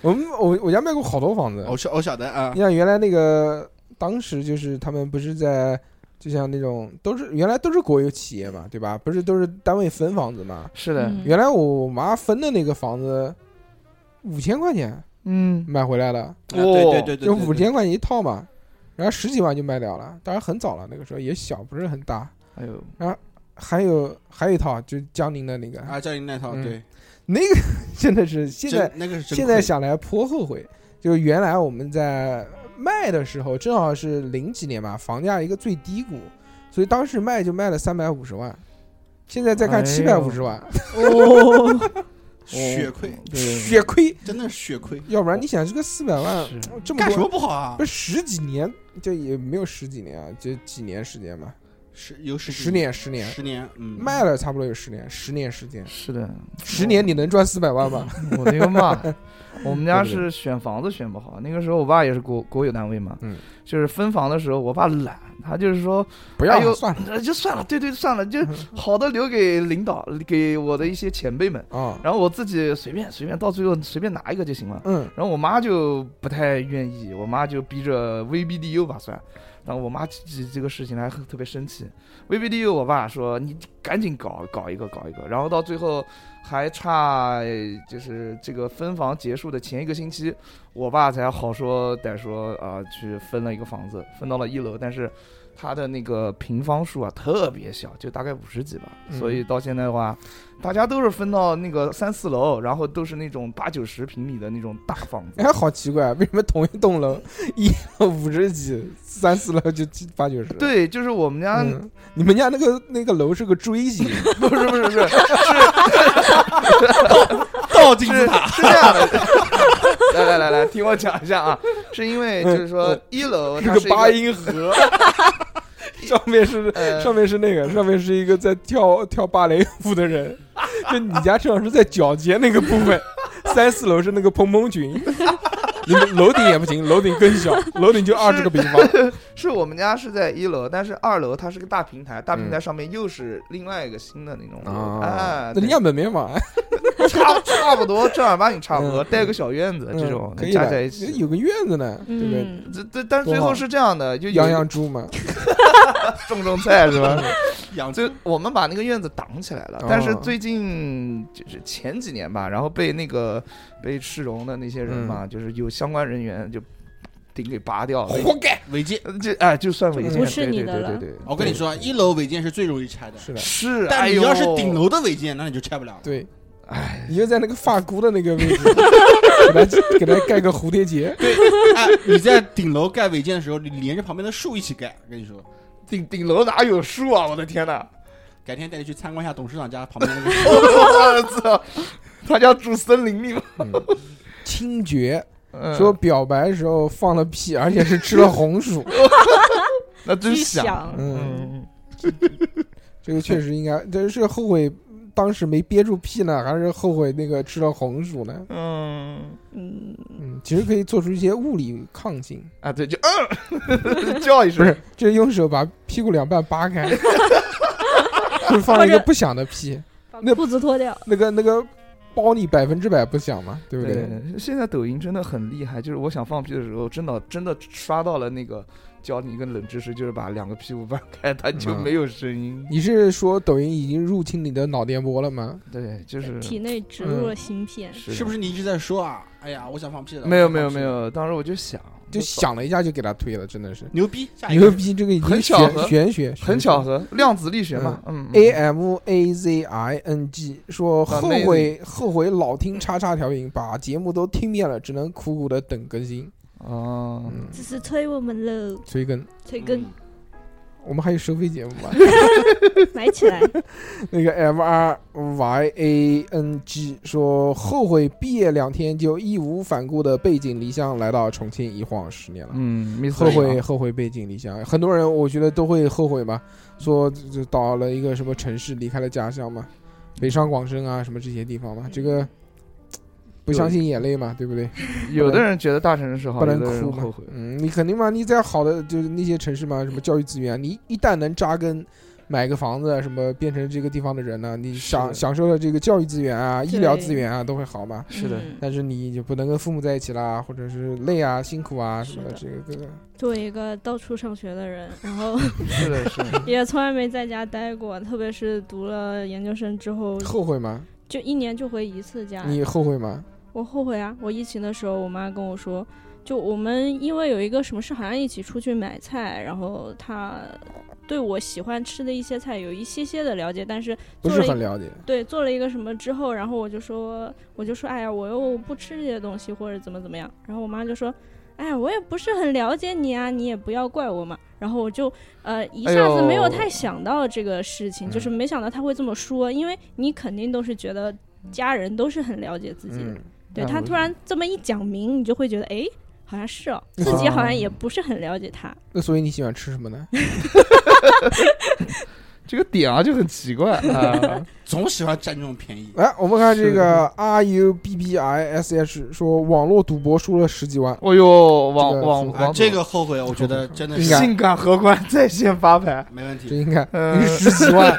[SPEAKER 2] 我们我我家卖过好多房子，
[SPEAKER 3] 我晓我晓得啊
[SPEAKER 2] 你。像原来那个
[SPEAKER 1] 当时就是他们不是在，就像那种都是原来都是国有企业嘛，对吧？不是都是单位分房子嘛？
[SPEAKER 4] 是的嗯
[SPEAKER 1] 原来我妈分的那个房子五千块钱，
[SPEAKER 4] 嗯，
[SPEAKER 1] 买回来了，
[SPEAKER 4] 对对对对对
[SPEAKER 1] 就五千块钱一套嘛，然后十几万就卖掉了，当然很早了，那个时候也小，不是很大。
[SPEAKER 4] 哎呦，
[SPEAKER 1] 然后还有还有一套就是江宁的那个
[SPEAKER 3] 啊，叫你那套
[SPEAKER 1] 嗯
[SPEAKER 3] 对，
[SPEAKER 1] 那个真的是 现在
[SPEAKER 3] 真那个是真
[SPEAKER 1] 现在
[SPEAKER 3] 亏
[SPEAKER 1] 想来颇后悔，就原来我们在卖的时候，正好是零几年吧，房价一个最低谷，所以当时卖就卖了三百五十万，现在再看七
[SPEAKER 3] 哎
[SPEAKER 1] 百
[SPEAKER 3] 呦
[SPEAKER 1] 五十万，
[SPEAKER 3] 哦血亏
[SPEAKER 1] 血亏，
[SPEAKER 3] 真的是血亏。
[SPEAKER 1] 要不然你想这个四百万这么
[SPEAKER 3] 干
[SPEAKER 1] 多
[SPEAKER 3] 什么不好啊
[SPEAKER 1] 不是十几年，就也没有十几年啊，就几年时间吧。
[SPEAKER 3] 十有十几
[SPEAKER 1] 十年，十年，
[SPEAKER 3] 十年嗯
[SPEAKER 1] 卖了差不多有十年，十年时间。
[SPEAKER 4] 是的，
[SPEAKER 1] 十年你能赚四百万吗？
[SPEAKER 4] 我的个 妈！我们家
[SPEAKER 1] 对不对
[SPEAKER 4] 是选房子选不好，那个时候我爸也是国国有单位嘛，
[SPEAKER 1] 嗯，
[SPEAKER 4] 就是分房的时候，我爸懒，他就是说
[SPEAKER 1] 不要了
[SPEAKER 4] 哎呦
[SPEAKER 1] 算
[SPEAKER 4] 了，就算了，对对，算 了，就好的留给领导，给我的一些前辈们
[SPEAKER 1] 啊，
[SPEAKER 4] 然后我自己随便随便到最后随便拿一个就行了，
[SPEAKER 1] 嗯，
[SPEAKER 4] 然后我妈就不太愿意，我妈就逼着 VBDU 吧算。然后我妈这这个事情还很特别生气，VBDU 我爸说你赶紧搞搞一个搞一个，然后到最后还差呃就是这个分房结束的前一个星期，我爸才好说歹说啊、去分了一个房子，分到了一楼，但是他的那个平方数啊特别小，就大概五十几吧，
[SPEAKER 1] 嗯
[SPEAKER 4] 所以到现在的话，大家都是分到那个三四楼，然后都是那种八九十平米的那种大房子。
[SPEAKER 1] 哎，好奇怪，为什么同一栋楼， 一楼五十几，三四楼就七八九十？
[SPEAKER 4] 对，就是我们家
[SPEAKER 1] 嗯你们家那个那个楼是个锥形，
[SPEAKER 4] 不是不是不是，是
[SPEAKER 3] 倒
[SPEAKER 4] 金字塔是这样的。 来来来来，听我讲一下啊，是因为就是说一楼
[SPEAKER 1] 嗯是
[SPEAKER 4] 它
[SPEAKER 1] 个
[SPEAKER 4] 是一
[SPEAKER 1] 八音盒， 上面是
[SPEAKER 4] 呃
[SPEAKER 1] 上面是那个，上面是一个在跳跳芭蕾舞的人，就你家正好是在脚尖那个部分，三四楼是那个蓬蓬裙，你们楼顶也不行，楼顶更小，楼顶就二十个平方，
[SPEAKER 4] 是 我们家是在一楼，但是二楼它是个大平台，大平台
[SPEAKER 1] 嗯
[SPEAKER 4] 上面又是另外一个新的那种楼，
[SPEAKER 1] 啊
[SPEAKER 4] 哎，，
[SPEAKER 1] 那你家门面嘛，
[SPEAKER 4] 差差不多正儿八经差不多，带个小院子这种
[SPEAKER 1] 嗯可以
[SPEAKER 4] 加
[SPEAKER 1] 的
[SPEAKER 4] 在一起，
[SPEAKER 1] 有个院子呢，对不对？
[SPEAKER 4] 这这但是最后是这样的，就有
[SPEAKER 1] 养养 猪嘛，
[SPEAKER 4] 种种菜是吧？
[SPEAKER 3] 养
[SPEAKER 4] 就我们把那个院子挡起来了
[SPEAKER 1] 哦，
[SPEAKER 4] 但是最近就是前几年吧，然后被那个被市容的那些人嘛，就是有相关人员就顶给拔掉了，
[SPEAKER 3] 活该
[SPEAKER 4] 违建，这哎就算违建，
[SPEAKER 3] 不是
[SPEAKER 4] 对
[SPEAKER 3] 你
[SPEAKER 4] 对
[SPEAKER 3] 的
[SPEAKER 4] 对
[SPEAKER 3] 了
[SPEAKER 4] 对对，对
[SPEAKER 3] 我跟你说啊，一楼违建是最容易拆的，是
[SPEAKER 1] 的
[SPEAKER 4] 是
[SPEAKER 3] 但
[SPEAKER 4] 哎
[SPEAKER 3] 你
[SPEAKER 4] 呦
[SPEAKER 3] 要是顶楼的违建，那你就拆不了了。
[SPEAKER 1] 对，哎，你就在那个发箍的那个 位置，给他给他盖个蝴蝶结，
[SPEAKER 3] 对，哎，你在顶楼盖违建的时候，你连着旁边的树一起盖。我跟你说，
[SPEAKER 4] 顶顶楼哪有树啊？我的天哪！
[SPEAKER 3] 改天带你去参观一下董事长家旁边 那个
[SPEAKER 4] 我操，他家住森林里吗？
[SPEAKER 1] 嗯清绝
[SPEAKER 4] 嗯
[SPEAKER 1] 说表白时候放了屁，而且是吃了红薯，
[SPEAKER 4] 那真
[SPEAKER 1] 巨
[SPEAKER 4] 响
[SPEAKER 1] 响，嗯， 这个确实应该，这是后悔当时没憋住屁呢，还是后悔那个吃了红薯呢？
[SPEAKER 4] 嗯
[SPEAKER 1] 嗯其实可以做出一些物理抗性
[SPEAKER 4] 啊，对， 就嗯叫一声，
[SPEAKER 1] 不是，就是用手把屁股两半扒 开，就是放了一个不响的屁，那
[SPEAKER 19] 裤子脱掉，
[SPEAKER 1] 那个那个包你百分之百不响嘛，对不对？
[SPEAKER 4] 现在抖音真的很厉害，就是我想放屁的时候，真的真的刷到了那个教你一个冷知识，就是把两个屁股掰 开，它就
[SPEAKER 1] 嗯
[SPEAKER 4] 没有声音。
[SPEAKER 1] 你是说抖音已经入侵你的脑电波了吗？嗯
[SPEAKER 4] 对，就是
[SPEAKER 19] 体内植入了 芯片，
[SPEAKER 3] 是不是你一直在说啊？哎呀，我想放屁了。
[SPEAKER 4] 没有没
[SPEAKER 3] 我
[SPEAKER 4] 有
[SPEAKER 3] 想
[SPEAKER 4] 没
[SPEAKER 3] 放屁了。
[SPEAKER 4] 有，当时我就想，
[SPEAKER 1] 就想了一下就给他推了，真的是
[SPEAKER 3] 牛逼下一个
[SPEAKER 1] 牛逼！这个已经
[SPEAKER 4] 很巧合
[SPEAKER 1] 玄玄学，
[SPEAKER 4] 很巧合量子力学嘛嗯
[SPEAKER 1] ，A M A Z I N G 说
[SPEAKER 4] 啊
[SPEAKER 1] 后
[SPEAKER 4] 那
[SPEAKER 1] 悔后悔老听叉叉调频，把节目都听遍了，只能苦苦的等更新。嗯
[SPEAKER 4] 哦，
[SPEAKER 19] 这是催我们喽，
[SPEAKER 1] 催更，
[SPEAKER 19] 催更，
[SPEAKER 1] 我们还有收费节目 吗？
[SPEAKER 19] 买起来，
[SPEAKER 1] 那个 M R Y A N G 说后悔毕业两天就义无反顾的背井离乡来到重庆，一晃十年了。
[SPEAKER 4] 嗯没错
[SPEAKER 1] 后悔
[SPEAKER 4] 啊
[SPEAKER 1] 后悔背井离乡，很多人我觉得都会后悔嘛，说就就到了一个什么城市，离开了家乡嘛，北上广深啊什么这些地
[SPEAKER 4] 嗯
[SPEAKER 1] 方嘛，这个不相信眼泪嘛，对不对？
[SPEAKER 4] 有
[SPEAKER 1] 不
[SPEAKER 4] 的
[SPEAKER 1] 能
[SPEAKER 4] 人觉得大城市好，
[SPEAKER 1] 不能
[SPEAKER 4] 有的人
[SPEAKER 1] 哭
[SPEAKER 4] 后
[SPEAKER 1] 嘛
[SPEAKER 4] 悔。，
[SPEAKER 1] 嗯，你肯定嘛，你在好的就是那些城市嘛，什么教育资源，你一旦能扎根，买个房子，什么变成这个地方的人呢？你享享受了这个教育资源啊、医疗资源啊，都会好嘛。
[SPEAKER 4] 是的嗯
[SPEAKER 1] 但是你就不能跟父母在一起啦，或者是累啊、辛苦啊什么的，这个这个。
[SPEAKER 19] 作为一个到处上学的人，然后
[SPEAKER 1] 是的是的
[SPEAKER 19] 也从来没在家待过，特别是读了研究生之后，
[SPEAKER 1] 后悔吗？
[SPEAKER 19] 就一年就回一次家。
[SPEAKER 1] 你后悔吗？
[SPEAKER 19] 我后悔啊！我疫情的时候，我妈跟我说，就我们因为有一个什么事，好像一起出去买菜，然后她对我喜欢吃的一些菜有一些些的了解，但是
[SPEAKER 1] 不
[SPEAKER 19] 做
[SPEAKER 1] 是
[SPEAKER 19] 一
[SPEAKER 1] 很了解
[SPEAKER 19] 对，做了一个什么之后，然后我就说，我就说，哎呀，我又不吃这些东西，或者怎么怎么样。然后我妈就说。哎呀，我也不是很了解你啊，你也不要怪我嘛。然后我就呃一下子没有
[SPEAKER 17] 哎呦
[SPEAKER 19] 太想到这个事情，
[SPEAKER 1] 嗯
[SPEAKER 19] 就是没想到他会这么说，因为你肯定都是觉得家人都是很了解自己的，
[SPEAKER 1] 嗯
[SPEAKER 19] 对
[SPEAKER 1] 那
[SPEAKER 19] 他
[SPEAKER 1] 我
[SPEAKER 19] 突然这么一讲明，你就会觉得，哎，好像 是哦，
[SPEAKER 1] 那
[SPEAKER 19] 自己
[SPEAKER 1] 是
[SPEAKER 19] 好像也不是很了解他。
[SPEAKER 1] 那所以你喜欢吃什么呢？
[SPEAKER 4] 这个点啊就很奇怪
[SPEAKER 1] 啊
[SPEAKER 3] 总喜欢占这种便宜。
[SPEAKER 1] 来，我们看这个 R U B B I S H 说网络赌博输了十几万。
[SPEAKER 4] 哦呦，网网
[SPEAKER 3] 啊
[SPEAKER 4] 网
[SPEAKER 3] 这个后悔，我觉得真的
[SPEAKER 1] 应该
[SPEAKER 4] 性感荷官在线发牌，
[SPEAKER 3] 没问题。
[SPEAKER 1] 这应该
[SPEAKER 4] 嗯
[SPEAKER 1] 你十几 万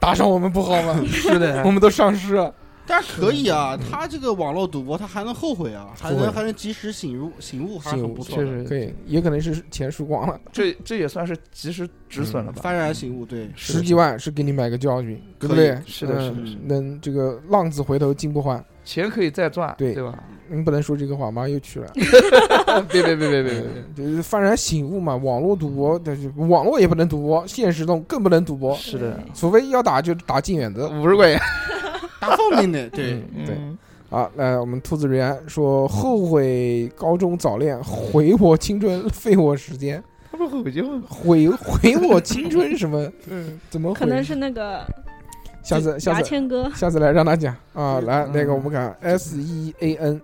[SPEAKER 1] 打上我们不好吗？
[SPEAKER 4] 是的
[SPEAKER 1] 我们都上市了。
[SPEAKER 3] 但是可以啊，他这个网络赌博，他还能后悔啊，还
[SPEAKER 1] 后
[SPEAKER 3] 能
[SPEAKER 1] 悔
[SPEAKER 3] 还能及时醒悟，醒悟还是很不错的。
[SPEAKER 1] 可以，也可能是钱输光了。
[SPEAKER 4] 这这也算是及时止损了吧？
[SPEAKER 3] 嗯幡然醒悟，对，
[SPEAKER 1] 十几万是给你买个教训，对不
[SPEAKER 4] 可以
[SPEAKER 1] 对？
[SPEAKER 4] 是的是的
[SPEAKER 1] 嗯
[SPEAKER 4] 是的
[SPEAKER 1] 能这个浪子回头金不换，
[SPEAKER 4] 钱可以再赚，
[SPEAKER 1] 对
[SPEAKER 4] 对吧？
[SPEAKER 1] 你不能说这个话，马上又去 了。
[SPEAKER 4] 别别别别别别！
[SPEAKER 1] 就是幡然醒悟嘛，网络赌博，但是网络也不能赌博，现实中更不能赌博。
[SPEAKER 4] 是的，
[SPEAKER 1] 除非要打就打进远的，
[SPEAKER 4] 五十 块钱，
[SPEAKER 3] 打放命的，对
[SPEAKER 1] 嗯对。啊，来，我们兔子瑞安说后悔高中早恋，毁我青春，费我时间，
[SPEAKER 4] 他们后悔结婚，
[SPEAKER 1] 毁毁我青春什么？
[SPEAKER 4] 嗯，
[SPEAKER 1] 呃怎么
[SPEAKER 19] 可
[SPEAKER 1] 毁？
[SPEAKER 19] 能是那个
[SPEAKER 1] 下次
[SPEAKER 19] 就
[SPEAKER 1] 下
[SPEAKER 19] 牙
[SPEAKER 1] 次
[SPEAKER 19] 签哥
[SPEAKER 1] 下次来让他讲啊，来那个我们看
[SPEAKER 4] 嗯
[SPEAKER 1] S E A N，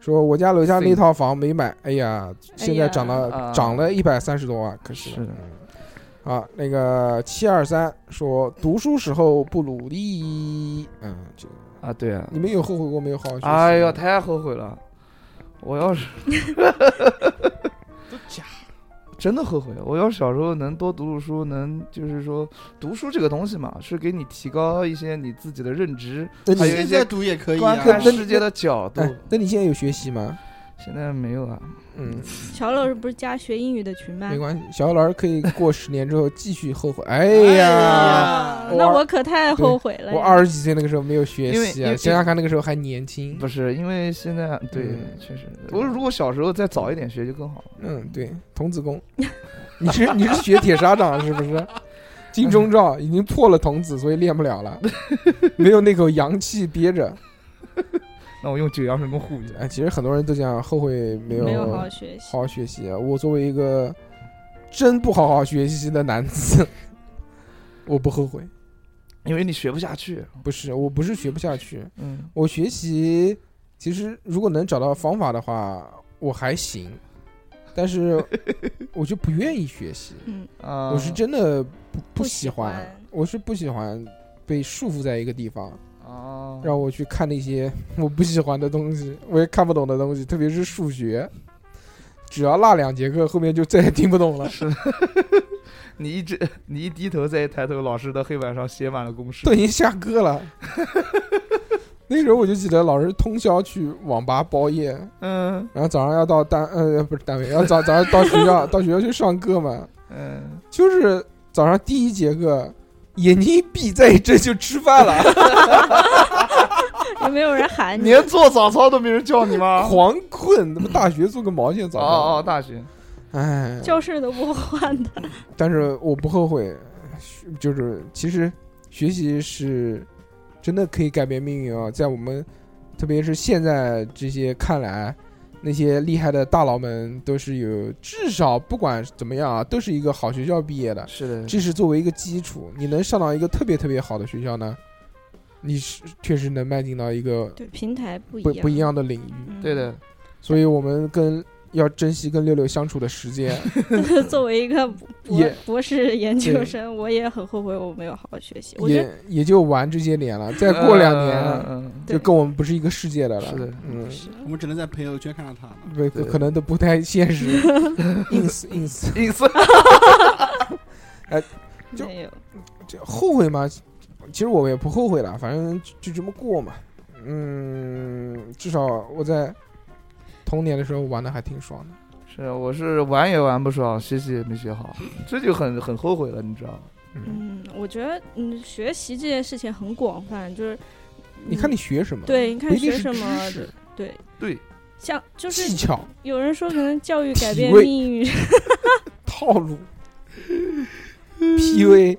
[SPEAKER 1] 说我家楼下那套房没买，哎呀，现在涨
[SPEAKER 4] 哎呀
[SPEAKER 1] 了涨了一百三十多万，可惜了。嗯啊，那个七二三说读书时候不努力，嗯，这个
[SPEAKER 4] 啊，对啊，
[SPEAKER 1] 你们有后悔过没有好好学习？
[SPEAKER 4] 哎呀，太后悔了！我要是
[SPEAKER 3] 都假，
[SPEAKER 4] 真的后悔。我要是小时候能多读读书，能就是说，读书这个东西嘛，是给你提高一些你自己的认知，
[SPEAKER 1] 那
[SPEAKER 4] 还
[SPEAKER 1] 你
[SPEAKER 4] 有一些观
[SPEAKER 1] 那
[SPEAKER 4] 看
[SPEAKER 1] 那你
[SPEAKER 4] 世界的角度。
[SPEAKER 1] 啊哎那你现在有学习吗？
[SPEAKER 4] 现在没有啊。
[SPEAKER 1] 嗯，
[SPEAKER 19] 乔老师不是加学英语的群吗？
[SPEAKER 1] 没关系，小姚老师可以过十年之后继续后 悔。哎呀
[SPEAKER 19] 呀，那
[SPEAKER 1] 二
[SPEAKER 19] 我可太后悔了
[SPEAKER 1] 对我
[SPEAKER 19] 呀
[SPEAKER 1] 二十几岁那个时候没有学
[SPEAKER 4] 因为
[SPEAKER 1] 习
[SPEAKER 4] 因
[SPEAKER 1] 啊，
[SPEAKER 4] 为
[SPEAKER 1] 想想看那个时候还年轻。
[SPEAKER 4] 不是因为现在对，确实，我如果小时候再早一点学就更好了。
[SPEAKER 1] 嗯，对，童 子功，你是你是学铁砂掌是不是？金钟罩已经破了童子，所以练不 了了，没有那口阳气憋着。
[SPEAKER 4] 那我用九阳神功护一下。
[SPEAKER 1] 哎，其实很多人都讲后悔没有
[SPEAKER 19] 没有好好学习
[SPEAKER 1] 好好学习啊我作为一个真不好好学习的男子，我不后悔。
[SPEAKER 4] 因为你学不下去。
[SPEAKER 1] 不是，我不是学不下去。
[SPEAKER 4] 嗯，
[SPEAKER 1] 我学习其实如果能找到方法的话，我还行，但是我就不愿意学习。
[SPEAKER 19] 嗯
[SPEAKER 4] 啊
[SPEAKER 1] 我是真的不不喜欢，我是不喜欢被束缚在一个地方。
[SPEAKER 4] 哦，
[SPEAKER 1] 让我去看那些 我不喜欢的东西，我也看不懂的东西，特别是数学，只要落两节课，后面就再也听不懂了。
[SPEAKER 4] 是，你一直 你一低头再一抬头，老师的黑板上写满了公式。
[SPEAKER 1] 都已 经下课了。 那时候我就记得老师通宵去网吧包夜，
[SPEAKER 4] 嗯，
[SPEAKER 1] 然后早上要到单呃不是单位，要早早上到学校到学校去上课嘛，
[SPEAKER 4] 嗯，
[SPEAKER 1] 就是早上第一节课，眼睛一闭再一睁就吃饭了，
[SPEAKER 19] 有没有人喊你？
[SPEAKER 4] 连做早操都没人叫你吗？
[SPEAKER 1] 狂困，他妈大学做个毛线早操？
[SPEAKER 4] 啊哦哦，大学，
[SPEAKER 1] 哎，
[SPEAKER 19] 教室都不换的，
[SPEAKER 1] 但是我不后悔，学就是其实学习是真的可以改变命运啊，在我们特别是现在这些看来，那些厉害的大佬们都是有至少不管怎么样啊，都是一个好学校毕业的，
[SPEAKER 4] 是的
[SPEAKER 1] 这是作为一个基础，你能上到一个特别特别好的学校呢，你是确实能迈进到一个
[SPEAKER 19] 对平台不一
[SPEAKER 1] 不
[SPEAKER 19] 样，嗯
[SPEAKER 1] 不一样的领域，
[SPEAKER 4] 对的，
[SPEAKER 1] 所以我们跟要珍惜跟六六相处的时间。
[SPEAKER 19] 作为一个 博
[SPEAKER 1] 也
[SPEAKER 19] 博士研究
[SPEAKER 1] 对
[SPEAKER 19] 生，我也很后悔我没有好好学习。我觉
[SPEAKER 1] 也
[SPEAKER 19] 得
[SPEAKER 1] 也就玩这些年了，再过两
[SPEAKER 4] 嗯嗯
[SPEAKER 1] 年就跟我们不是一个世界的了。嗯，
[SPEAKER 3] 我们只能在朋友圈看到他了。
[SPEAKER 1] 不可可能都 不太现实，ins ins
[SPEAKER 4] ins。
[SPEAKER 1] 哎，
[SPEAKER 17] 没有，
[SPEAKER 2] 这后悔吗？其实我也不后悔了，反正就就这么过嘛。嗯，至少我在童年的时候玩的还挺爽的。
[SPEAKER 4] 是，我是玩也玩不爽，学习也没学 好，这就很很后悔了，你知道吗？
[SPEAKER 19] 嗯，我觉得嗯，学习这件事情很广泛，就是嗯
[SPEAKER 2] 你看你学什么？
[SPEAKER 19] 对，你
[SPEAKER 2] 不一
[SPEAKER 19] 看
[SPEAKER 2] 定
[SPEAKER 19] 学
[SPEAKER 2] 是
[SPEAKER 19] 什么
[SPEAKER 2] 知识，
[SPEAKER 19] 对
[SPEAKER 4] 对，啊
[SPEAKER 19] 像就是
[SPEAKER 2] 技巧。
[SPEAKER 19] 有人说可能教育改
[SPEAKER 2] 体
[SPEAKER 19] 变
[SPEAKER 2] 位
[SPEAKER 19] 命 运，
[SPEAKER 2] 套路 PUA，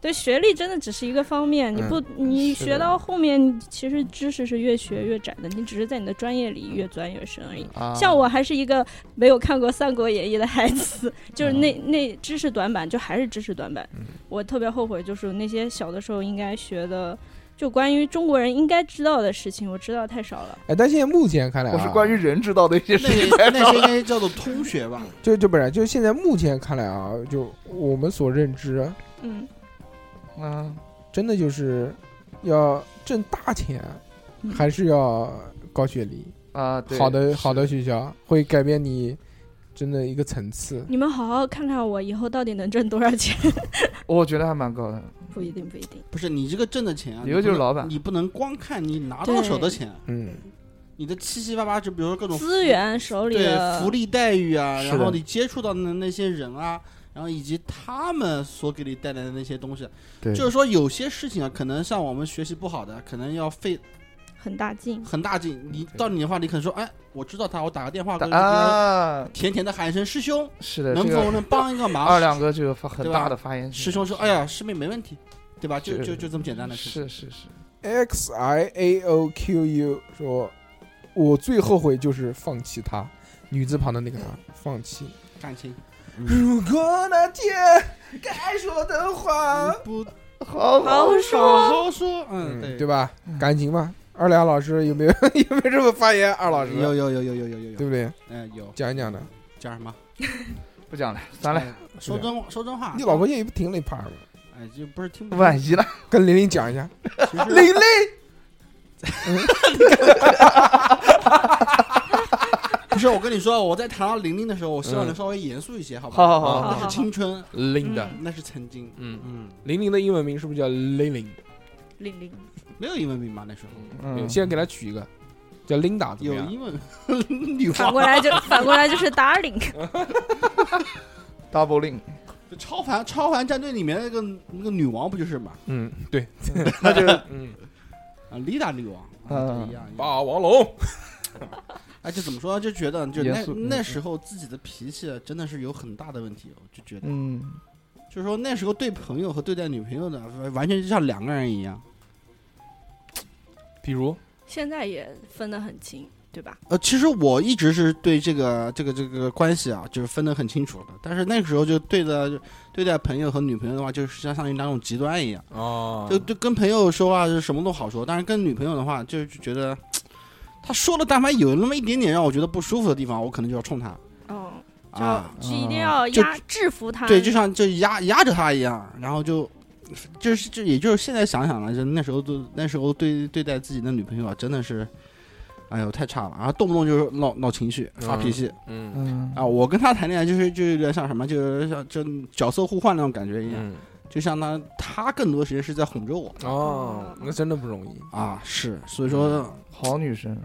[SPEAKER 19] 对，学历真的只是一个方面，你
[SPEAKER 2] 嗯
[SPEAKER 19] 不，你
[SPEAKER 2] 是
[SPEAKER 19] 学
[SPEAKER 2] 的
[SPEAKER 19] 到后面，你其实知识是越学越窄的，你只是在你的专业里越钻越深而已。
[SPEAKER 4] 啊
[SPEAKER 19] 像我还是一个没有看过《三国演义》的孩子， 就是那、
[SPEAKER 2] 嗯
[SPEAKER 19] 那知识短板，就还是知识短板。我特别后悔，就是那些小的时候应该学的，就关于中国人应该知道的事情，我知道太少了。
[SPEAKER 2] 哎，但现在目前看来、啊，
[SPEAKER 4] 我是关于人知道的一些事情。
[SPEAKER 3] 那些应该叫做通学吧？
[SPEAKER 2] 就就不是，就现在目前看来啊，就我们所认知，
[SPEAKER 19] 嗯
[SPEAKER 4] 啊，
[SPEAKER 2] 真的就是要挣大钱，还是要高学历
[SPEAKER 4] 啊对
[SPEAKER 2] 好的好的学校会改变你真的一个层次。
[SPEAKER 19] 你们好好看看我以后到底能挣多少钱，
[SPEAKER 4] 我觉得还蛮高的。
[SPEAKER 19] 不一定，不一 定。
[SPEAKER 3] 不是你这个挣的钱啊，
[SPEAKER 4] 以后就是老板
[SPEAKER 3] 你不能你不能光看你拿到手的钱，
[SPEAKER 2] 嗯，
[SPEAKER 3] 你的七七八八，就比如说各种
[SPEAKER 19] 资源手里的
[SPEAKER 3] 对福利待遇啊，
[SPEAKER 2] 是的
[SPEAKER 3] 然后你接触到的那些人啊，然后以及他们所给你带来的那些东西，
[SPEAKER 4] 对
[SPEAKER 3] 就是说有些事情啊，可能像我们学习不好的，可能要费
[SPEAKER 19] 很大劲，
[SPEAKER 3] 很大劲。你到你的话，你可能说，哎，我知道他，我打个电话
[SPEAKER 4] 打
[SPEAKER 3] 跟他
[SPEAKER 4] 啊
[SPEAKER 3] 甜甜的喊一声师兄，
[SPEAKER 4] 是的，
[SPEAKER 3] 能
[SPEAKER 4] 这个
[SPEAKER 3] 否能帮一个忙？
[SPEAKER 4] 二两哥这个发
[SPEAKER 3] 对
[SPEAKER 4] 很
[SPEAKER 3] 吧
[SPEAKER 4] 大的发言
[SPEAKER 3] 师兄说，哎呀，师妹没问题，对吧？就是就就这么简单的事情。
[SPEAKER 4] 是是是。
[SPEAKER 2] X I A O Q U 说，我最后悔就是放弃他，女字旁的那个他，放弃。
[SPEAKER 3] 感情。
[SPEAKER 2] 如果那天
[SPEAKER 1] 该说的话
[SPEAKER 3] 不
[SPEAKER 1] 好好说，
[SPEAKER 3] 好好说，嗯，
[SPEAKER 2] 对吧？感情嘛，二两老师有没有有没有这么发言？二老师
[SPEAKER 3] 有有有有有有有有
[SPEAKER 2] 对不对？
[SPEAKER 3] 嗯，有
[SPEAKER 2] 讲一讲哎呢，
[SPEAKER 3] 讲什么？
[SPEAKER 4] 不讲了，算了。
[SPEAKER 3] 说真说真话，
[SPEAKER 2] 你老婆现在不听那盘吗？
[SPEAKER 3] 哎，就不是听不
[SPEAKER 4] 万一了，
[SPEAKER 2] 跟玲玲讲一下。
[SPEAKER 3] 玲
[SPEAKER 2] 玲，嗯
[SPEAKER 3] 不是，我跟你说，我在谈到玲玲的时候，我希望能
[SPEAKER 2] 嗯
[SPEAKER 3] 稍微严肃一些，好吧？啊
[SPEAKER 2] 好好好好
[SPEAKER 3] 那
[SPEAKER 2] 好
[SPEAKER 3] 是青春，
[SPEAKER 2] Linda
[SPEAKER 3] 嗯那是曾经，
[SPEAKER 2] 嗯
[SPEAKER 3] 嗯，
[SPEAKER 2] 玲玲的英文名是不是叫 Linda？
[SPEAKER 17] 玲玲，
[SPEAKER 3] 没有英文名吧？那时候，
[SPEAKER 2] 嗯，现在给她取一个叫 Linda 怎
[SPEAKER 3] 有
[SPEAKER 2] 么样？
[SPEAKER 3] 英文女
[SPEAKER 8] 反过来就反过来就是 darling，
[SPEAKER 4] Double Link，
[SPEAKER 3] 超凡超凡战队里面那个那个女王不就是嘛？，
[SPEAKER 2] 嗯，对
[SPEAKER 3] 那就是
[SPEAKER 2] 嗯
[SPEAKER 3] 啊，丽达女王，
[SPEAKER 2] 嗯
[SPEAKER 3] 啊，一样，
[SPEAKER 2] 霸王龙。
[SPEAKER 3] 哎，就怎么说呢？就觉得就
[SPEAKER 2] 严
[SPEAKER 3] 那
[SPEAKER 2] 肃嗯
[SPEAKER 3] 那时候自己的脾气啊真的是有很大的问题，我就觉得，
[SPEAKER 4] 嗯，
[SPEAKER 3] 就是说那时候对朋友和对待女朋友的完完全就像两个人一样。
[SPEAKER 2] 比如，
[SPEAKER 19] 现在也分得很清，对吧？
[SPEAKER 3] 呃，其实我一直是对这个这个这个关系啊，就是分得很清楚的。但是那个时候就对的对待朋友和女朋友的话，就是相当于两种极端一样。
[SPEAKER 2] 哦
[SPEAKER 3] 就就跟朋友说话是什么都好说，但是跟女朋友的话，就是觉得她说的但凡有那么一点点让我觉得不舒服的地方，我可能就要冲她
[SPEAKER 19] 哦，
[SPEAKER 3] 啊，
[SPEAKER 19] 就一定要
[SPEAKER 3] 就
[SPEAKER 19] 压制服他。
[SPEAKER 3] 对，就像就压压着她一样，然后就就是就也就是现在想想了，就那时候都那时候对对待自己的女朋友啊，真的是。哎呦，太差了！然后动不动就是闹闹情绪、发脾气，
[SPEAKER 2] 嗯
[SPEAKER 4] 嗯
[SPEAKER 3] 啊，我跟他谈恋爱就是就有点像什么，就是像就角色互换那种感觉一
[SPEAKER 4] 嗯
[SPEAKER 3] 样，就像他他更多时间是在哄着我
[SPEAKER 2] 哦，那真的不容易
[SPEAKER 3] 啊，是，所以说
[SPEAKER 4] 嗯好女生。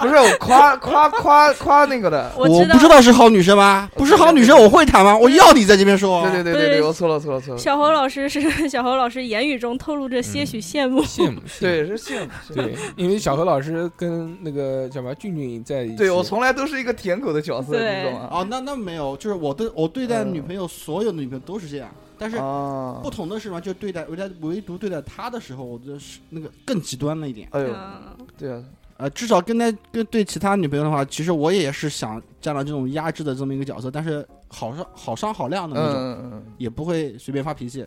[SPEAKER 4] 不是我夸夸夸夸那个的，
[SPEAKER 3] 我不知道是好女生吗？不是好女生，我会谈吗？我要你在这边说，
[SPEAKER 4] 对对对对对，我错了错了错了，
[SPEAKER 19] 小侯老师是 小侯老师言语中透露着些
[SPEAKER 3] 嗯
[SPEAKER 19] 许羡慕，
[SPEAKER 2] 羡慕，
[SPEAKER 4] 对是羡慕，
[SPEAKER 2] 对，因为小何老师跟那个叫什么俊俊在一起，
[SPEAKER 4] 对我从来都是一个舔狗的角色，你懂吗？嗯
[SPEAKER 3] 哦，那那没有，就是我对我对待女朋友所有的女朋友都是这样，但是
[SPEAKER 4] 哦
[SPEAKER 3] 不同的是嘛，就对待唯待唯独对待他的时候，我就是那个更极端了一点。
[SPEAKER 4] 哎呦，
[SPEAKER 1] 嗯
[SPEAKER 4] 对啊，
[SPEAKER 3] 呃，至少跟他跟对其他女朋友的话，其实我也是想站到这种压制的这么一个角色，但是好商好商好量的那种，
[SPEAKER 4] 嗯嗯嗯
[SPEAKER 3] 也不会随便发脾气。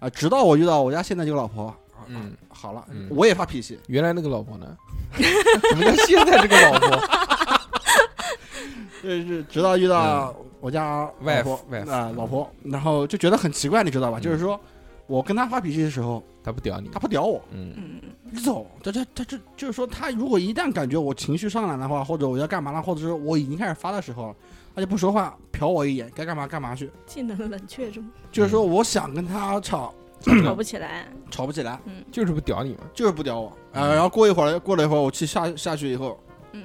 [SPEAKER 3] 啊、直到我遇到我家现在这个老婆，
[SPEAKER 2] 嗯，
[SPEAKER 3] 好了
[SPEAKER 2] 嗯
[SPEAKER 3] 我也发脾气。
[SPEAKER 2] 原来那个老婆呢？怎么叫现在这个老婆？
[SPEAKER 3] 就是直到遇到我家老婆
[SPEAKER 2] 嗯 Wife，wife 嗯
[SPEAKER 3] 啊、老婆，然后就觉得很奇怪，你知道吧？就是说，我跟他发脾气的时候，
[SPEAKER 2] 他不屌你，
[SPEAKER 3] 他不屌我，
[SPEAKER 2] 嗯，
[SPEAKER 3] 你走。他他他这就是说，他如果一旦感觉我情绪上来的话，或者我要干嘛了，或者是我已经开始发的时候，他就不说话，瞟我一眼，该干嘛干嘛去。
[SPEAKER 19] 技能冷却 中，
[SPEAKER 3] 就
[SPEAKER 2] 嗯
[SPEAKER 3] 是说，我想跟他吵，
[SPEAKER 19] 吵不起来。
[SPEAKER 3] 吵不起来，
[SPEAKER 19] 嗯，
[SPEAKER 2] 就是不屌你嘛，嗯
[SPEAKER 3] 就是不屌我啊、然后过一会儿，过了一会儿，我去下下去以后，
[SPEAKER 19] 嗯，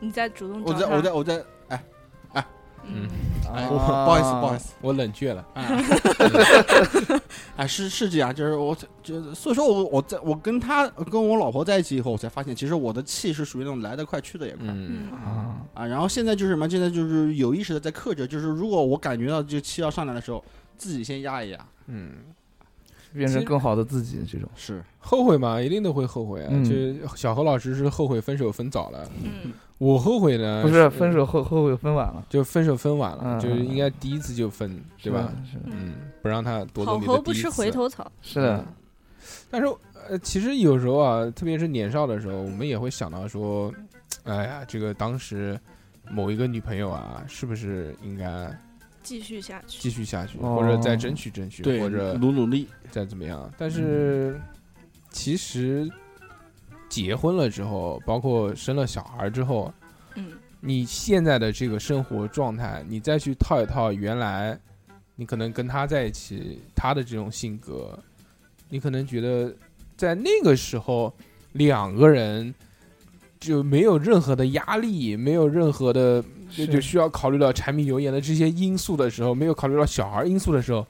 [SPEAKER 19] 你再主动
[SPEAKER 3] 我
[SPEAKER 19] 找
[SPEAKER 3] 再
[SPEAKER 19] 他
[SPEAKER 3] 我再我再，哎哎，
[SPEAKER 2] 嗯，
[SPEAKER 3] 哎，
[SPEAKER 2] 啊
[SPEAKER 3] 不好意思不好意思，
[SPEAKER 2] 我冷却了
[SPEAKER 3] 哎 哎，是是这样，就是我就所以说我我在我跟他跟我老婆在一起以后，我才发现其实我的气是属于那种来得快去得也快，
[SPEAKER 2] 嗯
[SPEAKER 3] 啊，然后现在就是什么？现在就是有意识的在克制，就是如果我感觉到这气要上来的时候，自己先压一压，
[SPEAKER 2] 嗯，
[SPEAKER 4] 变成更好的自己，这种
[SPEAKER 3] 是
[SPEAKER 2] 后悔嘛，一定都会后悔啊。
[SPEAKER 4] 嗯
[SPEAKER 2] 就是小何老师是后悔分手分早了，我后悔呢
[SPEAKER 4] 不是分手后后悔分晚了，
[SPEAKER 2] 呃就分手分晚了，
[SPEAKER 4] 嗯
[SPEAKER 2] 就是应该第一次就分，对吧？
[SPEAKER 4] 是的
[SPEAKER 2] 嗯，不让他夺走
[SPEAKER 19] 好
[SPEAKER 2] 你
[SPEAKER 19] 猴
[SPEAKER 2] 的
[SPEAKER 19] 不
[SPEAKER 2] 第一
[SPEAKER 19] 吃
[SPEAKER 2] 次嗯
[SPEAKER 19] 回头草，
[SPEAKER 4] 是的，
[SPEAKER 2] 但是呃，其实有时候啊，特别是年少的时候，我们也会想到说，哎呀，这个当时某一个女朋友啊，是不是应该
[SPEAKER 19] 继续下去。
[SPEAKER 3] 嗯
[SPEAKER 2] 继续下去，
[SPEAKER 4] 哦
[SPEAKER 2] 或者再争取争取，
[SPEAKER 3] 对
[SPEAKER 2] 或者
[SPEAKER 3] 努努力，
[SPEAKER 2] 再怎么样？但
[SPEAKER 4] 嗯
[SPEAKER 2] 是其实结婚了之后，包括生了小孩之后，
[SPEAKER 19] 嗯，
[SPEAKER 2] 你现在的这个生活状态，你再去套一套原来你可能跟他在一起他的这种性格，你可能觉得在那个时候两个人就没有任何的压力，没有任何的就是就需要考虑到柴米油盐的这些因素的时候，没有考虑到小孩因素的时候，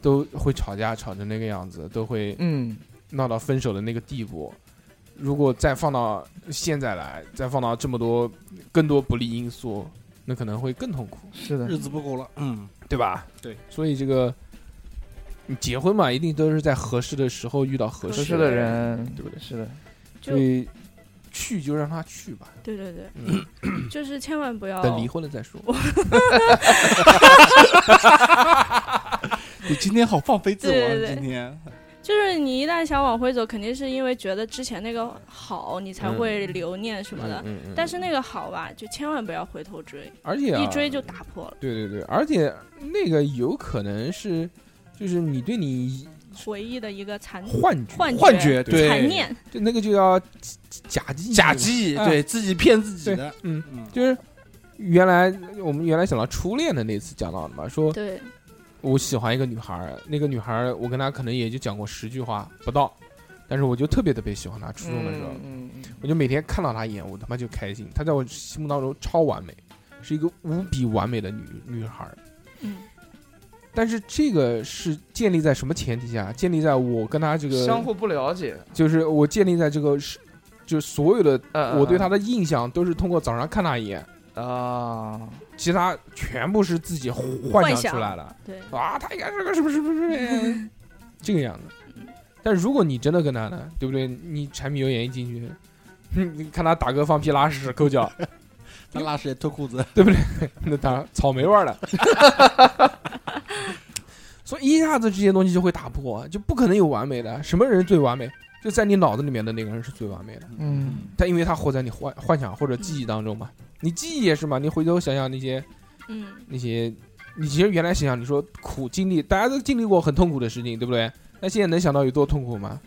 [SPEAKER 2] 都会吵架吵成那个样子，都会
[SPEAKER 4] 嗯
[SPEAKER 2] 闹到分手的那个地步。如果再放到现在来，再放到这么多更多不利因素，那可能会更痛苦。
[SPEAKER 4] 是的
[SPEAKER 3] 日子不够了，嗯，
[SPEAKER 2] 对吧？
[SPEAKER 3] 对，
[SPEAKER 2] 所以这个你结婚嘛，一定都是在合适的时候遇到合
[SPEAKER 4] 合
[SPEAKER 2] 适
[SPEAKER 4] 适的人
[SPEAKER 2] 对不对？
[SPEAKER 4] 是的，
[SPEAKER 2] 所以去就让他去吧。
[SPEAKER 19] 对对对，
[SPEAKER 2] 嗯
[SPEAKER 19] 就是千万不要
[SPEAKER 2] 等离婚了再 说
[SPEAKER 19] 我
[SPEAKER 3] 你今天好放飞自我
[SPEAKER 19] 对
[SPEAKER 3] 啊，
[SPEAKER 19] 对对
[SPEAKER 3] 今天
[SPEAKER 19] 就是你一旦想往回走，肯定是因为觉得之前那个好，你才会留念什么的。
[SPEAKER 2] 嗯嗯嗯嗯嗯
[SPEAKER 19] 但是那个好吧，就千万不要回头追，
[SPEAKER 2] 而且啊
[SPEAKER 19] 一追就打破了
[SPEAKER 2] 对对对，而且那个有可能是，就是你对你
[SPEAKER 19] 回忆的一个残
[SPEAKER 2] 幻觉、
[SPEAKER 19] 幻
[SPEAKER 2] 幻觉对
[SPEAKER 19] 残念。
[SPEAKER 2] 就那个就叫假记忆嘛，
[SPEAKER 3] 假记忆
[SPEAKER 2] 哎
[SPEAKER 3] 对自己骗自己的
[SPEAKER 2] 对嗯，就是原来我们原来讲到初恋的那次讲到的嘛，说
[SPEAKER 19] 对，
[SPEAKER 2] 我喜欢一个女孩儿，那个女孩儿我跟她可能也就讲过十句话不到，但是我就特别特别喜欢她。初中的时候，
[SPEAKER 4] 嗯
[SPEAKER 2] 我就每天看到她一眼，我他妈就开心。她在我心目当中超完美，是一个无比完美的女女孩儿。
[SPEAKER 19] 嗯，
[SPEAKER 2] 但是这个是建立在什么前提下？建立在我跟她这个
[SPEAKER 4] 相互不了解，
[SPEAKER 2] 就是我建立在这个是，就是所有的
[SPEAKER 4] 嗯嗯
[SPEAKER 2] 我对他的印象都是通过早上看他一眼
[SPEAKER 4] 啊，
[SPEAKER 3] 哦
[SPEAKER 2] 其他全部是自己幻
[SPEAKER 4] 幻
[SPEAKER 2] 想出
[SPEAKER 4] 想
[SPEAKER 2] 来的。
[SPEAKER 19] 对
[SPEAKER 2] 啊，他应该是个什么什么什么这个样子。但如果你真的跟他呢，对不对？你柴米油盐一进去，哼你看他打嗝、放屁、拉屎、抠脚，
[SPEAKER 3] 他拉屎也脱裤子，
[SPEAKER 2] 对不对？ 那当然草莓味儿了。 所以一下子这些东西就会打破，就不可能有完美的。什么人最完美？就在你脑子里面的那个人是最完美的。
[SPEAKER 4] 嗯，
[SPEAKER 2] 但因为他活在你幻幻想或者记忆当中嘛，你记忆也是嘛。你回头想想那些
[SPEAKER 19] 嗯，
[SPEAKER 2] 那些，你其实原来想想，你说苦经历，大家都经历过很痛苦的事情，对不对？那现在能想到有多痛苦吗？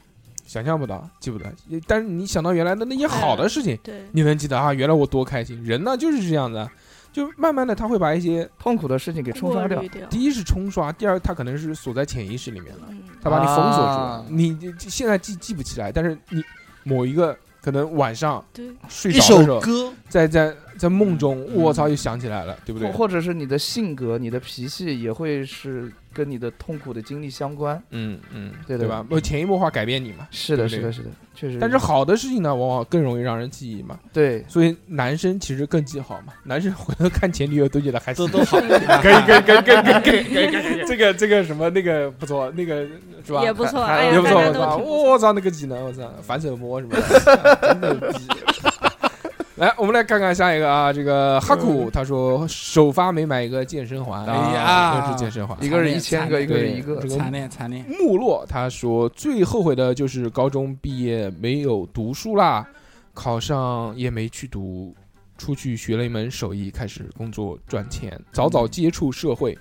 [SPEAKER 2] 想象不到，记不得。也但是你想到原来的那些好的事情，
[SPEAKER 19] 对
[SPEAKER 2] 你能记得啊？原来我多开心。人呢就是这样子啊，就慢慢的他会把一些
[SPEAKER 4] 痛苦的事情给冲刷掉过滤掉
[SPEAKER 2] 第一是冲刷，第二他可能是锁在潜意识里面了，他把你封锁住了。
[SPEAKER 4] 啊
[SPEAKER 2] 你你现在记记不起来，但是你某一个可能晚上
[SPEAKER 19] 对
[SPEAKER 2] 睡着的时
[SPEAKER 4] 一首
[SPEAKER 2] 候，
[SPEAKER 4] 歌嗯
[SPEAKER 2] 在在在梦中，我操又想起来了，对不对
[SPEAKER 4] 或？或者是你的性格、你的脾气也会是跟你的痛苦的经历相关。
[SPEAKER 2] 嗯嗯，
[SPEAKER 4] 对的
[SPEAKER 2] 对吧？我潜移默化改变你嘛。
[SPEAKER 4] 是的
[SPEAKER 2] 对不
[SPEAKER 4] 是
[SPEAKER 2] 对
[SPEAKER 4] 的是的确实
[SPEAKER 2] 但是好的事情呢，往往更容易让人记忆嘛。
[SPEAKER 4] 对，
[SPEAKER 2] 所以男生其实更记好嘛。男生回头看前女友都觉得还都
[SPEAKER 3] 都好
[SPEAKER 2] 可以可以可以可以可以可以可以可 以。这个这个什么那个不错，那个是吧？
[SPEAKER 19] 也不错
[SPEAKER 2] 还
[SPEAKER 19] 哎呀
[SPEAKER 2] 也不错。
[SPEAKER 19] 大家
[SPEAKER 2] 我
[SPEAKER 19] 都
[SPEAKER 2] 操，
[SPEAKER 19] 挺
[SPEAKER 2] 我操那个技能，我操反手摸什么的，真的 逼。来，我们来看看下一个啊，这个哈
[SPEAKER 4] 嗯
[SPEAKER 2] 库他说首发没买一个健身环，啊
[SPEAKER 3] 哎呀
[SPEAKER 2] 又是健身环，
[SPEAKER 4] 啊一个是一千个，一个是一个
[SPEAKER 2] 对，这嗯
[SPEAKER 4] 惨
[SPEAKER 3] 惨烈惨烈。
[SPEAKER 2] 木落他说最后悔的就是高中毕业没有读书啦，考上也没去读，出去学了一门手艺，开始工作赚钱，早早接触社会。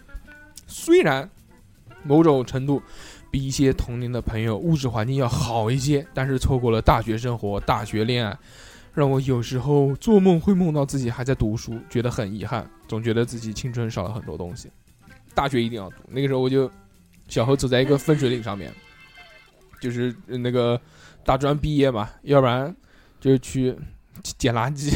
[SPEAKER 2] 虽然某种程度比一些同龄的朋友物质环境要好一些，但是错过了大学生活、大学恋爱，让我有时候做梦会梦到自己还在读书，觉得很遗憾，总觉得自己青春少了很多东西。大学一定要读，那个时候我就小猴走在一个分水岭上面，就是呃那个大专毕业嘛，要不然就是去捡垃 圾，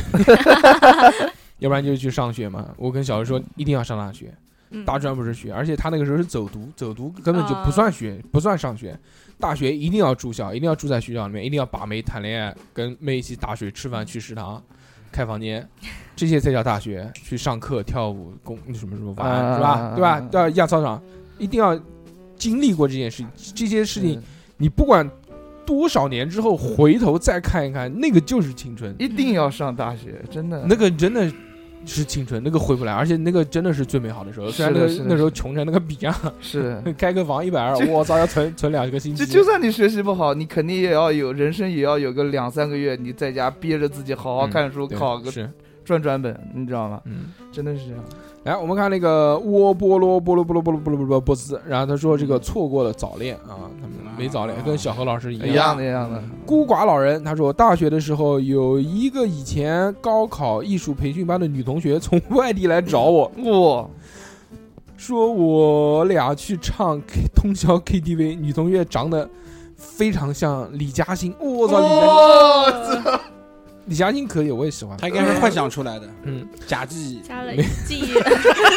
[SPEAKER 2] 要不然就是去上学嘛。我跟小猴说一定要上大学。
[SPEAKER 1] 嗯
[SPEAKER 2] 大专不是学，而且他那个时候是走读，走读根本就
[SPEAKER 4] 哦
[SPEAKER 1] 啊
[SPEAKER 2] 不算学，不算上学。大学一定要住校，一定要住在学校里面，一定要把妹、谈恋爱，跟妹一起打水、吃饭、去食堂、开房间，这些才叫大学。去上课、跳舞、公什么什么玩，
[SPEAKER 4] 啊
[SPEAKER 2] 是吧？对吧？到亚操场一定要经历过这件事情，这些事情你不管多少年之后回头再看一看，那个就是青春。
[SPEAKER 4] 一定要上大学，真的。
[SPEAKER 2] 那个真的是青春，那个回不来，而且那个真的是最美好的时候。虽然那个
[SPEAKER 4] 是的是的
[SPEAKER 2] 那时候穷成那个逼样，
[SPEAKER 4] 是
[SPEAKER 2] 开个房一百二，
[SPEAKER 4] 就
[SPEAKER 2] 我操，要存 存两个星期。
[SPEAKER 4] 就就算你学习不好，你肯定也要有人生，也要有个两三个月，你在家憋着自己好好看书，
[SPEAKER 2] 嗯对
[SPEAKER 4] 考个
[SPEAKER 2] 是
[SPEAKER 4] 赚赚本，你知道吗？
[SPEAKER 2] 嗯，
[SPEAKER 4] 真的是这样。
[SPEAKER 2] 来，我们看那个窝波罗波罗波罗波罗波罗波罗波斯，然后他说这个错过了早恋啊，他们没早恋，跟小何老师一样
[SPEAKER 4] 一样的一样的。
[SPEAKER 2] 孤寡老人，他说大学的时候有一个以前高考艺术培训班的女同学从外地来找我，
[SPEAKER 4] 哇，
[SPEAKER 2] 说我俩去唱 K, 通宵 KTV，女同学长得非常像李嘉欣，我操，李嘉欣，李嘉欣可以，我也喜欢，
[SPEAKER 3] 他应该是幻想出来的，
[SPEAKER 2] 嗯，
[SPEAKER 3] 假记忆，
[SPEAKER 19] 加了
[SPEAKER 2] 没
[SPEAKER 19] 记忆，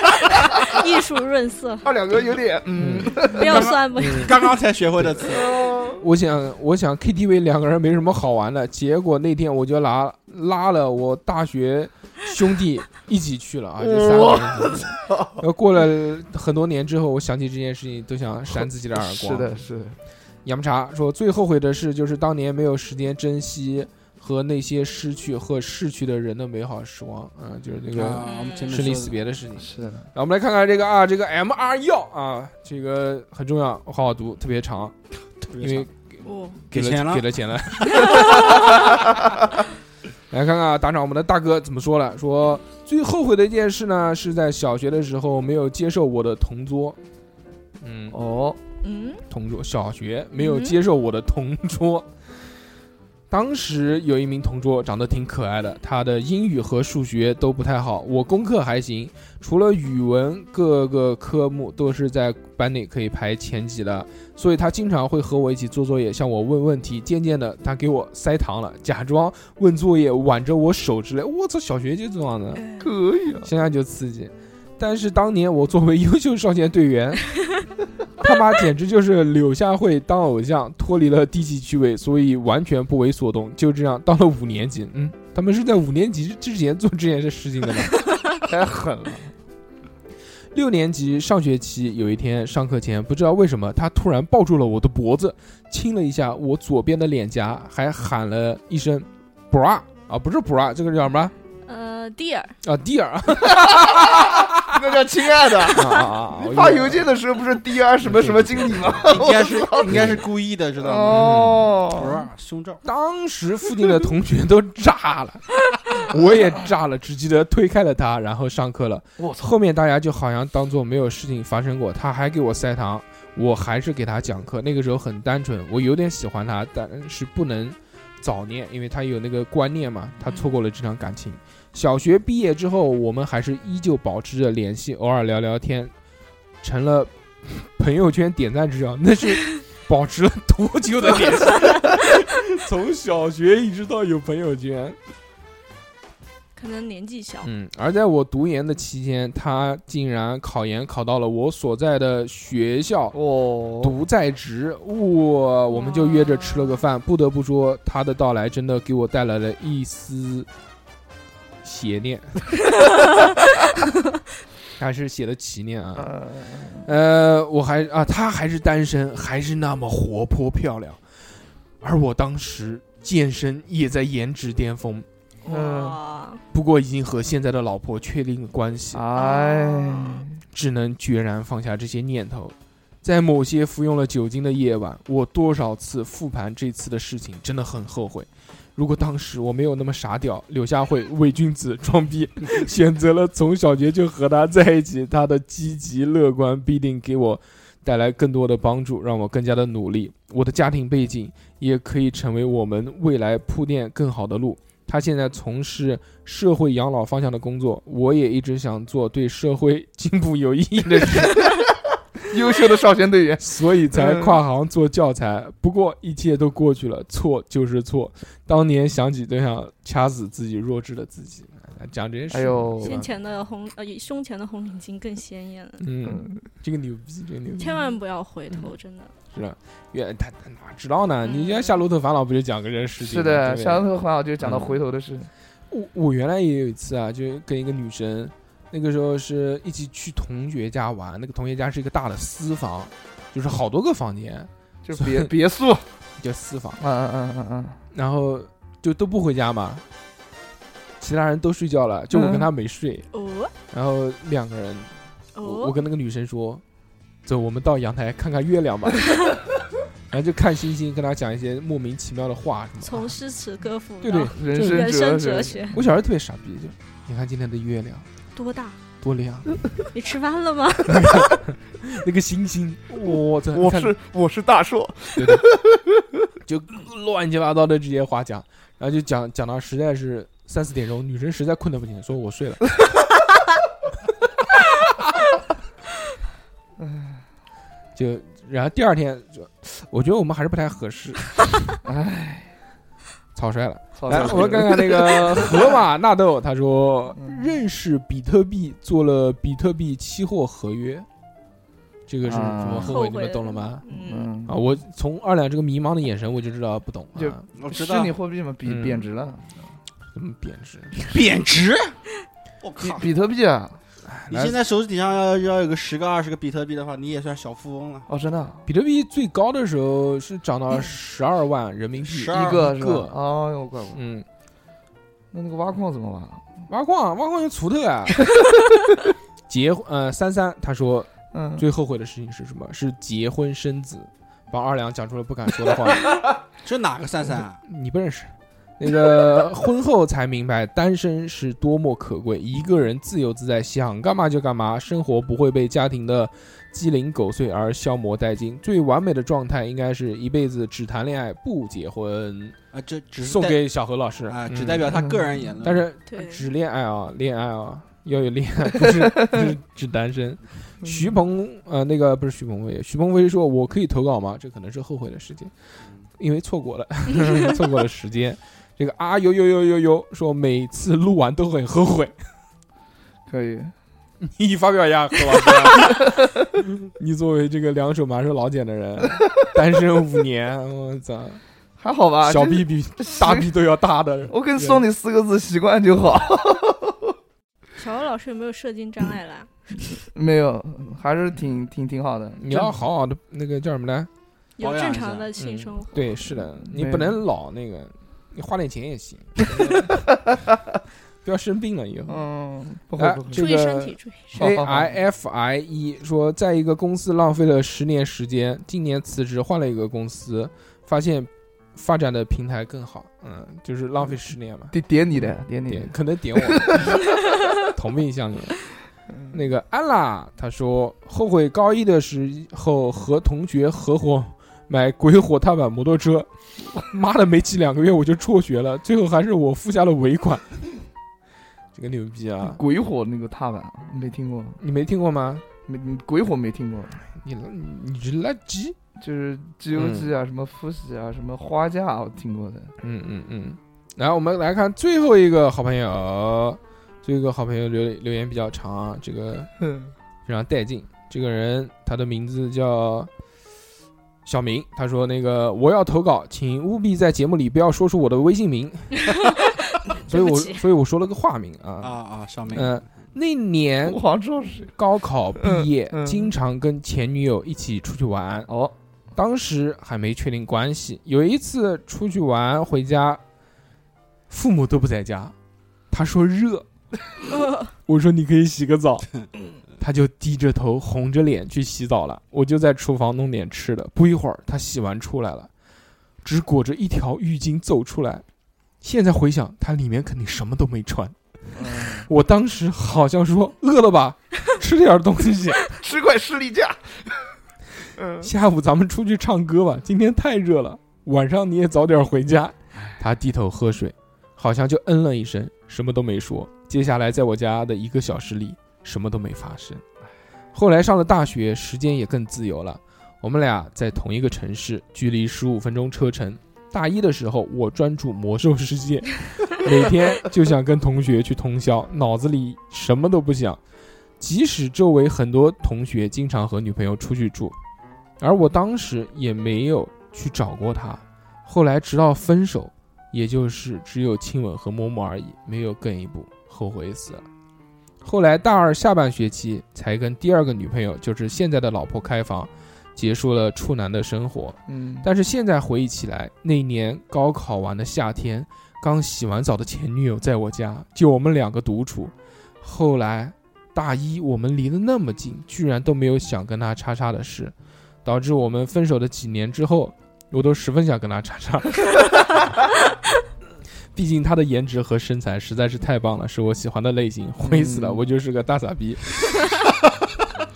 [SPEAKER 19] 艺术 润色。
[SPEAKER 4] 他两个有点，
[SPEAKER 2] 嗯，
[SPEAKER 19] 不要 算不。
[SPEAKER 3] 嗯刚刚才学会的词，
[SPEAKER 4] 哦
[SPEAKER 2] 我想，我想 KTV 两个人没什么好玩的，结果那天我就拿拉了我大学兄弟一起去 了啊，就三个人。然后过了很多年之后，我想起这件事情，都想扇自己的耳光。
[SPEAKER 4] 是的，是的。
[SPEAKER 2] 杨茶说，最后悔的事就是当年没有时间珍惜和那些失去和逝去的人的美好时光。嗯，就是那个
[SPEAKER 3] 啊我们前面
[SPEAKER 2] 生离
[SPEAKER 3] 说的
[SPEAKER 2] 死别的事情。是
[SPEAKER 4] 的。
[SPEAKER 2] 然后我们来看看这个啊，这个 M R 药啊，这个很重要，好好读，特别长，因为
[SPEAKER 3] 哦
[SPEAKER 2] 给
[SPEAKER 3] 给钱了
[SPEAKER 2] 给了钱了。 来看看啊打赏我们的大哥怎么说了？说最后悔的一件事呢，是在小学的时候没有接受我的同桌。嗯，
[SPEAKER 4] 哦，
[SPEAKER 2] 嗯，同桌，小学没有接受我的同桌。当时有一名同桌长得挺可爱的，他的英语和数学都不太好，我功课还行，除了语文各个科目都是在班里可以排前几的，所以他经常会和我一起做作业，向我问问题。渐渐的，他给我塞糖了，假装问作业，挽着我手之类。我操，小学就这样的，
[SPEAKER 4] 可以啊，
[SPEAKER 2] 现在就刺激。但是当年我作为优秀少先队员， 他妈简直就是柳下惠当偶像，脱离了低级趣味，所以完全不为所动。就这样，到了五年级，嗯，他们是在五年级之前做这件事情的吗？
[SPEAKER 4] 太狠了。
[SPEAKER 2] 六年级上学期有一天上课前，不知道为什么他突然抱住了我的脖子，亲了一下我左边的脸颊，还喊了一声 “bra” 啊，不是 bra，这个叫什么
[SPEAKER 19] 呃，dear，
[SPEAKER 2] 啊？dear
[SPEAKER 4] 那叫亲爱的。
[SPEAKER 2] 啊啊啊！我以为
[SPEAKER 4] 发邮件的时候不是 D R 什么什么经理 吗？
[SPEAKER 3] 应该是
[SPEAKER 4] 我操
[SPEAKER 3] 应该是故意的，知道吗？
[SPEAKER 4] 哦
[SPEAKER 3] 不是啊胸罩，
[SPEAKER 2] 当时附近的同学都炸 了，我也炸了，只记得推开了他，然后上课了。
[SPEAKER 4] 我操
[SPEAKER 2] 后面大家就好像当做没有事情发生过，他还给我塞糖，我还是给他讲课。那个时候很单纯，我有点喜欢他，但是不能早恋，因为他有那个观念嘛，他错过了这场感情。小学毕业之后，我们还是依旧保持着联系，偶尔聊聊天，成了朋友圈点赞之交。那是保持了多久的联系？ 从小学一直到有朋友圈。
[SPEAKER 19] 可能年纪小。
[SPEAKER 2] 嗯，而在我读研的期间，他竟然考研考到了我所在的学校
[SPEAKER 4] 哦，
[SPEAKER 2] 读在职，哇！我们就约着吃了个饭。不得不说，他的到来真的给我带来了一丝邪念，还是写的奇念啊。呃，我还啊，他还是单身，还是那么活泼漂亮，而我当时健身也在颜值巅峰。
[SPEAKER 19] 哇，
[SPEAKER 2] 不过已经和现在的老婆确定了关系，
[SPEAKER 4] 哎，
[SPEAKER 2] 只能决然放下这些念头。在某些服用了酒精的夜晚，我多少次复盘这次的事情，真的很后悔。如果当时我没有那么傻屌，柳下惠伪君子装逼， 选择了从小学就和他在一起，他的积极乐观必定给我带来更多的帮助，让我更加的努力。我的家庭背景也可以成为我们未来铺垫更好的路。他现在从事社会养老方向的工作，我也一直想做对社会进步有意义的事。
[SPEAKER 4] 优秀的少先队员， 嗯
[SPEAKER 2] 所以才跨行做教材。不过一切都过去了，错就是错。当年想起都想掐死自己弱智的自己。讲这些事，
[SPEAKER 4] 哎呦
[SPEAKER 19] 先前的红呃胸前的红领巾更鲜艳了，
[SPEAKER 2] 嗯，这个牛逼，这个牛逼，
[SPEAKER 19] 千万不要回头，真的。
[SPEAKER 2] 是吧？越他他哪知道呢？你像夏洛特烦恼不就讲个这事情吗？
[SPEAKER 4] 嗯是的，
[SPEAKER 2] 对不对嗯
[SPEAKER 4] 夏洛特烦恼就是讲到回头的事。
[SPEAKER 2] 我我原来也有一次啊，就跟一个女生，那个时候是一起去同学家玩，那个同学家是一个大的私房，就是好多个房间，
[SPEAKER 4] 就是别别墅，
[SPEAKER 2] 就私房，
[SPEAKER 4] 嗯嗯嗯嗯，
[SPEAKER 2] 然后就都不回家嘛，其他人都睡觉了，就我跟
[SPEAKER 4] 嗯
[SPEAKER 2] 她没睡，
[SPEAKER 19] 哦
[SPEAKER 2] 然后两个人，我我
[SPEAKER 19] 哦，
[SPEAKER 2] 跟那个女生说，走，我们到阳台看看月 亮吧。然后就看星星，跟她讲一些莫名其妙的话什么的
[SPEAKER 19] 从诗词歌赋
[SPEAKER 2] 对
[SPEAKER 19] 到
[SPEAKER 2] 对，
[SPEAKER 19] 就是人生哲学。
[SPEAKER 2] 我小时候特别傻逼，就你看今天的月亮
[SPEAKER 19] 多大？
[SPEAKER 2] 多亮，
[SPEAKER 19] 你吃饭了 吗？
[SPEAKER 2] 那个星星，我操！
[SPEAKER 4] 我
[SPEAKER 2] 看
[SPEAKER 4] 是我是大硕，
[SPEAKER 2] 对的就乱七八糟的这些话讲，然后就讲讲到实在是三四点钟，女生实在困得不行，说我睡了。 就然后第二天就，我觉得我们还是不太合 适。唉，草率了。
[SPEAKER 4] 草率
[SPEAKER 2] 来
[SPEAKER 4] 了，
[SPEAKER 2] 我们看看那个河马纳豆，他说
[SPEAKER 4] 嗯
[SPEAKER 2] 认识比特币，做了比特币期货合约。这个是什么
[SPEAKER 4] 啊
[SPEAKER 2] 后悔？你
[SPEAKER 4] 后悔
[SPEAKER 2] 们懂了吗？
[SPEAKER 4] 嗯
[SPEAKER 2] 啊，我从二两这个迷茫的眼神，我就知道不懂啊。
[SPEAKER 4] 就虚拟货币嘛，比
[SPEAKER 2] 嗯
[SPEAKER 4] 贬值了，
[SPEAKER 2] 怎么贬值？
[SPEAKER 3] 贬值？我
[SPEAKER 4] 比
[SPEAKER 3] 靠！
[SPEAKER 4] 比特币啊，
[SPEAKER 3] 你现在手指底下要要有个十个二十个比特币的话，你也算小富翁了。
[SPEAKER 4] 哦，真的，嗯
[SPEAKER 2] 比特币最高的时候是涨到十二万人民币
[SPEAKER 4] 12一个
[SPEAKER 2] 个
[SPEAKER 4] 是吧
[SPEAKER 2] 个。
[SPEAKER 4] 哎呦，怪不得。
[SPEAKER 2] 嗯，
[SPEAKER 4] 那那个挖矿怎么挖？啊
[SPEAKER 2] 挖矿，挖矿就锄头 啊。结婚呃，三三他说，
[SPEAKER 4] 嗯
[SPEAKER 2] 最后悔的事情是什么？是结婚生子，帮二两讲出了不敢说的话。
[SPEAKER 3] 这哪个三三啊？
[SPEAKER 2] 你不认识。那 个婚后才明白单身是多么可贵，一个人自由自在，想干嘛就干嘛，生活不会被家庭的鸡零狗碎而消磨殆尽。最完美的状态应该是一辈子只谈恋爱不结婚
[SPEAKER 3] 啊，这只是
[SPEAKER 2] 送
[SPEAKER 3] 代
[SPEAKER 2] 给小何老师
[SPEAKER 3] 啊
[SPEAKER 2] 嗯
[SPEAKER 3] 只代表他个人言论
[SPEAKER 2] 但是
[SPEAKER 3] 对
[SPEAKER 2] 只恋爱啊，恋爱啊，要有恋爱，不是 不是只单身。
[SPEAKER 4] 嗯
[SPEAKER 2] 徐鹏呃，那个不是徐鹏飞，徐鹏飞说：“我可以投稿吗？”这可能是后悔的事情，
[SPEAKER 4] 嗯
[SPEAKER 2] 因为错过了， 错过了时间。这个啊，有有有有有，说每次录完都很后 悔。
[SPEAKER 4] 可以，
[SPEAKER 2] 你发表一下，何老啊师，你作为这个两手麻手老茧的人，单身五年，我操，
[SPEAKER 4] 还好吧？
[SPEAKER 2] 小
[SPEAKER 4] 这
[SPEAKER 2] B 比大 B 都要大的。
[SPEAKER 4] 我跟送你四个字：习惯就好。
[SPEAKER 19] 小欧老师有没有射精障碍啦？
[SPEAKER 4] 没有，还是挺挺挺好的。
[SPEAKER 2] 你要好好的那个叫什么来？嗯
[SPEAKER 19] 有正常的
[SPEAKER 4] 嗯
[SPEAKER 19] 性生活。
[SPEAKER 2] 对，是的，你
[SPEAKER 4] 没
[SPEAKER 2] 不
[SPEAKER 4] 有
[SPEAKER 2] 能老那个，你花点钱也 行，不要生病了以后。
[SPEAKER 4] 嗯，不会
[SPEAKER 2] 来
[SPEAKER 4] 不会
[SPEAKER 2] 这
[SPEAKER 4] 注意
[SPEAKER 2] 个
[SPEAKER 4] 身体注意身体
[SPEAKER 2] A I F I E 说，在一个公司浪费了十年时间，今年辞职换了一个公司，发现发展的平台更好，嗯，就是浪费十年嘛。
[SPEAKER 4] 点点你的，点你的，
[SPEAKER 2] 可能点 我， 同病相怜。那个安啦，他说后悔高一的时候和同学合伙买鬼火踏板摩托车，妈的没骑两个月我就辍学了，最后还是我付下了尾款。这个牛逼啊！
[SPEAKER 4] 嗯鬼火那个踏板没听过，
[SPEAKER 2] 你没听过吗？
[SPEAKER 4] 没，鬼火没听过。
[SPEAKER 2] 你你这垃圾，
[SPEAKER 4] 就是《西游记》啊，什么《伏羲》啊，什么花架啊，我听过的。
[SPEAKER 2] 嗯嗯嗯。然后我们来看最后一个好朋友，最后一个好朋友留留言比较长啊，这个
[SPEAKER 4] 嗯
[SPEAKER 2] 非常带劲。这个人他的名字叫小明，他说那个我要投稿，请务必在节目里不要说出我的微信 名，所以我
[SPEAKER 3] 对不起
[SPEAKER 2] 所以我说了个化名啊
[SPEAKER 3] 啊啊，小明，
[SPEAKER 2] 嗯、那年
[SPEAKER 4] 我好像知道是
[SPEAKER 2] 高考毕业，
[SPEAKER 4] 嗯嗯
[SPEAKER 2] 经常跟前女友一起出去玩。哦，当时还没确定关系。有一次出去玩回家，父母都不在家，他说 热，我说你可以洗个澡，他就低着头红着脸去洗澡了。我就在厨房弄点吃的，不一会儿他洗完出来了，只裹着一条浴巾走出来。现在回想，他里面肯定什么都没穿。 我当时好像说饿了吧，吃点东西。
[SPEAKER 4] 吃块士力架。
[SPEAKER 7] 嗯
[SPEAKER 2] 下午咱们出去唱歌吧，今天太热了，晚上你也早点回家。他低头喝水，好像就嗯了一声，什么都没说。接下来在我家的一个小时里，什么都没发生。后来上了大学，时间也更自由了。我们俩在同一个城市，距离十五分钟车程。大一的时候，我专注魔兽世界，每天就想跟同学去通宵，脑子里什么都不想。即使周围很多同学经常和女朋友出去住，而我当时也没有去找过她。后来直到分手，也就是只有亲吻和摸摸而已，没有更一步，后悔死了。后来大二下半学期才跟第二个女朋友，就是现在的老婆开房，结束了处男的生活。
[SPEAKER 4] 嗯
[SPEAKER 2] 但是现在回忆起来，那年高考完的夏天，刚洗完澡的前女友在我家，就我们两个独处。后来大一我们离得那么近，居然都没有想跟她叉叉的事，导致我们分手的几年之后，我都十分想跟她叉 叉。毕竟她的颜值和身材实在是太棒了，是我喜欢的类型。悔死了，
[SPEAKER 4] 嗯
[SPEAKER 2] 我就是个大傻逼。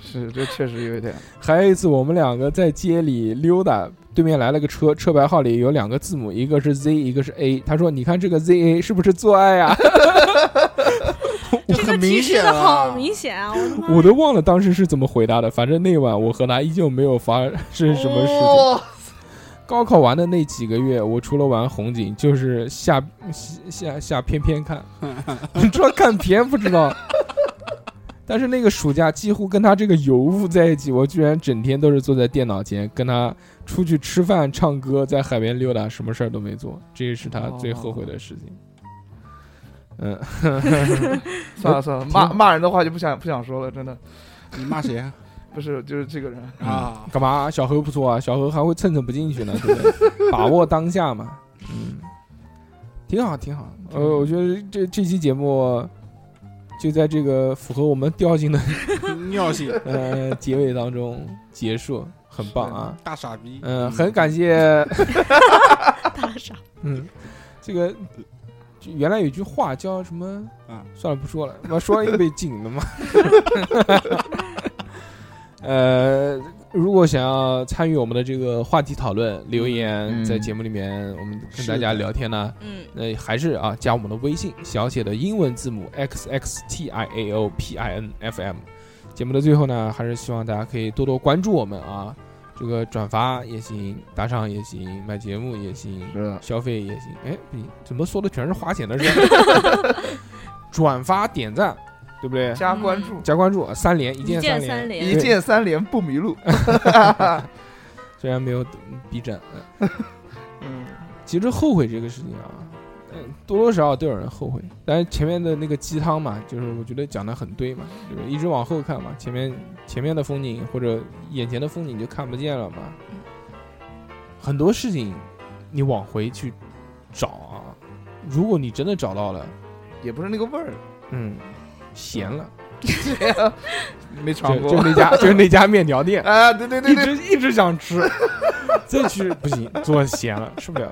[SPEAKER 4] 是这确实有 一点。
[SPEAKER 2] 还有一次，我们两个在街里溜达，对面来了个车，车牌号里有两个字母，一个是 Z，一个是 A。他说：“你看这个 ZA 是不是做爱啊呀、
[SPEAKER 8] 这个提示的好明显啊！我的妈！
[SPEAKER 2] 我都忘了当时是怎么回答的，反正那晚我和他依旧没有发生什么事
[SPEAKER 4] 哦
[SPEAKER 2] 情。高考完的那几个月，我除了玩红警，就是下下下偏偏看， 你知道看片不知道？但是那个暑假几乎跟他这个尤物在一起，我居然整天都是坐在电脑前，跟他出去吃饭、唱歌，在海边溜达，什么事儿都没做，这是他最后悔的事情。嗯，
[SPEAKER 4] 算了算了，骂骂人的话就不想不想说了，真的。
[SPEAKER 3] 你骂谁啊？
[SPEAKER 4] 不是，就是这个人
[SPEAKER 3] 啊。
[SPEAKER 2] 嗯干嘛？小何不错啊，小何还会蹭蹭不进去呢，对不对？把握当下嘛，嗯，挺好，挺好。呃，我觉得这这期节目就在这个符合我们调性的
[SPEAKER 3] 尿性
[SPEAKER 2] 呃结尾当中结束，很棒啊，
[SPEAKER 3] 大傻逼
[SPEAKER 2] 嗯，很感谢，
[SPEAKER 3] 大傻。
[SPEAKER 2] 嗯，这个就原来有句话叫什么
[SPEAKER 3] 啊？
[SPEAKER 2] 算了，不说了，我说了又被禁了嘛。 呃，如果想要参与我们的这个话题讨论，留言
[SPEAKER 5] 嗯
[SPEAKER 2] 在节目里面，我们跟
[SPEAKER 5] 是
[SPEAKER 2] 大家
[SPEAKER 5] 的
[SPEAKER 2] 聊天呢，
[SPEAKER 5] 嗯，
[SPEAKER 2] 那还是啊，加我们的微信，小写的英文字母 x x t i a o p i n f m。节目的最后呢，还是希望大家可以多多关注我们啊，这个转发也行，打赏也行，买节目也行，消费也行。哎，不行，怎么说的全是花钱的事 儿？转发、点赞，对不对？
[SPEAKER 4] 加关注，
[SPEAKER 2] 加关注，三连，一键
[SPEAKER 4] 一键
[SPEAKER 2] 连，
[SPEAKER 4] 三连
[SPEAKER 2] 对
[SPEAKER 4] 一键三连不迷路
[SPEAKER 2] 虽然没有 B 站， 嗯，其实后悔这个事情啊，嗯，多多少少都有人后悔。但是前面的那个鸡汤嘛，就是我觉得讲的很对嘛，对不对？一直往后看嘛，前面前面的风景或者眼前的风景就看不见了嘛。很多事情你往回去找啊，如果你真的找到了，
[SPEAKER 4] 也不是那个味儿。
[SPEAKER 2] 嗯，咸了。
[SPEAKER 4] 没尝过，
[SPEAKER 2] 就就那家就是那家面条店
[SPEAKER 4] 啊，对对对对，
[SPEAKER 2] 一直一直想吃，再去不行，做咸了吃不了，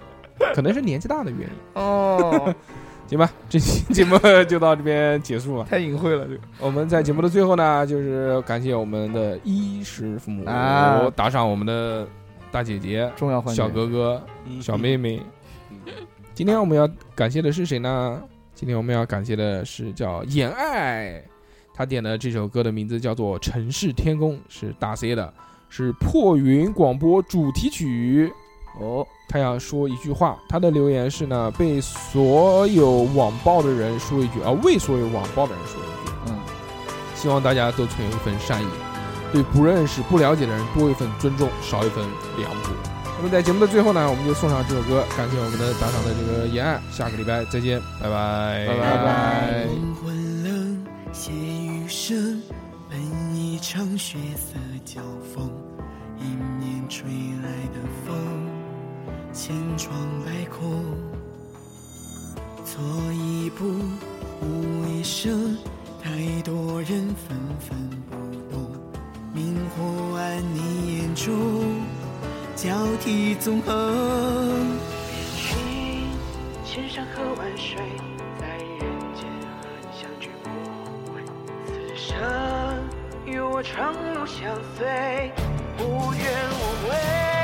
[SPEAKER 2] 可能是年纪大的原因。
[SPEAKER 4] 哦，
[SPEAKER 2] 行吧，这期 节目就到这边结束了，
[SPEAKER 4] 太隐晦了这个。
[SPEAKER 2] 我们在节目的最后呢，就是感谢我们的衣食父母
[SPEAKER 4] 啊
[SPEAKER 2] 打赏我们的大姐姐、
[SPEAKER 4] 重要环节
[SPEAKER 2] 小哥哥、小妹妹。今天我们要感谢的是谁呢？今天我们要感谢的是叫眼爱，他点的这首歌的名字叫做《城市天空》，是大 C 的，是破云广播主题曲。
[SPEAKER 4] 哦，
[SPEAKER 2] 他想说一句话，他的留言是呢，被所有网暴的人说一句，啊，为所有网暴的人说一句，
[SPEAKER 4] 嗯，
[SPEAKER 2] 希望大家都存有一份善意，对不认识、不了解的人多一份尊重，少一份凉薄。那么在节目的最后呢，我们就送上这首歌，感谢我们的打赏的这个延安，下个礼拜再见，拜拜，
[SPEAKER 4] 拜拜拜拜
[SPEAKER 20] 混冷，携雨声，伴一场血色交锋，迎面吹来的风，千疮百孔。错一步，误一生，太多人纷纷不懂，明或暗你眼中，交替纵横。
[SPEAKER 21] 千山和万水，在人间很相聚不悔。此生与我长路相随，
[SPEAKER 20] 无怨无悔。